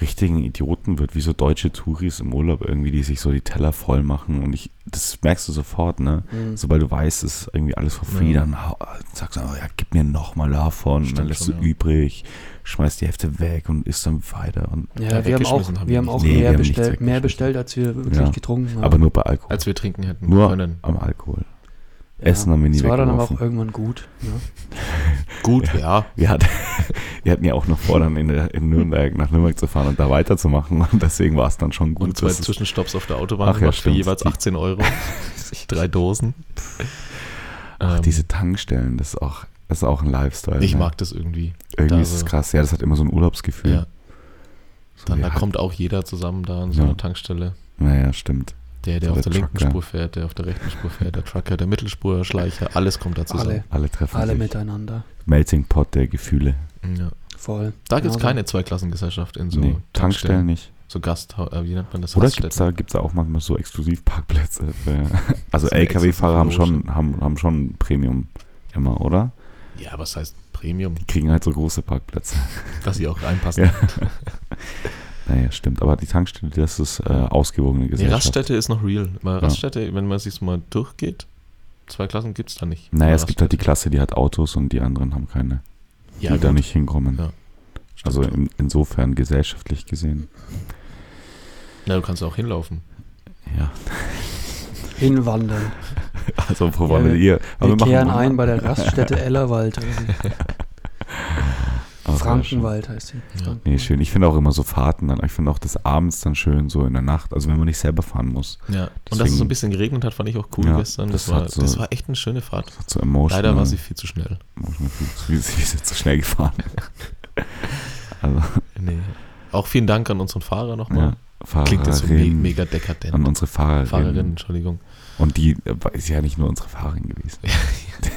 [SPEAKER 2] richtigen Idioten wird, wie so deutsche Touris im Urlaub irgendwie, die sich so die Teller voll machen. Und ich, das merkst du sofort, ne?
[SPEAKER 3] Mhm.
[SPEAKER 2] Sobald du weißt, es ist irgendwie alles for free,
[SPEAKER 1] Ja.
[SPEAKER 2] dann hau- sagst du, einfach, ja, gib mir nochmal davon. und dann
[SPEAKER 1] Stimmt
[SPEAKER 2] lässt
[SPEAKER 1] schon,
[SPEAKER 2] du
[SPEAKER 1] ja.
[SPEAKER 2] übrig, schmeißt die Hälfte weg und isst dann weiter. Und,
[SPEAKER 1] Ja,
[SPEAKER 3] Ja, wir haben auch,
[SPEAKER 1] weggeschmissen haben
[SPEAKER 3] wir
[SPEAKER 1] wir
[SPEAKER 3] haben
[SPEAKER 1] nicht.
[SPEAKER 3] auch
[SPEAKER 2] Nee, wir
[SPEAKER 3] mehr,
[SPEAKER 2] haben nichts
[SPEAKER 3] bestellt, mehr
[SPEAKER 2] weggeschmissen.
[SPEAKER 3] bestellt, als wir wirklich
[SPEAKER 2] Ja.
[SPEAKER 3] getrunken haben.
[SPEAKER 2] aber nur bei Alkohol.
[SPEAKER 1] Als wir trinken hätten
[SPEAKER 2] Nur
[SPEAKER 1] können.
[SPEAKER 2] am Alkohol.
[SPEAKER 3] Ja.
[SPEAKER 2] Essen haben wir nie
[SPEAKER 3] Das war dann aber
[SPEAKER 2] weggeworfen.
[SPEAKER 3] auch irgendwann gut. Ja.
[SPEAKER 2] (laughs)
[SPEAKER 1] Gut, ja.
[SPEAKER 2] Wir, hat, wir hatten ja auch noch vor, dann in, der- in Nürnberg, nach Nürnberg zu fahren und da weiterzumachen. Und deswegen war es dann schon gut.
[SPEAKER 1] Und zwei
[SPEAKER 2] dass es-
[SPEAKER 1] Zwischenstopps auf der Autobahn
[SPEAKER 2] Ach ja,
[SPEAKER 1] gemacht für
[SPEAKER 2] stimmt.
[SPEAKER 1] jeweils
[SPEAKER 2] Die-
[SPEAKER 1] 18
[SPEAKER 2] (laughs)
[SPEAKER 1] Euro. Drei Dosen.
[SPEAKER 2] Ach,
[SPEAKER 1] Ähm,
[SPEAKER 2] diese Tankstellen, das ist auch, das ist auch ein Lifestyle.
[SPEAKER 1] ich
[SPEAKER 2] ne?
[SPEAKER 1] mag das irgendwie.
[SPEAKER 2] Irgendwie
[SPEAKER 1] da
[SPEAKER 2] ist es
[SPEAKER 1] so-
[SPEAKER 2] krass. Ja, das hat immer so ein Urlaubsgefühl.
[SPEAKER 1] Ja.
[SPEAKER 2] so,
[SPEAKER 1] Dann
[SPEAKER 2] ja,
[SPEAKER 1] da kommt auch jeder zusammen da an so
[SPEAKER 2] Ja.
[SPEAKER 1] einer Tankstelle.
[SPEAKER 2] Naja, stimmt.
[SPEAKER 1] Der, der
[SPEAKER 2] So
[SPEAKER 1] auf
[SPEAKER 2] der
[SPEAKER 1] der linken
[SPEAKER 2] Trucker.
[SPEAKER 1] Spur fährt, der auf der rechten Spur fährt, der Trucker, der Mittelspurschleicher, alles kommt da zusammen.
[SPEAKER 2] Alle treffen
[SPEAKER 3] Alle
[SPEAKER 2] sich.
[SPEAKER 3] miteinander.
[SPEAKER 2] Melting Pot der Gefühle.
[SPEAKER 1] Ja.
[SPEAKER 3] Voll.
[SPEAKER 1] Da gibt es
[SPEAKER 3] Genauso.
[SPEAKER 1] keine Zweiklassengesellschaft in so
[SPEAKER 2] nee, Tankstellen nicht.
[SPEAKER 1] So Gasthaus, äh, wie nennt man das?
[SPEAKER 2] Oder
[SPEAKER 1] Raststätten.
[SPEAKER 2] gibt es da, gibt's da auch manchmal
[SPEAKER 1] (laughs)
[SPEAKER 2] so Exklusivparkplätze? Für, also
[SPEAKER 1] So eine
[SPEAKER 2] LKW-Fahrer haben
[SPEAKER 1] exklusive
[SPEAKER 2] schon, haben, haben schon ein Premium immer, oder?
[SPEAKER 1] Ja, was heißt Premium?
[SPEAKER 2] Die kriegen halt so große Parkplätze.
[SPEAKER 1] Dass sie auch reinpassen.
[SPEAKER 2] Naja, stimmt. Aber die Tankstelle, das ist äh, ausgewogene
[SPEAKER 1] nee,
[SPEAKER 2] Gesellschaft.
[SPEAKER 1] Raststätte ist noch real. Weil Raststätte, wenn man sich mal durchgeht, zwei Klassen gibt es da nicht.
[SPEAKER 2] Naja, es gibt halt die ne? Klasse, die hat Autos und die anderen haben keine,
[SPEAKER 1] ja,
[SPEAKER 2] die da
[SPEAKER 1] gut,
[SPEAKER 2] nicht hinkommen.
[SPEAKER 1] Ja,
[SPEAKER 2] Hm. also
[SPEAKER 1] stimmt.
[SPEAKER 2] in, insofern gesellschaftlich gesehen.
[SPEAKER 1] Na, du kannst auch hinlaufen.
[SPEAKER 2] Ja,
[SPEAKER 3] Hinwandern.
[SPEAKER 2] also wo
[SPEAKER 3] Ja,
[SPEAKER 2] wollen
[SPEAKER 3] wir-
[SPEAKER 2] ihr? Aber
[SPEAKER 3] Wir
[SPEAKER 2] machen-
[SPEAKER 3] kehren
[SPEAKER 2] machen-
[SPEAKER 3] ein bei
[SPEAKER 2] (laughs)
[SPEAKER 3] der Raststätte Ellerwald. oder so.
[SPEAKER 2] Aber sehr
[SPEAKER 3] Frankenwald heißt die.
[SPEAKER 1] Ja.
[SPEAKER 2] schön. Nee, schön. Ich finde auch immer so Fahrten dann. Ich finde auch das abends dann schön, so in der Nacht. Also wenn man nicht selber fahren muss.
[SPEAKER 1] Ja. Und dass es so
[SPEAKER 2] Deswegen-
[SPEAKER 1] ein bisschen geregnet hat, fand ich auch cool
[SPEAKER 2] Ja,
[SPEAKER 1] gestern. Das,
[SPEAKER 2] das
[SPEAKER 1] war,
[SPEAKER 2] hat so-
[SPEAKER 1] das war echt eine schöne Fahrt.
[SPEAKER 2] Das hat so emotional.
[SPEAKER 1] Leider war sie viel zu schnell.
[SPEAKER 2] emotional viel- Wir sind wir sind zu schnell gefahren. also,
[SPEAKER 1] Nee. Auch vielen Dank an unseren Fahrer nochmal.
[SPEAKER 2] ja. Fahrerin,
[SPEAKER 1] Klingt jetzt so me mega dekadent.
[SPEAKER 2] An unsere Fahrerin.
[SPEAKER 1] Fahrerin, Entschuldigung.
[SPEAKER 2] Und die äh, ist ja nicht nur unsere Fahrerin
[SPEAKER 1] (laughs)
[SPEAKER 2] gewesen.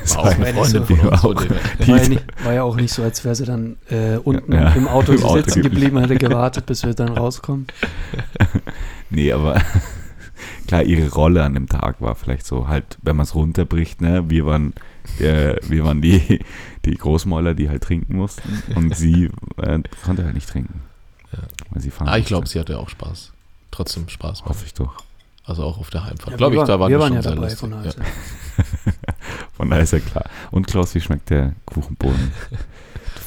[SPEAKER 2] Das
[SPEAKER 1] War auch eine Freundin
[SPEAKER 2] die
[SPEAKER 1] von uns.
[SPEAKER 2] war
[SPEAKER 1] von
[SPEAKER 2] auch-
[SPEAKER 1] dem-
[SPEAKER 2] die-
[SPEAKER 3] War, ja nicht, war ja auch nicht so, als wäre sie dann äh, unten
[SPEAKER 2] Ja, ja.
[SPEAKER 3] im
[SPEAKER 2] (laughs)
[SPEAKER 3] Auto
[SPEAKER 2] Im Auto
[SPEAKER 3] sitzen
[SPEAKER 2] geblieben.
[SPEAKER 3] geblieben, hätte gewartet, bis wir dann rauskommen.
[SPEAKER 2] Nee, aber (laughs) Klar, ihre Rolle an dem Tag war vielleicht so halt, wenn man es runterbricht, ne, wir waren, äh, wir waren die, (laughs) die Großmäuler, die halt trinken mussten und sie äh, konnte halt nicht trinken.
[SPEAKER 1] Ja.
[SPEAKER 2] Weil sie fahren
[SPEAKER 1] Ah, ich
[SPEAKER 2] musste.
[SPEAKER 1] glaube, sie hatte auch Spaß. Trotzdem Spaß.
[SPEAKER 2] Hoffe ich doch.
[SPEAKER 1] Also auch auf der Heimfahrt.
[SPEAKER 3] Ja,
[SPEAKER 1] glaube ich, da waren
[SPEAKER 3] wir
[SPEAKER 1] wir
[SPEAKER 3] waren ja
[SPEAKER 1] schon
[SPEAKER 3] dabei
[SPEAKER 1] sehr
[SPEAKER 3] von
[SPEAKER 1] lustig.
[SPEAKER 3] Hause.
[SPEAKER 2] Von daher ist ja klar. Und Klaus, wie schmeckt der Kuchenboden?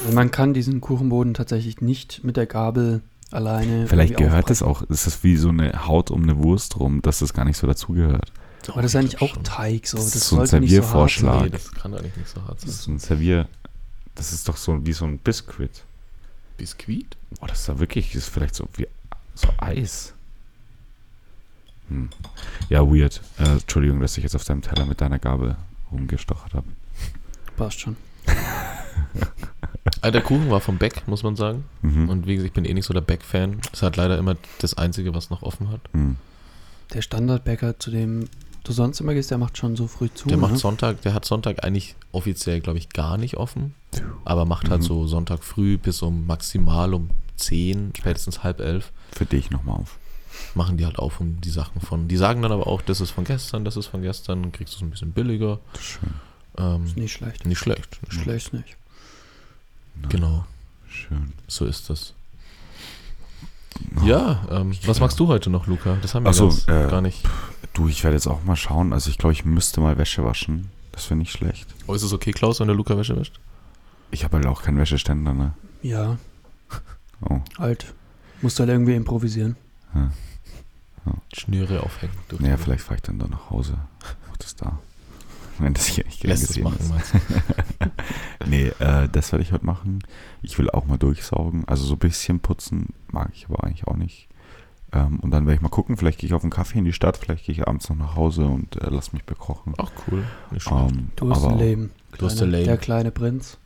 [SPEAKER 3] Also Man kann diesen Kuchenboden tatsächlich nicht mit der Gabel alleine.
[SPEAKER 2] Vielleicht
[SPEAKER 3] irgendwie
[SPEAKER 2] gehört das
[SPEAKER 3] aufbrechen.
[SPEAKER 2] auch, ist das wie so eine Haut um eine Wurst rum, dass das gar nicht so dazugehört.
[SPEAKER 1] Ja.
[SPEAKER 3] Aber das ist
[SPEAKER 1] Ich
[SPEAKER 3] eigentlich
[SPEAKER 1] glaub
[SPEAKER 3] auch
[SPEAKER 1] schon.
[SPEAKER 3] Teig so.
[SPEAKER 2] Das ist
[SPEAKER 3] Das
[SPEAKER 2] so ein
[SPEAKER 3] sollte nicht so hart sein.
[SPEAKER 2] Serviervorschlag.
[SPEAKER 1] Nee, das kann eigentlich nicht so hart
[SPEAKER 2] Das ist
[SPEAKER 1] sein.
[SPEAKER 2] ein Servier. Das ist doch so wie so ein Biscuit.
[SPEAKER 1] Biskuit?
[SPEAKER 2] Oh, das ist da wirklich, das ist vielleicht so wie so Eis. Hm. Ja, weird. Äh, Entschuldigung, dass ich jetzt auf deinem Teller mit deiner Gabel rumgestochert habe.
[SPEAKER 3] Passt schon.
[SPEAKER 1] Ah, der Kuchen war vom Beck, muss man sagen.
[SPEAKER 2] Mhm.
[SPEAKER 1] Und wie gesagt, ich bin eh nicht so der Beck-Fan. Ist halt leider immer das Einzige, was noch offen hat.
[SPEAKER 2] Hm.
[SPEAKER 3] Der Standardbäcker, zu dem du sonst immer gehst, der macht schon so früh zu.
[SPEAKER 1] Der
[SPEAKER 2] Mhm.
[SPEAKER 3] ne?
[SPEAKER 1] macht Sonntag, der hat Sonntag eigentlich offiziell, glaube ich, gar nicht offen. Aber macht halt
[SPEAKER 2] Mhm.
[SPEAKER 1] so Sonntag früh bis um maximal um 10, spätestens halb elf,
[SPEAKER 2] Für dich nochmal auf.
[SPEAKER 1] machen die halt auf um die Sachen von. Die sagen dann aber auch, das ist von gestern, das ist von gestern, kriegst du es ein bisschen billiger.
[SPEAKER 2] Schön,
[SPEAKER 1] Ähm,
[SPEAKER 3] Ist nicht schlecht.
[SPEAKER 1] nicht schlecht. Nicht schlecht.
[SPEAKER 3] Schlecht nicht.
[SPEAKER 1] Genau,
[SPEAKER 2] schön.
[SPEAKER 1] so ist das. Ja, ähm, was machst du heute noch, Luca? Das haben wir
[SPEAKER 2] Ach so,
[SPEAKER 1] ganz-
[SPEAKER 2] äh,
[SPEAKER 1] gar nicht.
[SPEAKER 2] Du, ich werde jetzt auch mal schauen. Also ich glaube, ich müsste mal Wäsche waschen. Das wäre nicht schlecht.
[SPEAKER 1] Oh, ist es okay, Klaus, wenn der Luca Wäsche wäscht?
[SPEAKER 2] Ich habe halt auch keinen Wäscheständer, ne?
[SPEAKER 3] Ja,
[SPEAKER 2] Oh.
[SPEAKER 3] halt. Musst halt irgendwie improvisieren.
[SPEAKER 1] Schnüre aufhängen. durch
[SPEAKER 2] Naja,
[SPEAKER 1] die-
[SPEAKER 2] vielleicht fahre ich dann da nach Hause. Mach das da. (laughs) Wenn das hier nicht gern
[SPEAKER 1] lässt es
[SPEAKER 2] gesehen
[SPEAKER 1] machen,
[SPEAKER 2] ist.
[SPEAKER 1] meinst du? eh
[SPEAKER 2] Nee, äh, das werde ich heute machen. Ich will auch mal durchsaugen. Also so ein bisschen putzen mag ich aber eigentlich auch nicht. Ähm, und dann werde ich mal gucken. Vielleicht gehe ich auf einen Kaffee in die Stadt. Vielleicht gehe ich abends noch nach Hause und äh, lass mich bekochen.
[SPEAKER 1] Ach cool, nicht schlecht.
[SPEAKER 2] Ähm,
[SPEAKER 3] Du bist
[SPEAKER 2] aber
[SPEAKER 3] ein Leben.
[SPEAKER 1] Du bist
[SPEAKER 3] Kleiner-
[SPEAKER 1] ein Leben.
[SPEAKER 3] Der kleine Prinz.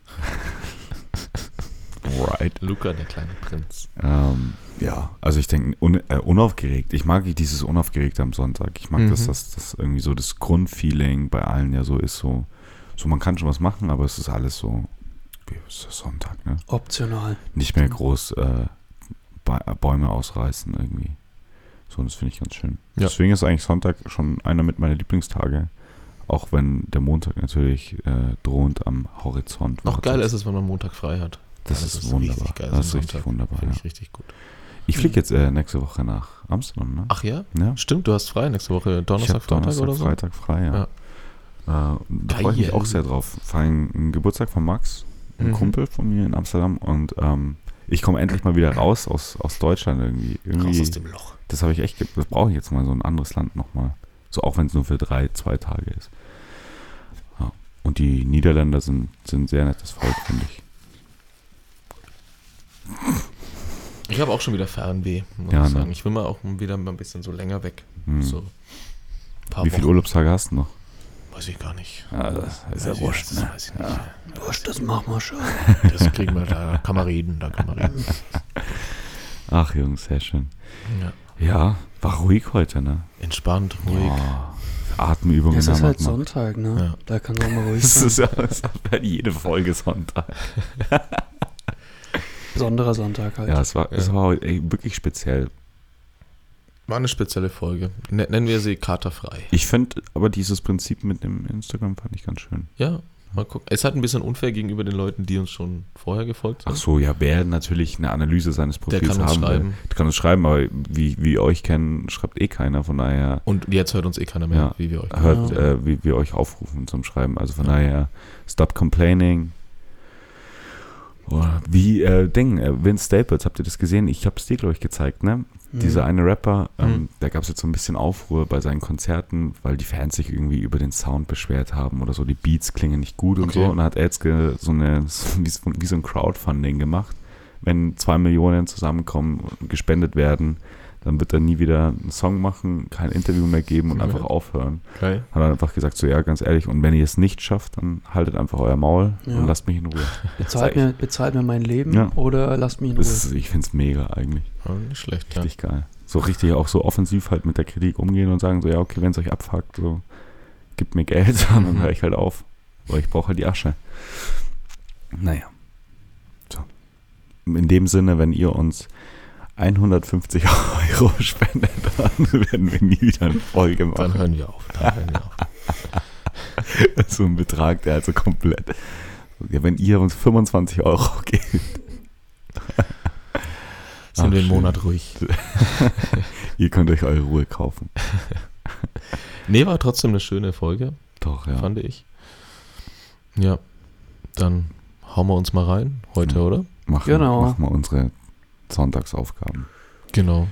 [SPEAKER 2] Right.
[SPEAKER 1] Luca, der kleine Prinz.
[SPEAKER 2] Ähm, ja, also ich denke, un, äh, unaufgeregt. Ich mag dieses Unaufgeregte am Sonntag. Ich mag,
[SPEAKER 1] Mhm.
[SPEAKER 2] dass das, das irgendwie so das Grundfeeling bei allen ja so ist. So, so man kann schon was machen, aber es ist alles so, wie ist das Sonntag, ne?
[SPEAKER 3] Optional.
[SPEAKER 2] Nicht mehr groß äh, Ba- äh, Bäume ausreißen irgendwie. So, das finde ich ganz schön.
[SPEAKER 1] Ja.
[SPEAKER 2] Deswegen ist eigentlich Sonntag schon einer mit meiner Lieblingstage. Auch wenn der Montag natürlich äh, drohend am Horizont
[SPEAKER 1] Noch
[SPEAKER 2] wartet.
[SPEAKER 1] geil ist es, wenn man Montag frei hat.
[SPEAKER 2] Das,
[SPEAKER 1] das ist
[SPEAKER 2] ist
[SPEAKER 1] richtig
[SPEAKER 2] wunderbar.
[SPEAKER 1] geil,
[SPEAKER 2] das ist
[SPEAKER 1] so ein
[SPEAKER 2] richtig
[SPEAKER 1] Sonntag.
[SPEAKER 2] wunderbar.
[SPEAKER 1] Finde
[SPEAKER 2] Ja.
[SPEAKER 1] ich richtig gut.
[SPEAKER 2] Ich fliege jetzt äh, nächste Woche nach Amsterdam, ne?
[SPEAKER 1] Ach ja?
[SPEAKER 2] Ja.
[SPEAKER 1] Stimmt, du hast frei nächste Woche.
[SPEAKER 2] Ich hab
[SPEAKER 1] Donnerstag, Freitag
[SPEAKER 2] Donnerstag,
[SPEAKER 1] oder so?
[SPEAKER 2] Freitag frei, ja. Äh, da freue ich mich
[SPEAKER 1] Geil.
[SPEAKER 2] auch sehr drauf. Vor allem ein Geburtstag von Max, ein
[SPEAKER 1] Mhm.
[SPEAKER 2] Kumpel von mir in Amsterdam. Und ähm, ich komme endlich mal wieder raus aus, aus Deutschland irgendwie. irgendwie
[SPEAKER 1] Raus aus dem Loch.
[SPEAKER 2] Das habe ich echt, ge- das brauche ich jetzt mal, so ein anderes Land nochmal. So auch wenn es nur für drei, zwei Tage ist. Ja. Und die Niederländer sind, sind ein sehr nettes Volk, finde ich.
[SPEAKER 1] Ich habe auch schon wieder Fernweh, muss
[SPEAKER 2] Ja,
[SPEAKER 1] ich
[SPEAKER 2] ne?
[SPEAKER 1] sagen. Ich will mal auch wieder mal ein bisschen so länger weg.
[SPEAKER 2] Hm.
[SPEAKER 1] So ein paar
[SPEAKER 2] Wie viele
[SPEAKER 1] Wochen.
[SPEAKER 2] Urlaubstage hast du noch?
[SPEAKER 1] Weiß ich gar nicht.
[SPEAKER 2] Ja, das ist
[SPEAKER 1] Weiß ich- das weiß ich nicht.
[SPEAKER 3] Wurscht, das machen wir schon.
[SPEAKER 1] Das kriegen wir, da kann man reden, da kann man (laughs) reden.
[SPEAKER 2] Ach Jungs, sehr schön.
[SPEAKER 1] Ja.
[SPEAKER 2] Ja, war ruhig heute, ne?
[SPEAKER 1] Entspannt, ruhig.
[SPEAKER 2] Oh, Atemübungen
[SPEAKER 3] Es ist
[SPEAKER 2] haben
[SPEAKER 3] halt
[SPEAKER 2] wir gemacht.
[SPEAKER 3] Sonntag, ne?
[SPEAKER 1] Ja.
[SPEAKER 3] Da kann es auch mal ruhig
[SPEAKER 2] Das
[SPEAKER 3] sein.
[SPEAKER 2] ist ja das ist halt jede Folge Sonntag.
[SPEAKER 3] Besonderer Sonntag halt.
[SPEAKER 2] Ja, es war, Es
[SPEAKER 1] Ja.
[SPEAKER 2] war heute echt wirklich speziell.
[SPEAKER 1] War eine spezielle Folge. Nen- Nennen wir sie Katerfrei.
[SPEAKER 2] Ich finde aber dieses Prinzip mit dem Instagram fand ich ganz schön.
[SPEAKER 1] Ja, mal gucken. Es ist halt ein bisschen unfair gegenüber den Leuten, die uns schon vorher gefolgt sind.
[SPEAKER 2] Ach so, ja, wer natürlich eine Analyse seines
[SPEAKER 1] Der
[SPEAKER 2] Profils
[SPEAKER 1] kann uns
[SPEAKER 2] haben will,
[SPEAKER 1] schreiben.
[SPEAKER 2] der kann uns schreiben, aber wie, wie euch kennen, schreibt eh keiner, von daher
[SPEAKER 1] Und jetzt hört uns eh keiner mehr,
[SPEAKER 2] Ja.
[SPEAKER 1] wie wir euch
[SPEAKER 2] hört,
[SPEAKER 3] Ja.
[SPEAKER 2] äh, wie wir euch aufrufen zum Schreiben. Also von daher, stop complaining. Oh, wie, äh, Ding, äh, Vince Staples, habt ihr das gesehen? Ich hab's dir, glaube ich, gezeigt, ne?
[SPEAKER 3] Mhm.
[SPEAKER 2] Dieser eine Rapper, ähm,
[SPEAKER 1] Mhm.
[SPEAKER 2] da gab es jetzt so ein bisschen Aufruhr bei seinen Konzerten, weil die Fans sich irgendwie über den Sound beschwert haben oder so, die Beats klingen nicht gut und
[SPEAKER 1] Okay.
[SPEAKER 2] so. Und da hat er jetzt ge, so eine, (laughs) so, wie, so- wie so ein Crowdfunding gemacht. Wenn zwei Millionen zusammenkommen und gespendet werden, dann wird er nie wieder einen Song machen, kein Interview mehr geben und
[SPEAKER 1] Mhm.
[SPEAKER 2] einfach aufhören.
[SPEAKER 1] Geil.
[SPEAKER 2] Hat er einfach gesagt, so ja, ganz ehrlich, und wenn ihr es nicht schafft, dann haltet einfach euer Maul
[SPEAKER 3] Ja.
[SPEAKER 2] und lasst mich in Ruhe.
[SPEAKER 3] bezahlt, mir, bezahlt mir mein Leben
[SPEAKER 2] Ja.
[SPEAKER 3] oder lasst mich in
[SPEAKER 2] Das
[SPEAKER 3] Ruhe.
[SPEAKER 2] ist, ich finde es mega eigentlich.
[SPEAKER 1] Ja, nicht schlecht, ja.
[SPEAKER 2] Richtig geil. So richtig auch so offensiv halt mit der Kritik umgehen und sagen so, ja, okay, wenn es euch abfuckt, so, gebt mir Geld (laughs) und dann
[SPEAKER 1] Mhm.
[SPEAKER 2] höre ich halt auf. Weil ich brauche halt die Asche. Naja. So. In dem Sinne, wenn ihr uns 150 (laughs) Euro spendet, dann (laughs) werden wir nie wieder eine Folge
[SPEAKER 1] Dann
[SPEAKER 2] machen.
[SPEAKER 1] hören wir auf. Dann hören
[SPEAKER 2] (laughs)
[SPEAKER 1] wir auf.
[SPEAKER 2] So ein Betrag, der also komplett. Ja, wenn ihr uns 25 Euro (laughs) gebt,
[SPEAKER 1] Sind
[SPEAKER 2] Ach,
[SPEAKER 1] wir einen
[SPEAKER 2] schön.
[SPEAKER 1] Monat ruhig.
[SPEAKER 2] ihr könnt euch eure Ruhe kaufen.
[SPEAKER 1] Nee, war trotzdem eine schöne Folge,
[SPEAKER 2] Doch, ja.
[SPEAKER 1] fand ich. Ja, dann hauen wir uns mal rein heute,
[SPEAKER 2] Mhm.
[SPEAKER 1] oder?
[SPEAKER 2] Machen,
[SPEAKER 3] Genau.
[SPEAKER 2] machen wir unsere Sonntagsaufgaben.
[SPEAKER 1] Genau.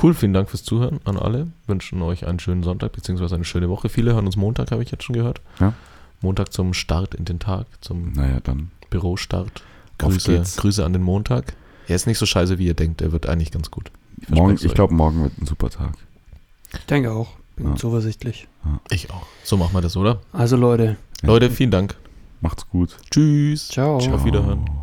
[SPEAKER 1] Cool, vielen Dank fürs Zuhören an alle. Wünschen euch einen schönen Sonntag bzw. eine schöne Woche. Viele hören uns Montag, habe ich jetzt schon gehört.
[SPEAKER 2] Ja.
[SPEAKER 1] Montag zum Start in den Tag, zum
[SPEAKER 2] Naja, dann
[SPEAKER 1] Bürostart.
[SPEAKER 2] Auf
[SPEAKER 1] Grüße,
[SPEAKER 2] geht's.
[SPEAKER 1] Grüße an den Montag. Er ist nicht so scheiße, wie ihr denkt. Er wird eigentlich ganz gut.
[SPEAKER 2] morgen,
[SPEAKER 1] verspreche es
[SPEAKER 2] ich
[SPEAKER 1] euch.
[SPEAKER 2] glaube, morgen wird ein super Tag.
[SPEAKER 3] Ich denke auch. Bin
[SPEAKER 2] Ja.
[SPEAKER 3] zuversichtlich.
[SPEAKER 1] Ich auch. So machen wir das, oder?
[SPEAKER 3] Also Leute,
[SPEAKER 2] Ja.
[SPEAKER 1] Leute, vielen Dank.
[SPEAKER 2] Macht's gut.
[SPEAKER 1] Tschüss.
[SPEAKER 3] ciao.
[SPEAKER 1] Ciao. Auf Wiederhören.